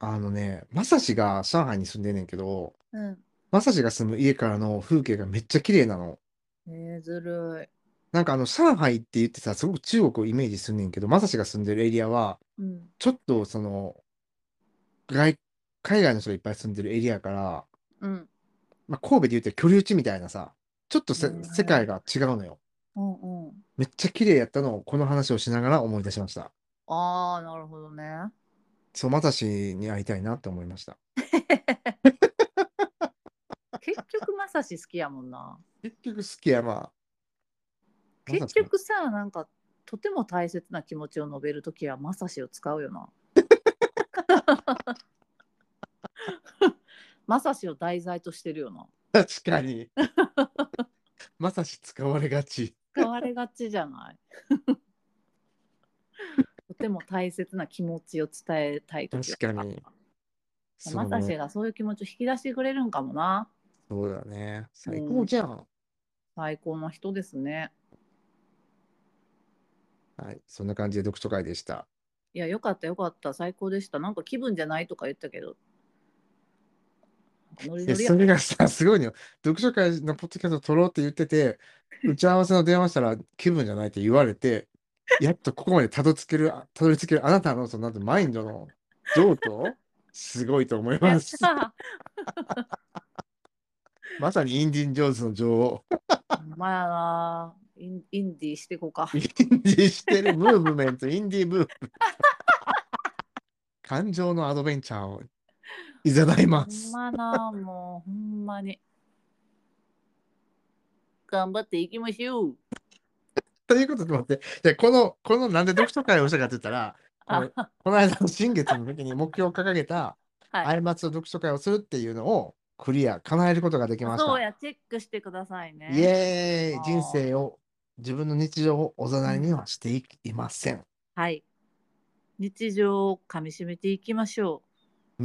Speaker 2: あのねまさしが上海に住んでんねんけど
Speaker 1: うん
Speaker 2: まさしが住む家からの風景がめっちゃ綺麗なの
Speaker 1: えー、ずる
Speaker 2: なんかあの上海って言ってさすごく中国をイメージすんねんけどまさしが住んでるエリアはい
Speaker 1: うん
Speaker 2: ちょっとその外海外の人がいっぱい住んでるエリアから、
Speaker 1: うん
Speaker 2: まあ、神戸で言って居留地みたいなさちょっとせ、
Speaker 1: うん
Speaker 2: 世界が違うのよ
Speaker 1: うんうん
Speaker 2: めっちゃ綺麗やったのをこの話をしながら思い出しました
Speaker 1: ああなるほどね
Speaker 2: そうまさしに会いたいなって思いました
Speaker 1: 結局まさし好きやもんな
Speaker 2: 結局好きやまあ。
Speaker 1: 結局さなんかとても大切な気持ちを述べるときはまさしを使うよな。 まさしを題材としてるよな。
Speaker 2: まさし確か に。まさし使われがち。
Speaker 1: 使われがちじゃない。 とても大切な気持ちを伝えたいときは。
Speaker 2: 確かに
Speaker 1: まさし
Speaker 2: そう
Speaker 1: がそういう気持ちを引き出してくれるんかもな。
Speaker 2: そうだね。最高じゃん。
Speaker 1: 最高の人ですね。
Speaker 2: はい。そんな感じで読書会でした。
Speaker 1: いや、よかったよかった。最高でした。なんか気分じゃないとか言ったけど。なんかノリ
Speaker 2: いや
Speaker 1: ノリや
Speaker 2: それがさ、すごいのよ。読書会のポッドキャスト撮ろうって言ってて、打ち合わせの電話したら気分じゃないって言われて、やっとここまでたどつける、たどり着けるあなたのそのなんてマインドの譲渡すごいと思い
Speaker 1: や
Speaker 2: ま
Speaker 1: っ
Speaker 2: す。
Speaker 1: た
Speaker 2: まさにインディン・ジョーンズの女王。
Speaker 1: ほん まやなインインディーしていこうか
Speaker 2: イ。ンディしてるムーブメント、インディーブーム。感情のアドベンチャーをいざないま
Speaker 1: ほん
Speaker 2: す。
Speaker 1: まなもうほんまに。頑張っていきましょう。
Speaker 2: ということで待って、じゃあこの、このなんで読書会をしたかって言ったら、
Speaker 1: あ
Speaker 2: はいこの間の新月の時に目標を掲げた、
Speaker 1: は
Speaker 2: 過
Speaker 1: い。
Speaker 2: ちの読書会をするっていうのをクリア、叶えることができま し
Speaker 1: そう
Speaker 2: た。
Speaker 1: や、チェックしてくださいね。
Speaker 2: イエーイ
Speaker 1: あー
Speaker 2: 人生を、自分の日常をおざなりにはしていきません。
Speaker 1: はい。日常をかみしめていきましょう。